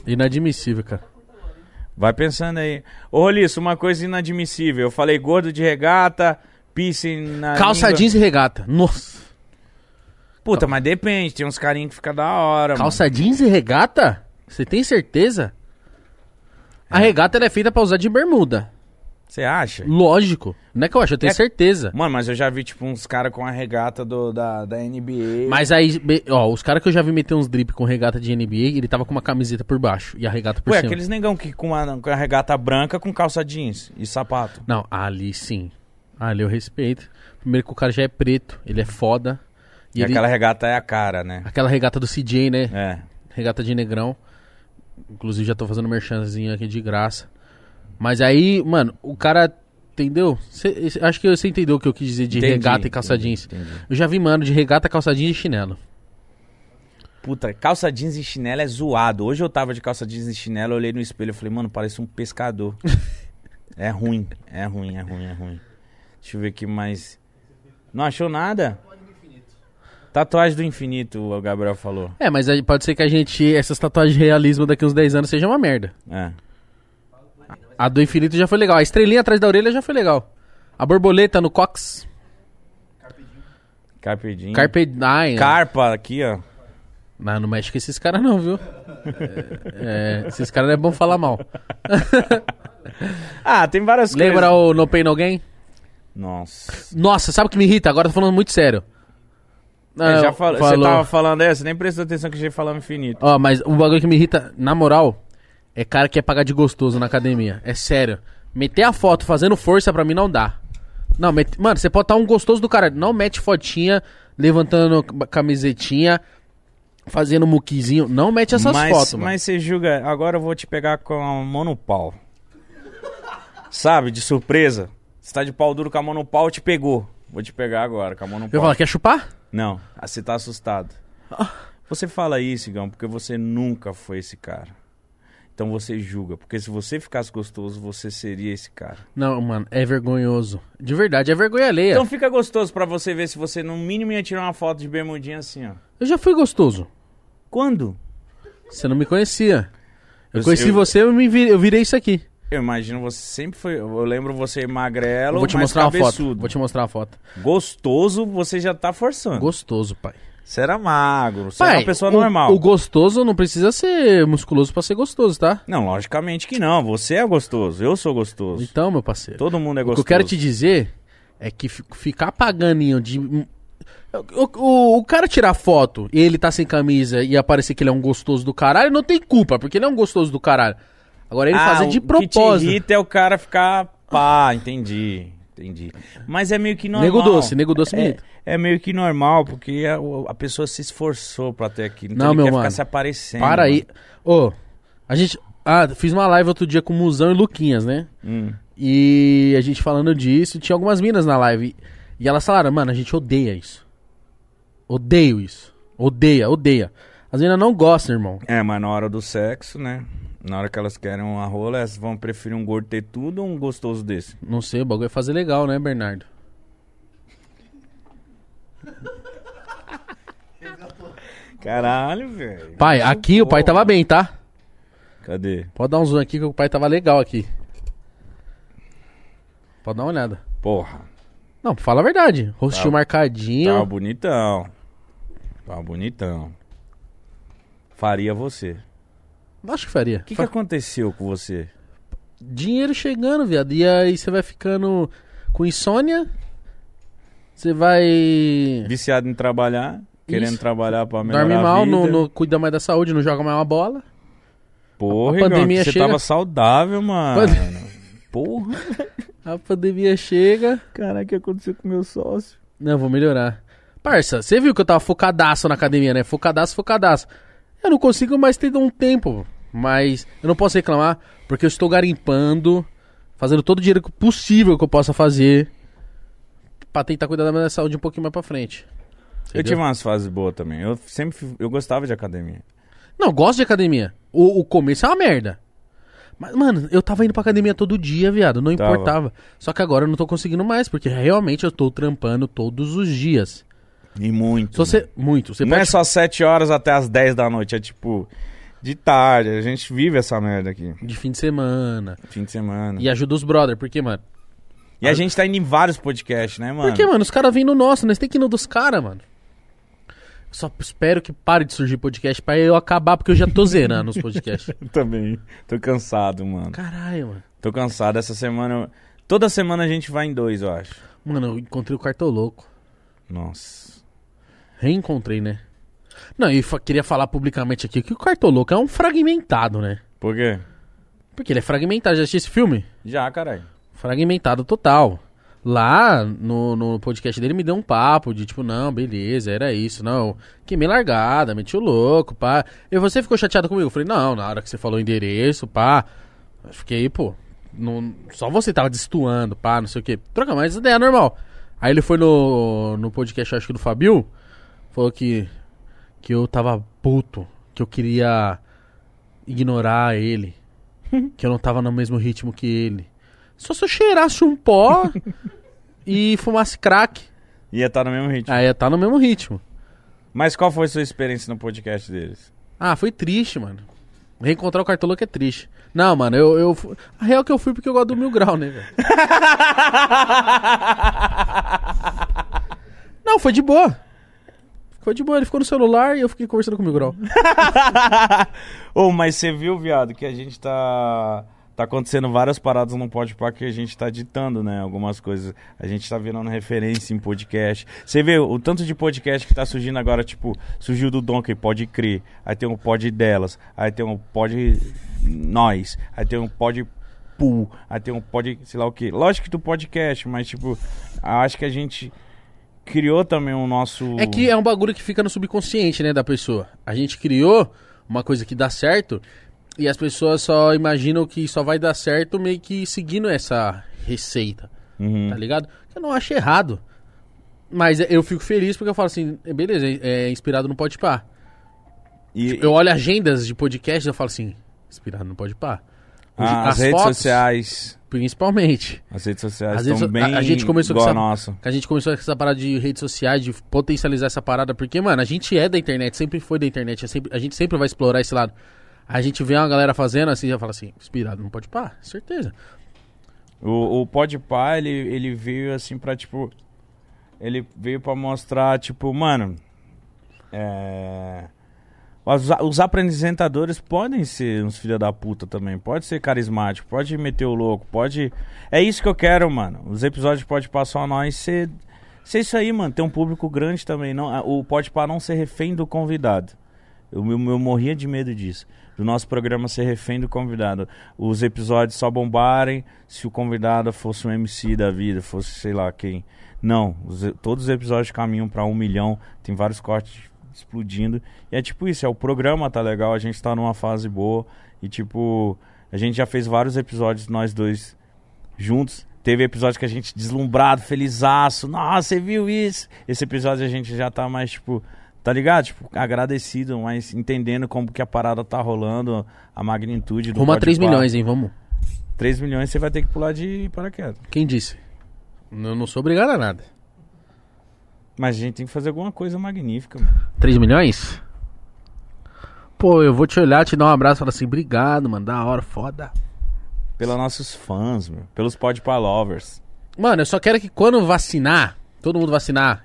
A: Inadmissível, cara.
B: Vai pensando aí. Ô, Roliço, uma coisa inadmissível. Eu falei gordo de regata, piercing na
A: Calça
B: língua.
A: jeans e regata. Nossa.
B: Puta, mas depende. Tem uns carinhos que fica da hora, mano.
A: Calça jeans e regata? Você tem certeza? A regata ela é feita pra usar de bermuda.
B: Você acha?
A: Lógico. Não é que eu acho, eu tenho
B: É-
A: certeza.
B: Mano, mas eu já vi, tipo, uns caras com a regata do, da, da NBA.
A: Mas aí, be- ó, os caras que eu já vi meter uns drip com regata de NBA, ele tava com uma camiseta por baixo e a regata por
B: Ué,
A: cima.
B: aqueles negão que com a, com a regata branca com calça jeans e sapato.
A: Não, ali sim. Ali eu respeito. Primeiro que o cara já é preto, ele é foda. E
B: E
A: ele-
B: aquela
A: aquela...
B: regata é a cara, né?
A: regata do CJ, né?
B: É.
A: Regata de negrão. Inclusive já tô fazendo merchanzinho aqui de graça. Mas aí, mano, o cara. Entendeu? Cê- cê- acho que você entendeu o que eu quis dizer de
B: Entendi,
A: regata e calça
B: entendi,
A: jeans.
B: entendi.
A: Eu já vi, mano, de regata, calça jeans e chinelo.
B: Puta, calça jeans e chinelo é zoado. Hoje eu tava de calça jeans e chinelo, eu olhei no espelho e falei, mano, parece um pescador. é ruim, é ruim, é ruim, é ruim. Deixa eu ver aqui mais. Não achou nada? Tatuagem do infinito, o Gabriel falou.
A: É, mas aí pode ser que a gente. Essas tatuagens de realismo daqui uns 10 anos seja uma merda.
B: É.
A: A do infinito já foi legal. A estrelinha atrás da orelha já foi legal. A borboleta no cox.
B: Carpedinho.
A: Carpe nine.
B: Carpa aqui, ó.
A: Não, não mexe com esses caras não, viu? É, é, esses caras não é bom falar mal.
B: Ah, tem várias
A: Lembra
B: coisas.
A: o No Pain No Gain?
B: Nossa.
A: Nossa, sabe o que me irrita? Agora eu tô falando muito sério.
B: É,
A: Ah,
B: já fala- Você
A: falou.
B: tava falando essa, nem prestou atenção que a gente falava infinito.
A: Ó, mas o bagulho que me irrita, na moral, é cara que é pagar de gostoso na academia. É sério. Meter a foto fazendo força pra mim não dá. Não, mete- mano, você pode estar um gostoso do cara. Não mete fotinha, levantando c- camisetinha, fazendo muquizinho. Não mete essas
B: mas,
A: É fotos, mano.
B: Mas você julga, agora eu vou te pegar com a mão no pau. Sabe, de surpresa. Você tá de pau duro com a mão no pau, te pegou. Vou te pegar agora, com a mão no
A: Eu
B: pau.
A: falo, quer chupar?
B: Não, ah, você tá assustado. Você fala isso, Igão, porque você nunca foi esse cara. Então você julga, porque se você ficasse gostoso, você seria esse cara.
A: Não, mano, é vergonhoso. De verdade, é vergonha alheia.
B: Então fica gostoso pra você ver se você no mínimo ia tirar uma foto de bermudinha assim, ó.
A: Eu já fui gostoso.
B: Quando?
A: Você não me conhecia. Eu,
B: Eu-
A: conheci
B: eu-
A: você, eu, me vi- eu virei isso aqui.
B: Eu imagino você sempre foi, eu lembro você magrelo,
A: Eu vou te
B: mas
A: mostrar uma foto.
B: cabeçudo.
A: Vou te mostrar uma foto.
B: Gostoso, você já tá forçando.
A: Gostoso, pai.
B: Você era magro, você era uma pessoa
A: o,
B: normal.
A: O gostoso não precisa ser musculoso pra ser gostoso, tá?
B: Não, logicamente que não. Você é gostoso, eu sou gostoso.
A: Então, meu parceiro.
B: Todo mundo é
A: o que
B: gostoso.
A: eu quero te dizer é que fi- ficar paganinho de. O, o- o cara tirar foto e ele tá sem camisa e aparecer que ele é um gostoso do caralho, não tem culpa, porque ele é um gostoso do caralho. Agora é ele
B: Ah,
A: fazer de
B: O que te
A: propósito.
B: irrita é o cara ficar pá, entendi. Entendi. Mas é meio que normal.
A: Nego doce, nego doce me
B: é,
A: irrita.
B: é meio que normal, porque a, o- a pessoa se esforçou pra ter aquilo. Então
A: Não,
B: ele
A: meu
B: quer
A: mano.
B: ficar se aparecendo.
A: Para aí. Ô, a gente. Ah, fiz uma live outro dia com o Musão e Luquinhas, né?
B: mano. Hum.
A: E a gente falando disso, tinha algumas minas na live. E elas falaram, mano, a gente odeia isso. Odeio isso. Odeia, odeia. As minas não gostam, irmão.
B: É, mas na hora do sexo, né? Na hora que elas querem uma rola, elas vão preferir um gordo ter tudo ou um gostoso desse?
A: Não sei, o bagulho é fazer legal, né, Bernardo?
B: Caralho, velho.
A: Pai, aqui o pai tava bem, tá?
B: Cadê?
A: Pode dar um zoom aqui que o pai tava legal aqui. Pode dar uma olhada.
B: Porra,
A: Não, fala a verdade. Rostinho marcadinho.
B: tava bonitão. Tava bonitão. Faria você.
A: Acho que faria.
B: O que, que
A: Fa-
B: aconteceu com você?
A: Dinheiro chegando, viado. E aí você vai ficando com insônia. Você vai.
B: Viciado em trabalhar, querendo
A: Isso.
B: trabalhar pra melhorar
A: Dorme
B: a
A: mal,
B: vida.
A: não, não cuida mais da saúde, não joga mais uma bola. a
B: Porra, Igão,
A: pandemia
B: que você
A: chega-
B: tava saudável, mano. Porra.
A: A pandemia chega.
B: Caraca, o que aconteceu com meu sócio?
A: Não, vou melhorar. Parça, você viu que eu tava focadaço na academia, né? Focadaço, focadaço. Eu não consigo mais ter um tempo. Mas eu não posso reclamar, porque eu estou garimpando, fazendo todo o dinheiro que- possível que eu possa fazer. Pra tentar cuidar da minha saúde um pouquinho mais pra frente.
B: Eu
A: Entendeu?
B: tive umas fases boas também. Eu sempre fui- eu gostava de academia.
A: Não, eu gosto de academia. O, o começo é uma merda. Mas, mano, eu tava indo pra academia todo dia, viado. Não
B: Tava.
A: importava. Só que agora eu não tô conseguindo mais, porque realmente eu tô trampando todos os dias.
B: E muito.
A: Se você. Muito. Você
B: não
A: pode-
B: é só 7 horas até as 10 da noite, é tipo de tarde. A gente vive essa merda aqui.
A: De fim de semana.
B: Fim de semana. E
A: E ajuda os brother. Por quê, mano?
B: a, gente tá indo em vários podcasts, né, mano?
A: Porque, mano, os caras vêm no nosso, nós tem que ir no dos caras, mano. Só espero que pare de surgir podcast pra eu acabar, porque eu já tô zerando os podcasts.
B: Eu também. Tô cansado, mano.
A: Caralho, mano.
B: Tô cansado. Essa semana. eu- Toda semana a gente vai em dois, eu acho.
A: Mano, eu encontrei o Cartoloco.
B: Nossa.
A: Reencontrei, né? Não, e fa- queria falar publicamente aqui que o Cartoloco é um fragmentado, né?
B: Por quê?
A: Porque ele é fragmentado. Já assistiu esse filme?
B: Já, caralho.
A: Fragmentado total. Lá no, no podcast dele me deu um papo de tipo, não, beleza, era isso, não. Queimei largada, meti o louco, pá. E você ficou chateado comigo? Eu falei, não, na hora que você falou o endereço, pá. Eu fiquei, pô, não- só você tava destoando, pá, não sei o quê. Troca mais ideia, normal. Aí ele foi no, no podcast, acho que do Fabio, falou que, que eu tava puto, que eu queria ignorar ele, que eu não tava no mesmo ritmo que ele. Só se eu cheirasse um pó e fumasse crack,
B: Ia estar no mesmo ritmo.
A: aí ia tá no mesmo ritmo.
B: Mas qual foi sua experiência no podcast deles?
A: Ah, foi triste, mano. Reencontrar o cartoloco é triste. Não, mano, eu. eu fu- a real é que eu fui porque eu gosto do mil grau, né, velho? Não, foi de boa. Foi de boa, ele ficou no celular e eu fiquei conversando com o mil grau.
B: Ô, mas você viu, viado, que a gente tá. Tá acontecendo várias paradas no Podpah que a gente tá ditando, né? Algumas coisas. A gente tá virando referência em podcast. Você vê o tanto de podcast que tá surgindo agora, tipo, surgiu do Donkey, Pode Crer. Aí tem o Pod Delas. Aí tem o Pod Nós. Aí tem o Pod Pool. Aí tem o Pod, sei lá o quê. Lógico que do podcast, mas, tipo, acho que a gente criou também o nosso.
A: É que é um bagulho que fica no subconsciente, né, da pessoa. A gente criou uma coisa que dá certo e as pessoas só imaginam que só vai dar certo meio que seguindo essa receita.
B: Uhum.
A: tá ligado? Eu não acho errado. Mas eu fico feliz porque eu falo assim, é, beleza, é é inspirado no Pode Par.
B: E,
A: Eu olho agendas de podcast e eu falo assim, inspirado no Pode Par.
B: Ah, as redes sociais.
A: Principalmente.
B: As redes
A: As
B: sociais
A: redes
B: estão
A: so-
B: bem
A: a- a gente começou com
B: igual a
A: essa-
B: nossa.
A: Que a gente começou com essa parada de redes sociais, de potencializar essa parada, porque, mano, a gente é da internet, sempre foi da internet, é sempre- a gente sempre vai explorar esse lado. A gente vê uma galera fazendo assim, já fala assim, inspirado no Pode Par, certeza.
B: O, o Podpah, ele, ele veio assim pra, tipo... Ele veio pra mostrar, tipo, mano... É... Os, os apresentadores podem ser uns filha da puta também. Pode ser carismático, pode meter o louco, pode... É isso que eu quero, mano. Os episódios de Podpah só nós ser... Ser isso aí, mano. Ter um público grande também. Não, ah, o Podpah não ser refém do convidado. Eu, eu, eu morria de medo disso. Do nosso programa ser refém do convidado. Os episódios só bombarem se o convidado fosse um MC da vida, fosse sei lá quem. Não, os e- todos os episódios caminham pra um milhão, tem vários cortes explodindo. E é tipo isso, é o programa tá legal, a gente tá numa fase boa. E tipo, a gente já fez vários episódios, nós dois juntos. Teve episódio que a gente deslumbrado, felizaço. Nossa, você viu isso? Esse episódio a gente já tá mais, tipo, tá ligado? Tipo, agradecido, mas entendendo como que a parada tá rolando, a magnitude do
A: Rumo a 3
B: Podpah.
A: milhões, hein, vamos.
B: 3 milhões você vai ter que pular de paraquedas.
A: Quem disse? Eu não sou obrigado a nada.
B: Mas a gente tem que fazer alguma coisa magnífica, mano.
A: 3 milhões? Pô, eu vou te olhar, te dar um abraço e falar assim, obrigado, mano, da hora, foda.
B: Pelos nossos fãs, meu. Pelos Podpah Lovers.
A: Mano, eu só quero que quando vacinar, todo mundo vacinar,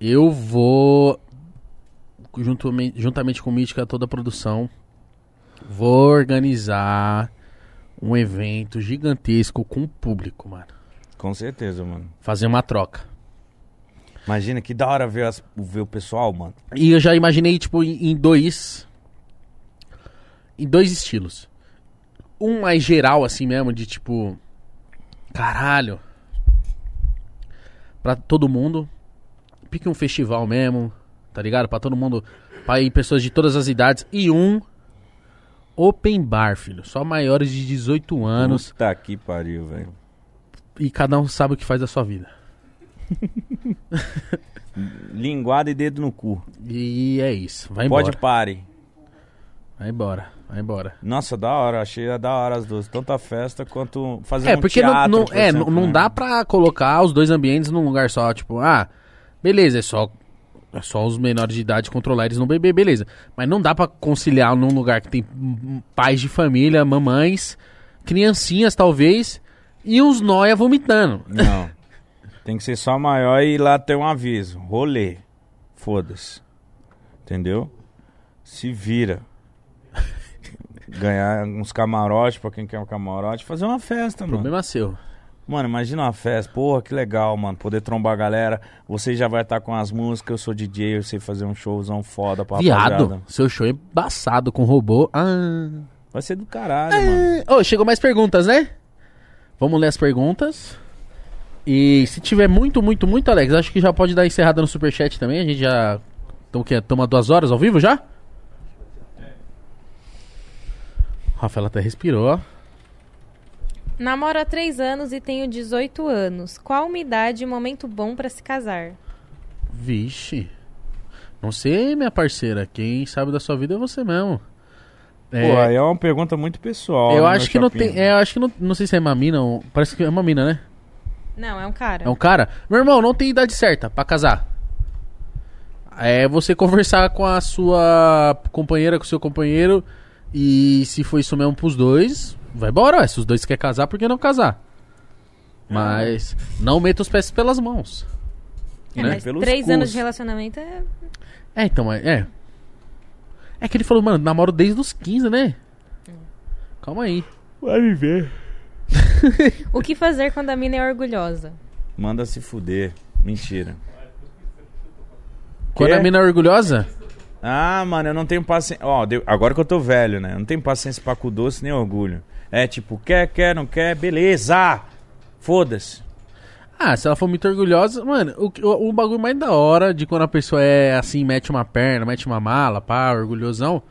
A: eu vou, juntamente, juntamente com o Mítica, toda a produção, vou organizar um evento gigantesco com o público, mano.
B: Com certeza, mano.
A: Fazer uma troca.
B: Imagina que da hora ver, as- ver o pessoal, mano.
A: E eu já imaginei, tipo, em em dois. Em dois estilos. Um mais geral, assim mesmo, de tipo. Caralho. Pra todo mundo. Pique um festival mesmo, tá ligado? Pra todo mundo. Pra ir pessoas de todas as idades. E um. Open bar, filho. Só maiores de 18 anos.
B: Puta que pariu, velho.
A: E cada um sabe o que faz da sua vida.
B: Linguada e dedo no cu.
A: E é isso. Vai embora.
B: Pode pare.
A: Vai embora, vai embora.
B: Nossa, da hora, achei da hora as duas. Tanto a festa quanto fazer
A: É,
B: um
A: porque não-
B: teatro,
A: não,
B: por
A: é,
B: exemplo,
A: não
B: né?
A: dá pra colocar os dois ambientes num lugar só. Tipo, ah, beleza, é só, é só os menores de idade controlar eles no bebê, beleza. Mas não dá pra conciliar num lugar que tem hum, pais de família, mamães, criancinhas talvez, e uns noia vomitando.
B: Não. Tem que ser só maior e lá tem um aviso. Rolê. Foda-se. Entendeu? Se vira. Ganhar uns camarotes pra quem quer um camarote. Fazer uma festa, mano.
A: Problema seu.
B: Mano, imagina uma festa. Porra, que legal, mano. Poder trombar a galera. Você já vai estar com as músicas. Eu sou DJ, eu sei fazer um showzão foda pra
A: Viado,
B: rapaziada.
A: seu show é embaçado com robô. Ah.
B: Vai ser do caralho, mano.
A: Ô, chegou mais perguntas, né? Vamos ler as perguntas. E se tiver muito, muito, muito, Alex, acho que já pode dar encerrada no superchat também. A gente já. Então o quê? Toma duas horas ao vivo já? Rafaela até respirou, ó.
E: Namoro há três anos e tenho 18 anos. Qual uma idade e momento bom pra se casar?
A: Vixe. Não sei, minha parceira. Quem sabe da sua vida é você mesmo. É,
B: Porra, aí é uma pergunta muito pessoal.
A: eu
B: né,
A: acho
B: meu
A: que não
B: chapinha?
A: tem. é, eu acho que não. Não sei se é uma mina ou. Parece que é uma mina, né?
E: Não, é um cara.
A: É um cara? Meu irmão, não tem idade certa pra casar. É você conversar com a sua companheira, com o seu companheiro. E se for isso mesmo pros dois, vai embora. ué. Se os dois querem casar, por que não casar? Mas não meta os pés pelas mãos.
E: É,
A: né?
E: mas
B: Pelos
E: três
B: cus.
E: anos de relacionamento é.
A: É, então, é. É, É que ele falou, mano, namoro desde os 15, né? Calma aí.
B: Vai me ver.
E: O que fazer quando a mina é orgulhosa?
B: Manda se fuder. Mentira.
A: Quando a mina é orgulhosa,
B: Ah, mano, eu não tenho paciência. Ó, deu- agora que eu tô velho, né? Eu não tenho paciência pra cu doce nem orgulho. É tipo, quer, quer, não quer, beleza! Foda-se.
A: Ah, se ela for muito orgulhosa, mano, o, que- o, o bagulho mais da hora de quando a pessoa é assim, mete uma perna, mete uma mala, pá, orgulhosão,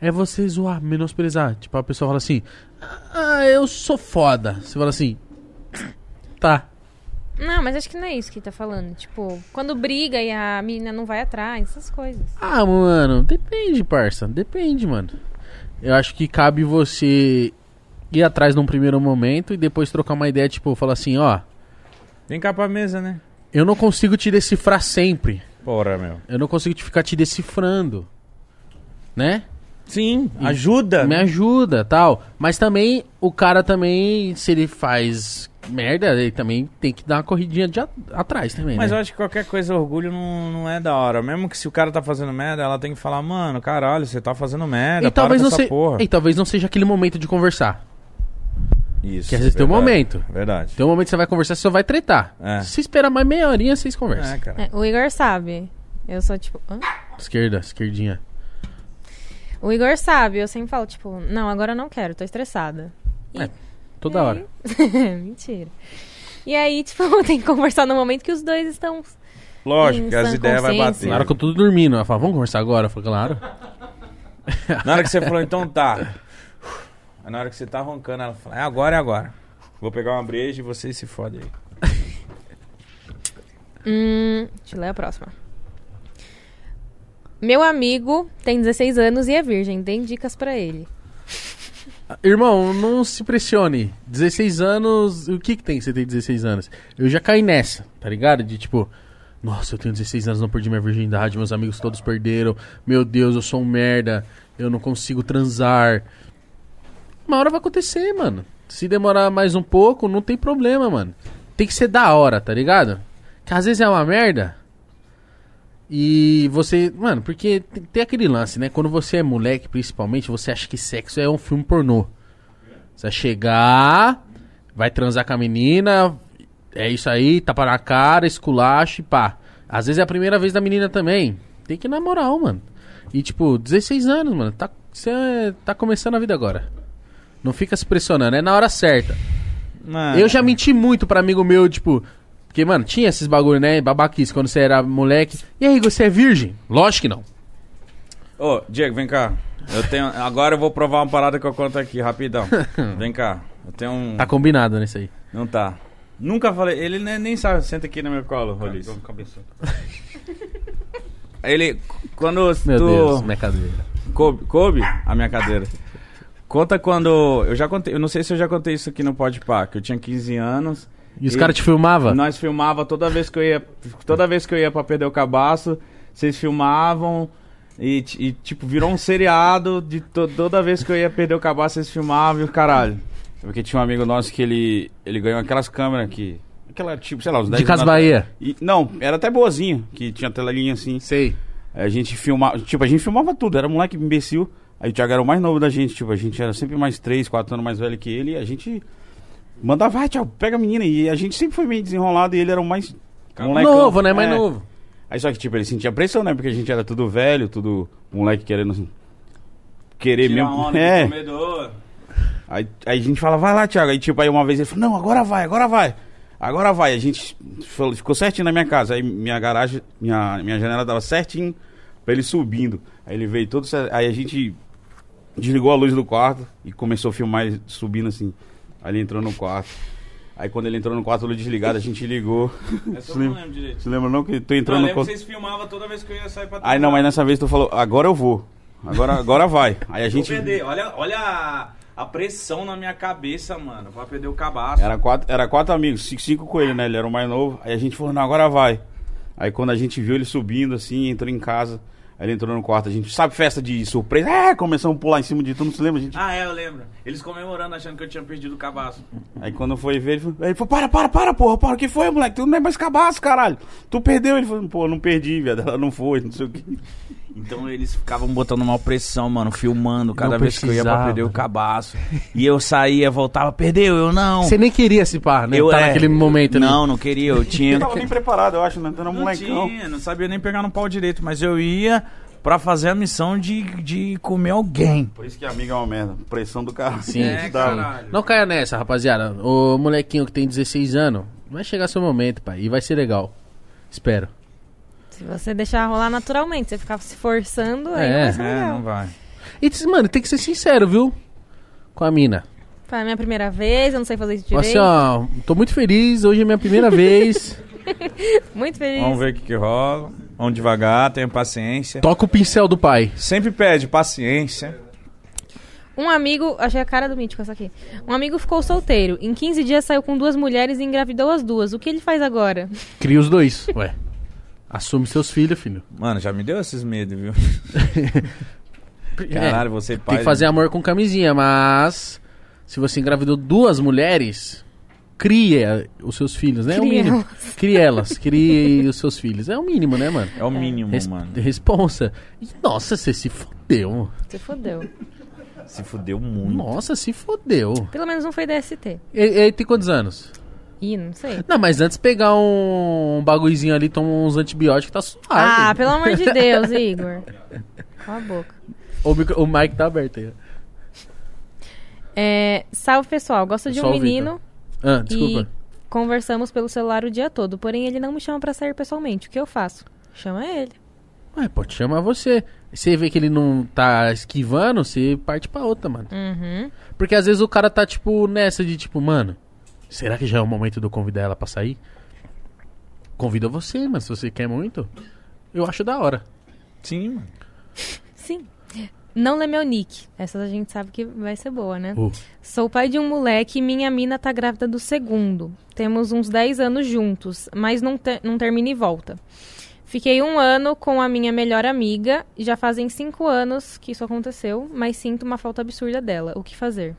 A: é você zoar, menosprezar. Tipo, a pessoa fala assim, ah, eu sou foda. Você fala assim, tá.
E: Não, mas acho que não é isso que tá falando. Tipo, quando briga e a menina não vai atrás, essas coisas.
A: Ah, mano, depende, parça, depende, mano. Eu acho que cabe você ir atrás num primeiro momento e depois trocar uma ideia, tipo, falar assim, ó,
B: Vem cá pra mesa, né?
A: eu não consigo te decifrar sempre.
B: Porra, meu.
A: Eu não consigo te ficar te decifrando, né?
B: Sim, ajuda.
A: me ajuda, tal. Mas também, o cara também, se ele faz merda, ele também tem que dar uma corridinha de a- atrás também,
B: Mas eu
A: né?
B: acho que qualquer coisa, orgulho não, não é da hora. Mesmo que se o cara tá fazendo merda, ela tem que falar, mano, caralho, você tá fazendo merda.
A: e, talvez
B: para
A: não
B: com essa
A: se...
B: porra.
A: e talvez não seja aquele momento de conversar.
B: Isso.
A: que às vezes tem um
B: verdade.
A: momento. um
B: Verdade.
A: Tem um momento que você vai conversar, você só vai tretar.
B: É.
A: Se esperar mais meia horinha, vocês conversam.
B: É, cara.
E: É, o Igor sabe. Eu sou tipo. hã?
A: Esquerda, esquerdinha.
E: O Igor sabe. Eu sempre falo, tipo, não, agora eu não quero, tô estressada.
C: É,
A: Toda hora.
E: Mentira. E aí, tipo, tem que conversar no momento que os dois estão.
B: Lógico, que
E: Em
B: as
E: sã
B: ideias vai bater.
E: consciência.
A: Na hora que eu tô dormindo, ela fala, vamos conversar agora? Eu falo, claro.
B: Na hora que você falou, então tá. Aí Na hora que você tá roncando, ela fala, é agora, é agora. Vou pegar uma breja e vocês se fodem aí.
E: Hum, deixa eu ler a próxima. Meu amigo tem 16 anos e é virgem. Dêem dicas pra ele.
A: Irmão, não se pressione. 16 anos, o que que tem que você ter 16 anos? Eu já caí nessa, tá ligado? De tipo, nossa, eu tenho 16 anos, não perdi minha virgindade, meus amigos todos perderam. Meu Deus, eu sou um merda, eu não consigo transar. Uma hora vai acontecer, mano. Se demorar mais um pouco, não tem problema, mano. Tem que ser da hora, tá ligado? Que às vezes é uma merda. E você, mano, porque tem- tem aquele lance, né? Quando você é moleque, principalmente, você acha que sexo é um filme pornô. Você vai chegar, vai transar com a menina, é isso aí, tapa na cara, esculacho e pá. Às vezes é a primeira vez da menina também. Tem que ir na moral, mano. E tipo, 16 anos, mano, tá, você é- tá começando a vida agora. Não fica se pressionando, é na hora certa.
B: Mano,
A: Eu já menti muito pra amigo meu, tipo. Porque, mano, tinha esses bagulho, né? Babaquice quando você era moleque. E aí, você é virgem? Lógico que não.
B: Ô, Diego, vem cá. Eu tenho. Agora eu vou provar uma parada que eu conto aqui, rapidão. Vem cá. Eu tenho um.
A: Tá combinado nisso aí.
B: Não tá. Nunca falei. Ele ne- nem sabe. Senta aqui no meu colo,
A: Tá
B: Rolis. Ele. Quando
A: Meu
B: tu.
A: Deus, minha cadeira.
D: coube, coube a minha cadeira. Conta quando. Eu já contei. Eu não sei se eu já contei isso aqui no Pode Pá, que eu tinha 15 anos.
A: E os caras te filmavam?
D: Nós filmava toda vez que eu ia, toda vez que eu ia para perder o cabaço, vocês filmavam e, ti- e, tipo virou um seriado de to- toda vez que eu ia perder o cabaço vocês filmavam e o caralho. Porque tinha um amigo nosso que ele ele ganhou aquelas câmeras que aquela tipo, sei lá, uns 10
A: De Casa
D: anos-
A: Bahia.
D: E- não, era até boazinho, que tinha telinha assim.
A: Sei.
D: A gente filmava, tipo, a gente filmava tudo, era moleque imbecil. Aí o Thiago era o mais novo da gente, tipo, a gente era sempre mais 3, 4 anos mais velho que ele, e a gente mandava, vai, Thiago, pega a menina. E a gente sempre foi meio desenrolado e ele era o mais molecão.
A: novo, né? Mais
D: É.
A: novo.
D: Aí só que, tipo, ele sentia pressão, né? Porque a gente era tudo velho, tudo moleque querendo assim, querer mesmo. é. Aí, aí a gente fala, vai lá, Thiago. Aí, tipo, aí uma vez ele falou, não, agora vai, agora vai. Agora vai. A gente falou- ficou certinho na minha casa. Aí minha garagem, minha, minha janela tava certinho pra ele subindo. Aí ele veio todo cer- Aí a gente desligou a luz do quarto e começou a filmar ele subindo assim. Aí ele entrou no quarto. Aí quando ele entrou no quarto, a luz desligada, a gente ligou. Você lembra, você lembra não que tu entrou no quarto?
B: filmavam toda vez que eu ia sair pra
D: Aí não, mas nessa vez tu falou, agora eu vou. Agora, agora vai. Aí a
B: Vou
D: gente.
B: perder. Olha, olha a, a pressão na minha cabeça, mano. Pra perder o cabaço.
D: Era quatro, era quatro amigos, cinco, cinco com ele, né? Ele era o mais novo. Aí a gente falou, não, agora vai. Aí quando a gente viu ele subindo, assim, entrou em casa. Aí ele entrou no quarto, a gente, sabe, festa de surpresa. É, começamos a pular em cima de tudo, não se lembra, a gente?
B: Ah, é, eu lembro. Eles comemorando achando que eu tinha perdido o cabaço.
D: Aí quando foi ver, ele falou, ele falou, para, para, para, porra, para, o que foi, moleque? Tu não é mais cabaço, caralho. Tu perdeu. Ele falou, pô, não perdi, viado, ela não foi, não sei o quê.
B: Então eles ficavam botando uma pressão, mano, filmando cada
A: Não
B: vez que eu ia pra
A: precisava.
B: perder o cabaço. E eu saía, voltava, perdeu, eu não.
A: Você nem queria se par, né?
B: eu
A: tá
B: é,
A: naquele momento
B: Não, não queria, eu tinha.
D: Eu tava nem preparado, eu acho, né? Tu era um
B: Não
D: molecão.
B: tinha, não sabia nem pegar no pau direito, mas eu ia pra fazer a missão de, de comer alguém.
D: Por isso que amiga é uma merda. Pressão do caralho.
A: Sim.
B: É,
D: Dá- né?
B: caralho.
A: Não caia nessa, rapaziada. O molequinho que tem 16 anos, vai chegar seu momento, pai. E vai ser legal. Espero.
C: Se você deixar rolar naturalmente, você ficar se forçando, aí
A: É.
C: não vai ser
B: É,
C: legal.
B: não vai.
A: E, diz, mano, tem que ser sincero, viu? Com a mina.
C: Foi a minha primeira vez, eu não sei fazer isso
A: Fala Assim,
C: direito.
A: ó, tô muito feliz, hoje é minha primeira vez.
C: Muito
A: um
C: feliz.
B: Vamos ver o que, que rola. Vamos devagar, tenha paciência.
A: Toca o pincel do pai.
B: Sempre pede paciência.
C: Um amigo, achei a cara do mítico essa aqui. Um amigo ficou solteiro. Em 15 dias saiu com duas mulheres e engravidou as duas. O que ele faz agora?
A: Cria os dois. Ué. Assume seus filhos, filho.
B: Mano, já me deu esses medos, viu?
A: É,
B: Caralho, você pai.
A: tem que fazer amor com camisinha, mas se você engravidou duas mulheres, cria os seus filhos, né? É o
C: Cria
A: mínimo. Cria elas, crie os seus filhos. É o mínimo, né, mano?
B: É o mínimo,
A: Res-
B: mano.
A: Responsa. E, nossa, você se fodeu.
C: Você fodeu.
B: Se fudeu muito.
A: Nossa, se fodeu.
C: Pelo menos não foi DST.
A: E e aí tem quantos anos?
C: Ih, não sei.
A: Não, mas antes pegar um, um bagulhozinho ali, toma uns antibióticos, tá suave.
C: Ah, pelo amor de Deus, Igor. Cala a boca.
A: o, micro, o mic tá aberto aí.
C: É, salve, pessoal. Gosto de
A: Só
C: um
A: o Vitor.
C: menino
A: Ah, desculpa.
C: e conversamos pelo celular o dia todo. Porém, ele não me chama pra sair pessoalmente. O que eu faço? Chama ele.
A: Ué, pode chamar você. Você vê que ele não tá esquivando, você parte pra outra, mano.
C: Uhum.
A: Porque às vezes o cara tá, tipo, nessa de tipo, mano, será que já é o momento de eu convidar ela pra sair? Convida você, mano, se você quer muito. Eu acho da hora.
B: Sim, mano.
C: Sim. Não lê meu nick. Essa a gente sabe que vai ser boa, né?
A: Uh,
C: Sou pai de um moleque e minha mina tá grávida do segundo. Temos uns 10 anos juntos, mas não, te- não termina e volta. Fiquei um ano com a minha melhor amiga. Já fazem cinco anos que isso aconteceu, mas sinto uma falta absurda dela. O que fazer?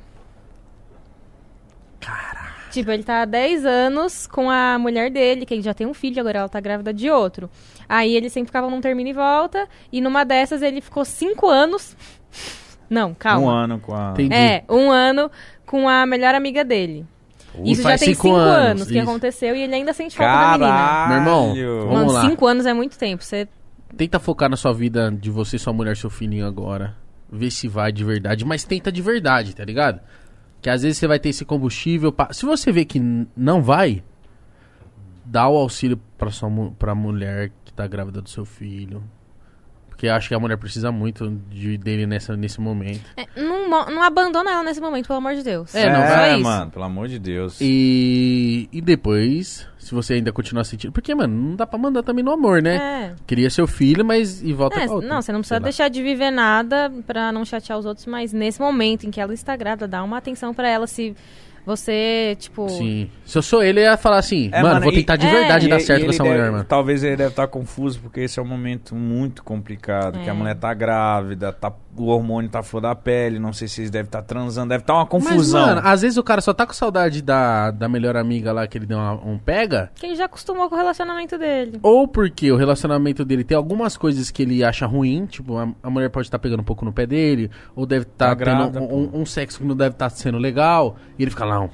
C: Cara. Tipo, ele tá há 10 anos com a mulher dele, que ele já tem um filho, agora ela tá grávida de outro. Aí ele sempre ficava num termina e volta, e numa dessas ele ficou cinco anos. Não, calma.
B: Um ano com a.
A: entendi.
C: É, um ano com a melhor amiga dele.
A: E
C: isso já
A: faz
C: tem
A: cinco
C: cinco anos,
A: anos,
C: que
A: isso.
C: aconteceu e ele ainda sente falta da menina.
B: Caralho.
A: né? Meu irmão, vamos
C: Mano,
A: lá.
C: cinco anos é muito tempo. Você
A: Tenta focar na sua vida de você, sua mulher, seu filhinho agora. Vê se vai de verdade, mas tenta de verdade, tá ligado? Que às vezes você vai ter esse combustível. pra- Se você vê que n- não vai, dá o auxílio pra, sua, mu- pra mulher que tá grávida do seu filho. Porque eu acho que a mulher precisa muito de- dele nessa, nesse momento.
C: É, não, mo- não abandona ela nesse momento, pelo amor de Deus.
A: É, não,
C: só isso.
B: mano, pelo amor de Deus.
A: E, e depois, se você ainda continuar sentindo. Porque, mano, não dá pra mandar também no amor, né?
C: É.
A: Queria seu filho, mas. E volta
C: É,
A: pra outra.
C: não, você não
A: Sei
C: precisa
A: lá.
C: deixar de viver nada pra não chatear os outros, mas nesse momento em que ela está grávida, dá uma atenção pra ela se você, tipo,
A: Sim. Se eu sou ele, eu ia falar assim,
B: É,
A: mano,
B: mano,
A: vou
B: e-
A: tentar de
C: é.
A: verdade
B: E-
A: dar
B: e
A: certo com
B: ele
A: essa
B: deve-
A: mulher, mano.
B: Talvez ele deve estar confuso, porque esse é um momento muito complicado. Que a mulher tá grávida, tá, o hormônio tá flor da pele, não sei se eles devem estar transando, deve estar uma confusão.
A: Mas, mano, às vezes o cara só tá com saudade da, da melhor amiga lá que ele deu uma- um pega.
C: quem já acostumou com o relacionamento dele.
A: Ou porque o relacionamento dele tem algumas coisas que ele acha ruim, tipo, a, a mulher pode estar pegando um pouco no pé dele, ou deve estar
B: Tá grávida,
A: tendo um- um, um sexo que não deve estar sendo legal, e ele fica lá, "Não,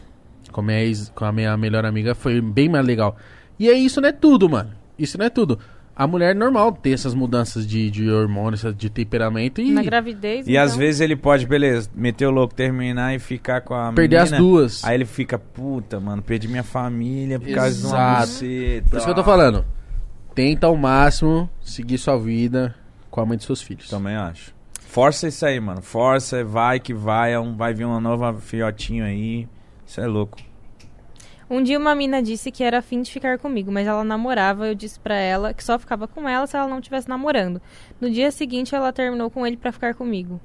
A: com a, minha ex- com a minha melhor amiga foi bem mais legal. E aí isso não é tudo, mano. Isso não é tudo. A mulher é normal ter essas mudanças de, de hormônios, essas de temperamento e
C: Na gravidez. então.
B: e
A: então
B: às vezes ele pode, beleza, meter o louco, terminar e ficar com a
A: perder as
B: menina.
A: duas.
B: Aí ele fica, puta, mano, perdi minha família por causa de uma
A: Exato.
B: buceta.
A: Por isso que eu tô falando. Tenta ao máximo seguir sua vida com a mãe dos seus filhos.
B: Também acho. Força isso aí, mano. Força, vai que vai. é um- Vai vir uma nova filhotinho aí. Isso é louco.
C: Um dia uma mina disse que era afim de ficar comigo, mas ela namorava. Eu disse pra ela que só ficava com ela se ela não estivesse namorando. No dia seguinte, ela terminou com ele pra ficar comigo.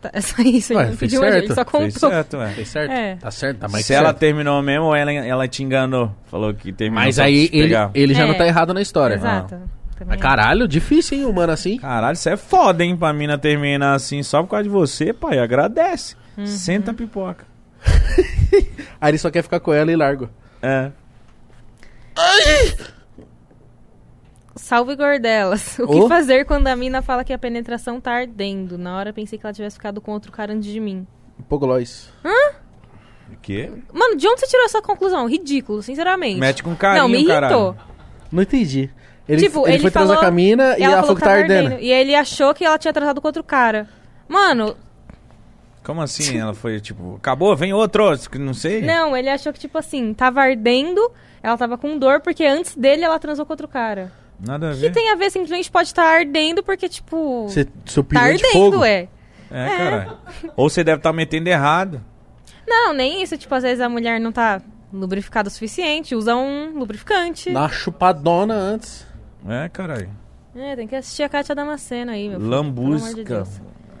C: Tá, é só isso,
A: Ué,
C: ele não
A: fez
C: pediu ajuda,
A: certo,
C: ele só
B: Fez
C: contou.
B: certo, é.
A: Fez certo?
C: É.
A: Tá certo? Tá mais
B: Se
A: que
B: ela
A: certo.
B: terminou mesmo ou ela, ela te enganou? Falou que terminou.
A: Mas
B: só pra
A: aí
B: te
A: ele,
B: pegar.
A: ele já
C: É.
A: não tá errado na história.
C: Exato.
A: Mas
C: Também
A: caralho, difícil, hein, humano assim.
B: Caralho, isso é foda, hein? Pra mina terminar assim só por causa de você, pai. Agradece.
C: Uhum.
B: Senta a pipoca.
A: Aí ele só quer ficar com ela e largo.
B: É.
C: Salve gordelas. O
A: Ô.
C: que fazer quando a mina fala que a penetração tá ardendo? Na hora eu pensei que ela tivesse ficado com outro cara antes de mim.
A: Um Pogolóis.
B: O quê?
C: Mano, de onde você tirou essa conclusão? Ridículo, sinceramente.
B: Mete
A: um
B: com carinho,
C: Não, me irritou.
B: caralho.
A: Não entendi. Ele,
C: Tipo,
A: ele,
C: ele
A: foi transar
C: falou-
A: com a mina e ela falou que tá ardendo.
C: E ele achou que ela tinha transado com outro cara. Mano,
B: Como assim? Ela foi tipo, acabou, vem outro. Não sei.
C: não, ele achou que, tipo assim, tava ardendo, ela tava com dor, porque antes dele ela transou com outro cara.
B: Nada a
C: O que
B: ver.
C: tem a ver, simplesmente pode estar ardendo, porque, tipo.
A: É. Você subiu
C: tá
A: de
C: ardendo,
A: fogo.
C: é.
B: É, caralho. Ou você deve estar metendo errado.
C: Não, nem isso. Tipo, às vezes a mulher não tá lubrificada o suficiente, usa um lubrificante.
A: Na chupadona antes.
B: É, caralho.
C: É, tem que assistir a Kátia Damasceno aí, meu filho.
B: Lambusca.
C: Pelo amor de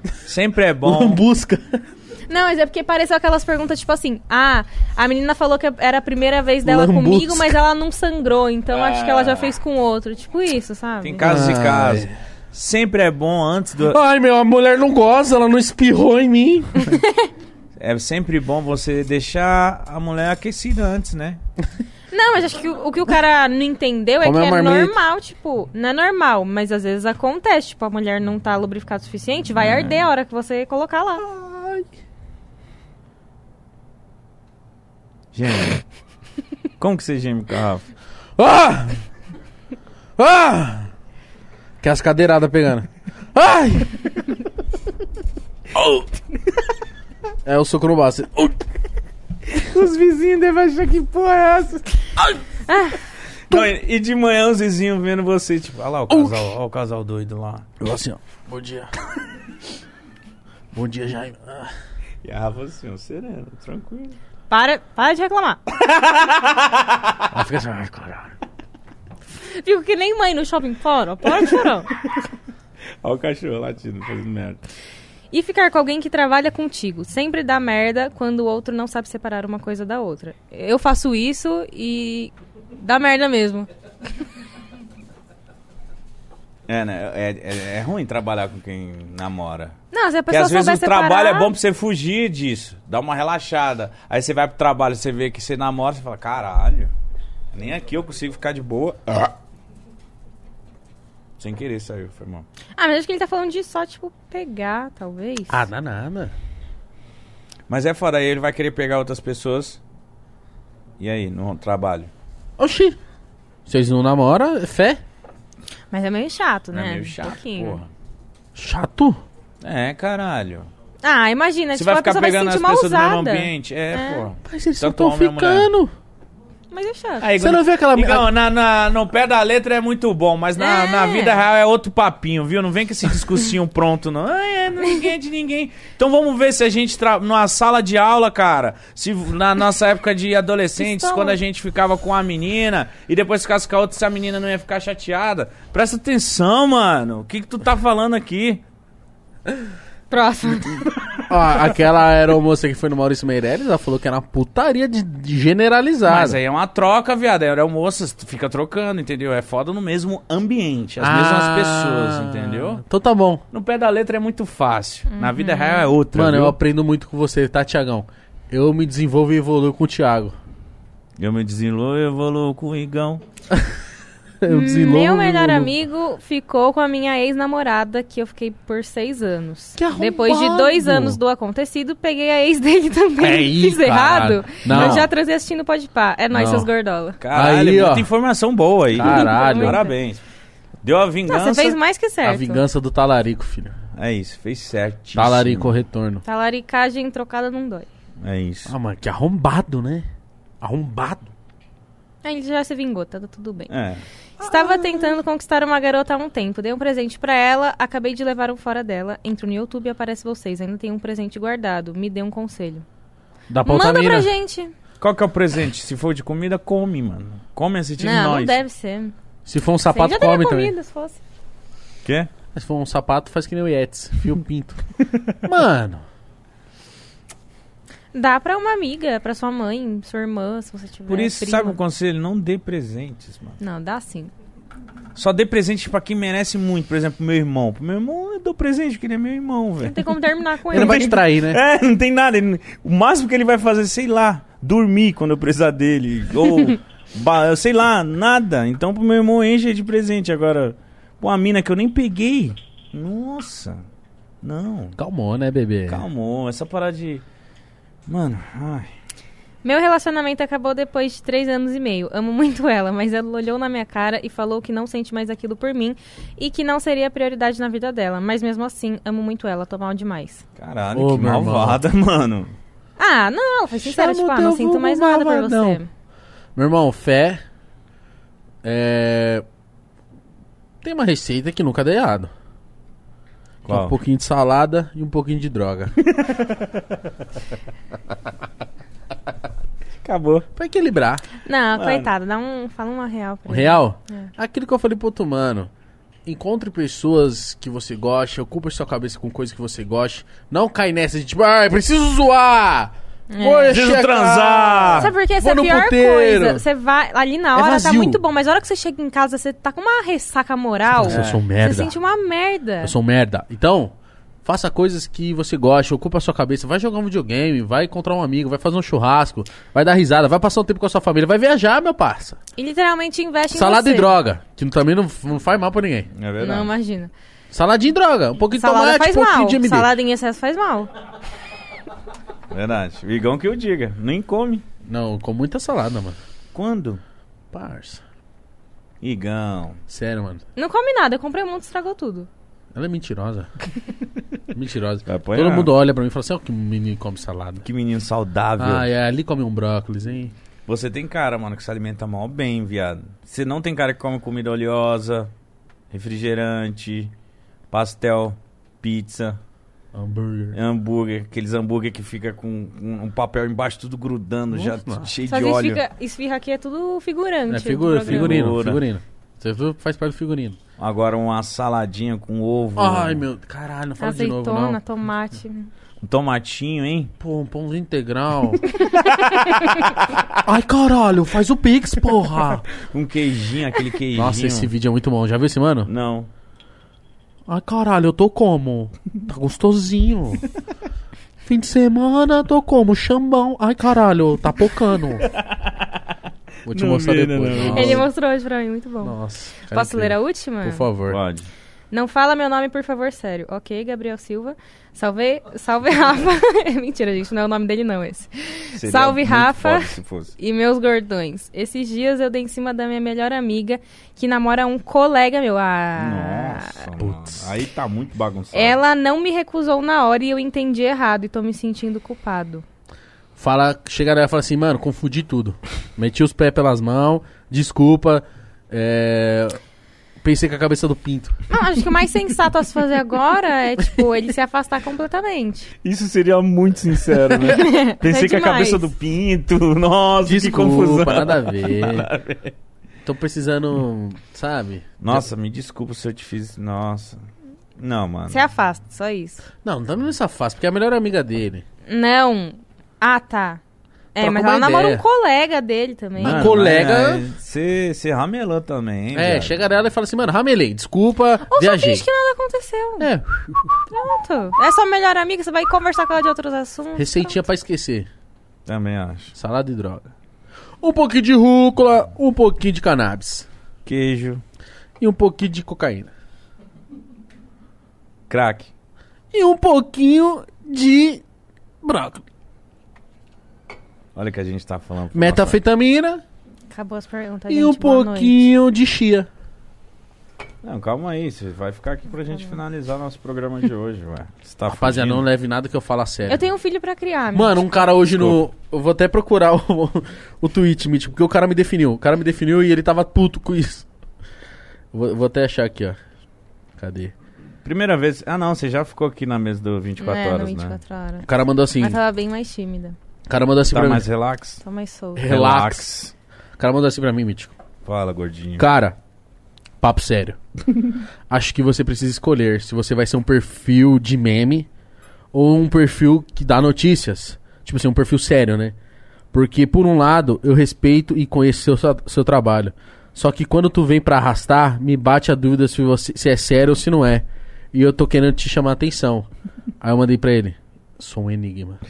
C: Deus.
B: Sempre é bom.
A: Lambusca.
C: Não, mas é porque pareceu aquelas perguntas, tipo assim, ah, a menina falou que era a primeira vez dela
A: Lambusca.
C: comigo, mas ela não sangrou, então acho que ela
A: Ah.
C: já fez com outro. Tipo isso, sabe?
B: Tem casos de
A: Ai.
B: caso. Sempre é bom antes do.
A: Ai, meu, a mulher não goza, ela não espirrou em mim.
B: É sempre bom você deixar a mulher aquecida antes, né?
C: Não, mas acho que o, o que o cara não entendeu é
A: Como é
C: que é
A: marmita.
C: normal, tipo, não é normal, mas às vezes acontece, tipo, a mulher não tá lubrificada o suficiente, vai
B: É.
C: arder a hora que você colocar lá.
B: Gêmeo. Como que você geme com a Rafa?
A: Ah! Ah! Que as cadeiradas pegando. Ai! É o soco no baço.
B: Os vizinhos devem achar que porra é essa.
C: Ah.
B: Não, e e de manhã os vizinhos vendo você, tipo, olha lá o casal, olha o casal doido lá.
A: Eu assim, ó. Bom dia. Bom dia, Jaime. Ah.
B: E a Rafa assim, ó, sereno, tranquilo.
C: Para, para de reclamar.
A: Ela fica assim, ai, caralho.
C: Fico que nem mãe no shopping fora, pode chorar.
B: Olha o cachorro latindo, fazendo merda.
C: E ficar com alguém que trabalha contigo. Sempre dá merda quando o outro não sabe separar uma coisa da outra. Eu faço isso e dá merda mesmo.
B: É, né? É, é- é ruim trabalhar com quem namora.
C: Não, se a
B: Porque
C: pessoa
B: às vezes
C: souber
B: o
C: separar...
B: trabalho é bom pra você fugir disso, dar uma relaxada. Aí você vai pro trabalho, você vê que você namora, você fala, caralho, nem aqui eu consigo ficar de boa. Ah. Sem querer saiu, foi mal.
C: Ah, mas acho que ele tá falando de só, tipo, pegar, talvez.
A: Ah, dá nada.
B: Mas é fora aí, ele vai querer pegar outras pessoas. E aí, no trabalho?
A: Oxi. Vocês não namoram? É fé?
C: Mas é meio chato,
B: Não
C: né?
B: é meio
C: Um
B: chato,
C: pouquinho.
B: porra.
A: Chato?
B: É, caralho.
C: Ah, imagina,
B: Você
C: tipo,
B: vai
C: a
B: ficar
C: pessoa vai se
B: pegando as
C: sentir mal
B: pessoas do mesmo
C: usada.
B: ambiente. É, porra.
A: Mas eles só
B: Tanto
A: estão
B: homem e mulher.
A: ficando.
C: Mas é chato.
A: Você não vê aquela.
B: Igão, na, na- no pé da letra é muito bom, mas na,
F: É.
B: na vida real é outro papinho, viu? Não vem com esse discursinho pronto, não. Ah, é, ninguém é de ninguém. Então vamos ver se a gente, tra... numa sala de aula, cara, se na nossa época de adolescentes,
C: Estão-
B: quando a gente ficava com a menina e depois ficasse com a outra, se a menina não ia ficar chateada. Presta atenção, mano. O que, que tu tá falando aqui?
C: Próximo.
A: Ó, aquela aeromoça que foi no Maurício Meirelles, ela falou que era uma putaria de, de generalizada.
B: Mas aí é uma troca, viado. É almoço, tu fica trocando, entendeu? É foda no mesmo ambiente, as
A: Ah,
B: mesmas pessoas, entendeu?
A: Então tá bom.
B: No pé da letra é muito fácil. Na
C: Uhum.
B: vida real é outra.
A: Mano, eu
B: viu?
A: aprendo muito com você, tá, Tiagão? Eu me desenvolvo e evoluo com o Thiago.
B: eu, me desenlou e evoluo com o Igão.
A: Eu desenvolvo.
C: Hum, Meu melhor
A: evoluo.
C: amigo ficou com a minha ex-namorada, que eu fiquei por seis anos.
A: Que arrombado!
C: Depois de dois anos do acontecido, peguei a ex dele também.
A: É aí,
C: Fiz
A: caralho.
C: errado?
A: Não.
C: Eu já transei assistindo Pode Pá. É nóis,
A: Não.
C: seus gordola.
B: Caralho,
A: Aí,
B: muita
A: ó.
B: informação boa aí.
A: Caralho.
B: Parabéns. Deu a
C: Não,
B: vingança.
C: você fez mais que
A: A
C: certo.
A: vingança do talarico, filho.
B: É isso, fez certo.
A: Talarico retorno.
C: Talaricagem trocada não dói.
B: É isso.
A: Ah, mano, que arrombado, né? Arrombado.
C: Aí Ele já se vingou, tá tudo bem.
B: É.
C: Estava tentando conquistar uma garota há um tempo. Dei um presente pra ela, acabei de levar um fora dela. Entro no YouTube e aparece vocês. Ainda tem um presente guardado. Me dê um conselho.
A: Dá pra outra
C: Manda pra
A: mina.
C: gente.
B: Qual que é o presente? Se for de comida, come, mano. Come assistindo
C: não,
B: nós.
C: não deve ser.
A: Se for um
C: Você
A: sapato,
C: já
A: come
C: teria
A: também.
C: comido se fosse.
B: Quê?
A: Se for um sapato, faz que nem o Yetis. Fio pinto. mano.
C: Dá pra uma amiga, pra sua mãe, sua irmã, se você tiver.
B: Por isso,
C: prima.
B: É, sabe o conselho? Não dê presentes, mano.
C: Não, dá sim.
B: Só dê presente pra quem merece muito. Por exemplo, meu irmão. Pro meu irmão, eu dou presente, porque ele é meu irmão, velho.
C: Não tem como terminar com
A: Ele
C: ele.
A: não vai te trair, né?
B: É, não tem nada. ele- o máximo que ele vai fazer, sei lá, dormir quando eu precisar dele. Ou, ba- sei lá, nada. Então pro meu irmão enche de presente. Agora, pô, a mina que eu nem peguei. Nossa. Não.
A: Calmou, né,
B: É.
A: bebê?
B: Calmou. Essa parada de... Mano, ai.
C: Meu relacionamento acabou depois de três anos e meio. Amo muito ela, mas ela olhou na minha cara e falou que não sente mais aquilo por mim e que não seria prioridade na vida dela. Mas mesmo assim, amo muito ela, tô mal demais.
B: Caralho,
A: Ô,
B: que
A: meu irmão.
B: malvada, mano.
C: Ah, não, ela foi sincera,
A: Chama o
C: tipo, ah,
A: teu
C: não sinto mais
A: vulgo
C: nada por você.
A: malvadão. Meu irmão, fé. É. Tem uma receita que nunca dá errado. Que é
B: Qual?
A: Um pouquinho de salada e um pouquinho de droga.
B: Acabou.
A: pra equilibrar.
C: Não,
B: Mano.
C: coitada, dá um. Fala uma real pra
A: O
C: ele.
A: real?
C: É.
A: Aquilo que eu falei pro outro mano. Encontre pessoas que você gosta, ocupe sua cabeça com coisas que você gosta. Não cai nessa de tipo, ai, preciso zoar!
C: É.
A: Vou
B: Preciso
A: checar."
B: transar.
C: Sabe por que essa é
A: Vou
C: a
A: no
C: pior
A: puteiro.
C: coisa? Você vai. Ali na
A: É
C: hora tá
A: vazio.
C: muito bom, mas a hora que você chega em casa, você tá com uma ressaca moral.
A: Nossa, eu sou um
C: Você
A: merda.
C: sente uma merda.
A: Eu sou um merda. Então, faça coisas que você gosta, ocupa a sua cabeça, vai jogar um videogame, vai encontrar um amigo, vai fazer um churrasco, vai dar risada, vai passar um tempo com a sua família, vai viajar, meu parça.
C: E literalmente investe
A: Salada
C: em
A: e
C: você.
A: droga, que também não, não faz mal pra ninguém.
B: É
C: Não, imagina.
A: Saladinha e droga, um pouquinho
C: Salada
A: de tomate,
C: faz
A: um pouquinho
C: mal.
A: de MD.
C: Salada em excesso faz mal.
B: é Verdade. O Igão que eu diga. Nem come.
A: Não, com muita salada, mano.
B: Quando?
A: Parça.
B: Igão.
A: Sério, mano.
C: Não come nada, eu comprei muito, estragou tudo.
A: Ela é mentirosa. mentirosa.
B: Vai apanhar.
A: Todo mundo olha pra mim e fala assim, ó, que menino come salada.
B: Que menino saudável.
A: Ah, é, ali come um brócolis, hein?
B: Você tem cara, mano, que se alimenta mal bem, viado. Você não tem cara que come comida oleosa, refrigerante, pastel, pizza,
A: Hambúrguer.
B: hambúrguer, aqueles hambúrguer que fica com com um papel embaixo tudo grudando, já
A: Nossa.
B: t- cheio
C: Só
B: de
C: que
B: óleo.
C: esfirra, esfirra aqui é tudo figurante.
A: É figura,
C: do programa.
A: figurino,
B: Figura.
A: figurino. Você tudo faz parte do figurino.
B: Agora uma saladinha com ovo,
A: Ai, meu, caralho, não fala de novo,
C: Azeitona,
A: não.
C: tomate.
B: um tomatinho, hein?
A: Pô, um pãozinho integral. Ai, caralho, faz o Pix, porra.
B: Um queijinho, aquele queijinho.
A: Nossa, esse vídeo é muito bom. Já viu esse, mano?
B: Não.
A: Ai, caralho, eu tô como? Tá gostosinho. Fim de semana, tô como? Chambão. Ai, caralho, tá pocando. Vou te
B: Não
A: mostrar
B: vi, não,
A: depois.
B: não.
A: Nossa.
C: Ele mostrou hoje pra mim, muito bom.
A: Nossa. cara
C: Posso ler
A: incrível.
C: a última?
A: Por favor.
B: Pode.
C: Não fala meu nome, por favor, sério. Ok, Gabriel Silva. Salve, salve Rafa. É Mentira, gente, não é o nome dele não esse.
B: Seria
C: Salve,
B: muito
C: Rafa.
B: foda se fosse.
C: E meus gordões. Esses dias eu dei em cima da minha melhor amiga, que namora um colega meu. Ah,
B: Nossa, mano.
A: Putz.
B: Aí tá muito bagunçado.
C: Ela não me recusou na hora e eu entendi errado e tô me sentindo culpado.
A: Fala, chega nela e fala assim, mano, confundi tudo. Meti os pés pelas mãos, desculpa. é, Pensei com a cabeça do pinto.
C: Não, acho que o mais sensato a se fazer agora é, tipo, ele se afastar completamente.
B: Isso seria muito sincero, né? Pensei
C: É
B: que a
C: demais.
B: cabeça do pinto, nossa,
A: Desculpa,
B: que confusão.
A: nada a ver. Tô precisando, sabe?
B: Nossa, me desculpa se eu te fiz. Nossa. Não,
A: Ah,
B: mano.
C: Se afasta, só isso.
A: Não, não tá nessa fase, porque é a melhor amiga dele.
C: Não. Ah, tá. É,
A: Troca
C: mas
A: uma
C: ela namora
A: ideia.
C: um colega dele também.
A: Mas- colega-
B: Você é, ramelou também.
A: É,
B: viado.
A: chega nela e fala assim, mano, ramelei, desculpa,
C: Ou só
A: viajei.
C: finge que nada aconteceu.
A: É,
C: Pronto. É sua melhor amiga, você vai conversar com ela de outros assuntos.
A: receitinha pra esquecer.
B: Também acho.
A: Salada e droga. Um pouquinho de rúcula, um pouquinho de cannabis
B: Queijo,
A: e um pouquinho de cocaína.
B: crack.
A: E um pouquinho de brócolis.
B: Olha o que a gente tá falando. pra
A: Metafetamina
C: Acabou as perguntas.
A: e
C: gente.
A: um
C: Boa noite.
A: pouquinho de chia.
B: nossa. Não, calma aí. Você vai ficar aqui pra gente finalizar nosso programa de hoje, ué. Você tá
A: Rapaziada, não
B: fugindo.
A: leve nada que eu falo a sério.
C: Eu tenho um filho pra criar, meu.
A: Mano, um cara hoje no. Eu vou até procurar o, o tweet, Mitch, porque o cara me definiu. O cara me definiu e ele tava puto com isso. Vou, vou até achar aqui, ó. Cadê?
B: Primeira vez. Ah, não, você já ficou aqui na mesa do 24
C: é,
B: horas,
C: no
B: né?
C: 24 horas.
A: O cara mandou assim.
C: Mas tava bem mais tímida.
A: O cara mandou assim
B: Tá
A: pra
B: mais
A: mim.
B: relax?
C: Tô mais solta.
B: É,
A: Relax. O cara mandou assim pra mim, Mítico.
B: Fala, gordinho.
A: Cara, papo sério. Acho que você precisa escolher se você vai ser um perfil de meme ou um perfil que dá notícias. Tipo assim, um perfil sério, né? Porque, por um lado, eu respeito e conheço seu, sa- seu trabalho. Só que quando tu vem pra arrastar, me bate a dúvida se, você, se é sério ou se não é. E eu tô querendo te chamar a atenção. Aí eu mandei pra ele. Sou um enigma.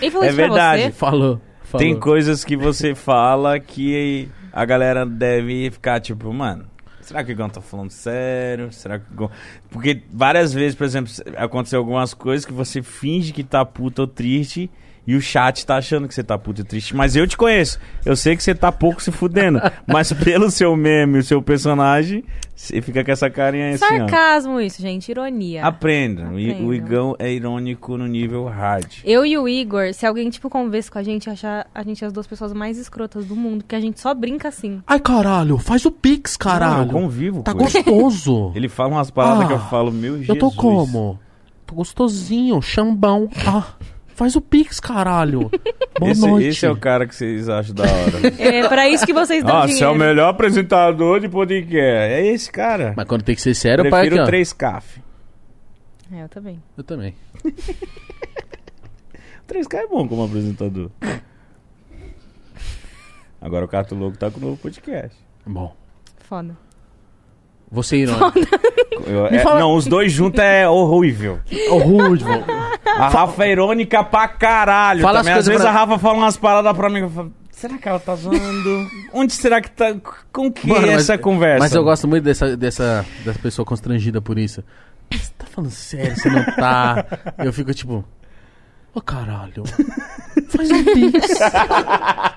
C: Ele
B: é
C: falou isso pra
B: verdade.
C: você?
A: Falou. falou.
B: Tem coisas que você fala que a galera deve ficar tipo, mano, será que o Igão tá falando sério? Será que o Igão... Porque várias vezes, por exemplo, aconteceu algumas coisas que você finge que tá puto ou triste e o chat tá achando que você tá puto e triste. Mas eu te conheço. Eu sei que você tá pouco se fudendo. mas pelo seu meme, o seu personagem, você fica com essa carinha assim, ó.
C: Sarcasmo isso, gente. Ironia.
B: Aprenda. O I- O
C: Aprendam.
B: Igão é irônico no nível hard.
C: Eu e o Igor, se alguém, tipo, conversa com a gente, achar a gente as duas pessoas mais escrotas do mundo, porque a gente só brinca assim.
A: Ai, caralho, faz o Pix,
B: Não, eu
A: caralho.
B: convivo
A: tá
B: com ele.
A: gostoso.
B: Ele fala umas paradas
A: Ah,
B: que eu falo, meu Jesus.
A: Eu tô como? Tô gostosinho, chambão. Ah, faz o pix, caralho. Boa
B: Esse,
A: noite.
B: esse é o cara que vocês acham da hora.
C: É pra isso que vocês dão
B: Nossa, é
C: dinheiro.
B: o melhor apresentador de podcast. É esse cara.
A: Mas quando tem que ser sério, eu
B: Prefiro
A: aqui, ó.
B: três caf.
C: É, eu também.
A: Eu também.
B: Três k é bom como apresentador. Agora o Cato Louco tá com o novo podcast.
A: Bom,
C: Foda.
A: você é irônico.
B: Eu- é-
A: fala-
B: Não, os dois juntos é horrível.
A: Ô, Rude, mano.
B: A Rafa é irônica pra caralho.
A: Fala as
B: também. Às
A: coisas
B: vezes
A: pra-
B: a Rafa fala umas paradas pra mim. que Eu falo, será que ela tá zoando? Onde será que tá. Com que
A: Mano, mas-
B: essa conversa?
A: Mas eu gosto muito dessa, dessa, dessa pessoa constrangida por isso. Você tá falando sério, você não tá. Eu fico tipo. Ô caralho. Faz um pix.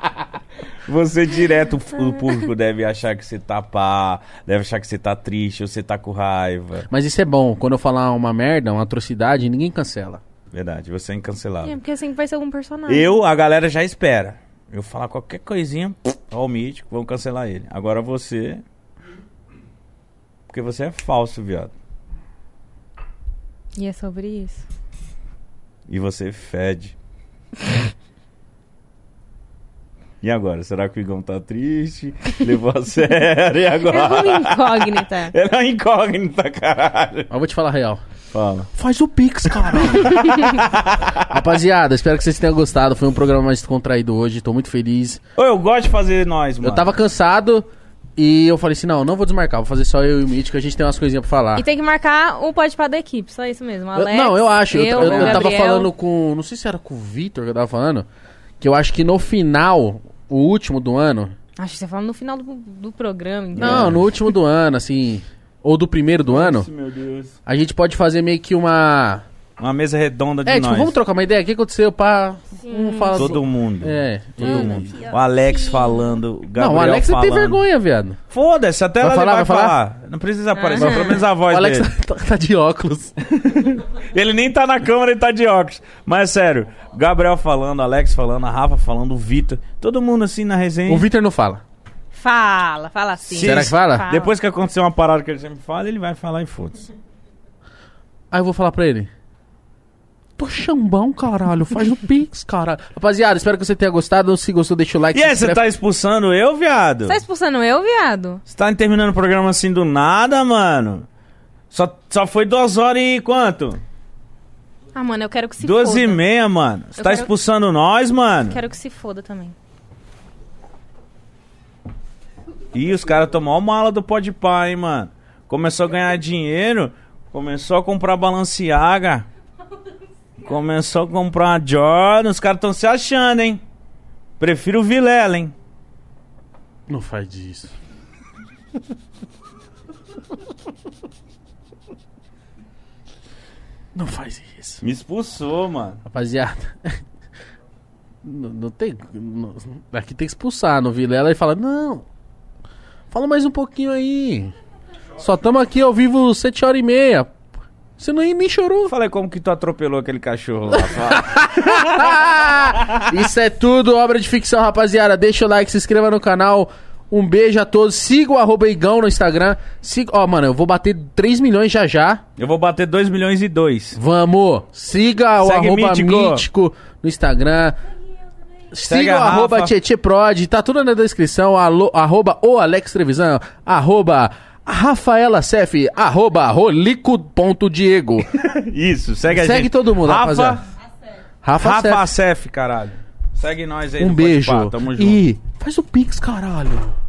B: Você direto, o público deve achar que você tá pá, deve achar que você tá triste ou você tá com raiva.
A: Mas isso é bom. Quando eu falar uma merda, uma atrocidade, ninguém cancela.
B: Verdade, você é
C: É,
B: incancelável.
C: porque sempre vai ser algum personagem.
B: Eu, a galera já espera. Eu falar qualquer coisinha, ó o mítico, vamos cancelar ele. Agora você. Porque você é falso, viado.
C: E é sobre isso.
B: E você fede. E agora? Será que o Igão tá triste? Levou a sério? E
C: É
B: agora?
C: uma incógnita.
B: Ele é uma incógnita, caralho.
A: Mas eu vou te falar a real.
B: Fala.
A: Faz o Pix, cara. Rapaziada, espero que vocês tenham gostado. Foi um programa mais descontraído hoje. Tô muito feliz.
B: Ô, eu gosto de fazer nós, mano.
A: Eu tava cansado e eu falei assim: não, não vou desmarcar. Vou fazer só eu e o Mítico. A gente tem umas coisinhas pra falar.
C: E tem que marcar o pode da equipe, só isso mesmo.
A: Eu-
C: Alex,
A: não, eu acho. Eu, eu-
C: o
A: eu tava
C: Gabriel.
A: falando com. Não sei se era com o Vitor que eu tava falando. Que eu acho que no final, o último do ano.
C: Acho que você tá falando no final do, do programa, então.
A: Não, no último do ano, assim. Ou do primeiro do ano.
B: Meu Deus.
A: A gente pode fazer meio que uma.
B: Uma mesa redonda de
A: É,
B: nós.
A: tipo, vamos trocar uma ideia. O que aconteceu? Pá. Um fala
B: Todo mundo.
A: É.
B: Todo mundo. O Alex falando, o Tá Gabriel
A: Não, o Alex
B: falando.
A: tem vergonha, viado.
B: Foda-se, até
A: Vai
B: ela
A: falar,
B: vai
A: vai falar?
B: falar. Não precisa aparecer, pelo menos a
A: O
B: voz
A: Alex
B: dele.
A: tá, tá de óculos.
B: Ele nem tá na câmera, ele tá de óculos. Mas é sério, Gabriel falando, Alex falando, a Rafa falando, o Vitor. Todo mundo assim na resenha.
A: O Victor não fala.
C: Fala, fala assim.
B: Sim.
A: Será que fala?
C: Fala.
B: Depois que acontecer uma parada que ele sempre fala, ele vai falar e foda-se.
A: Aí Ah, eu vou falar pra ele. Tô chambão, caralho. Faz o Pix, caralho. Rapaziada, espero que você tenha gostado. Se gostou, deixa o like.
B: E
A: se
B: aí, você
A: inscreve.
B: tá expulsando eu, viado?
C: Você tá expulsando eu, viado?
B: Você tá terminando o programa assim do nada, mano? Só, só foi duas horas e quanto?
C: Ah, mano, eu quero que se
B: Duas
C: foda.
B: e meia, mano. Você
C: Eu
B: tá
C: quero-
B: expulsando nós, mano?
C: Quero que se foda também.
B: Ih, os caras estão mó mala do pó de pá, hein, mano. Começou a ganhar dinheiro, começou a comprar Balenciaga, começou a comprar uma Jordan, os caras estão se achando, hein. Prefiro o Vilela, hein. tá-
A: Não faz isso. Não faz isso.
B: Me expulsou, mano.
A: Rapaziada. Não, não tem. não- aqui tem que expulsar. Não vi ela e fala: Não. Fala mais um pouquinho aí. Só tamo aqui ao vivo sete horas e meia. Você não nem chorou.
B: Eu falei como que tu atropelou aquele cachorro lá. fala.
A: Isso é tudo, obra de ficção, rapaziada. Deixa o like, se inscreva no canal. Um beijo a todos. Siga o arroba Igão no Instagram. Siga... Ó, mano, eu vou bater 3 milhões já já.
B: Eu vou bater 2 milhões e 2.
A: Vamos! Siga o
B: Segue
A: arroba
B: Mítico.
A: mítico. no Instagram.
B: Segue
A: Siga
B: a
A: o arroba
B: Rafa.
A: Tietcheprod, tá tudo na descrição. Alô, arroba o Alex Trevisan, arroba Rafaela Cef, arroba rolico.diego.
B: Isso, segue a gente.
A: Segue todo mundo, rapaziada. Rafa,
B: Rafa, Rafa
A: Cef,
B: Acef, caralho. Segue nós aí
A: um
B: do Pode Pá,
A: beijo.
B: Tamo junto.
A: E faz o pix, caralho.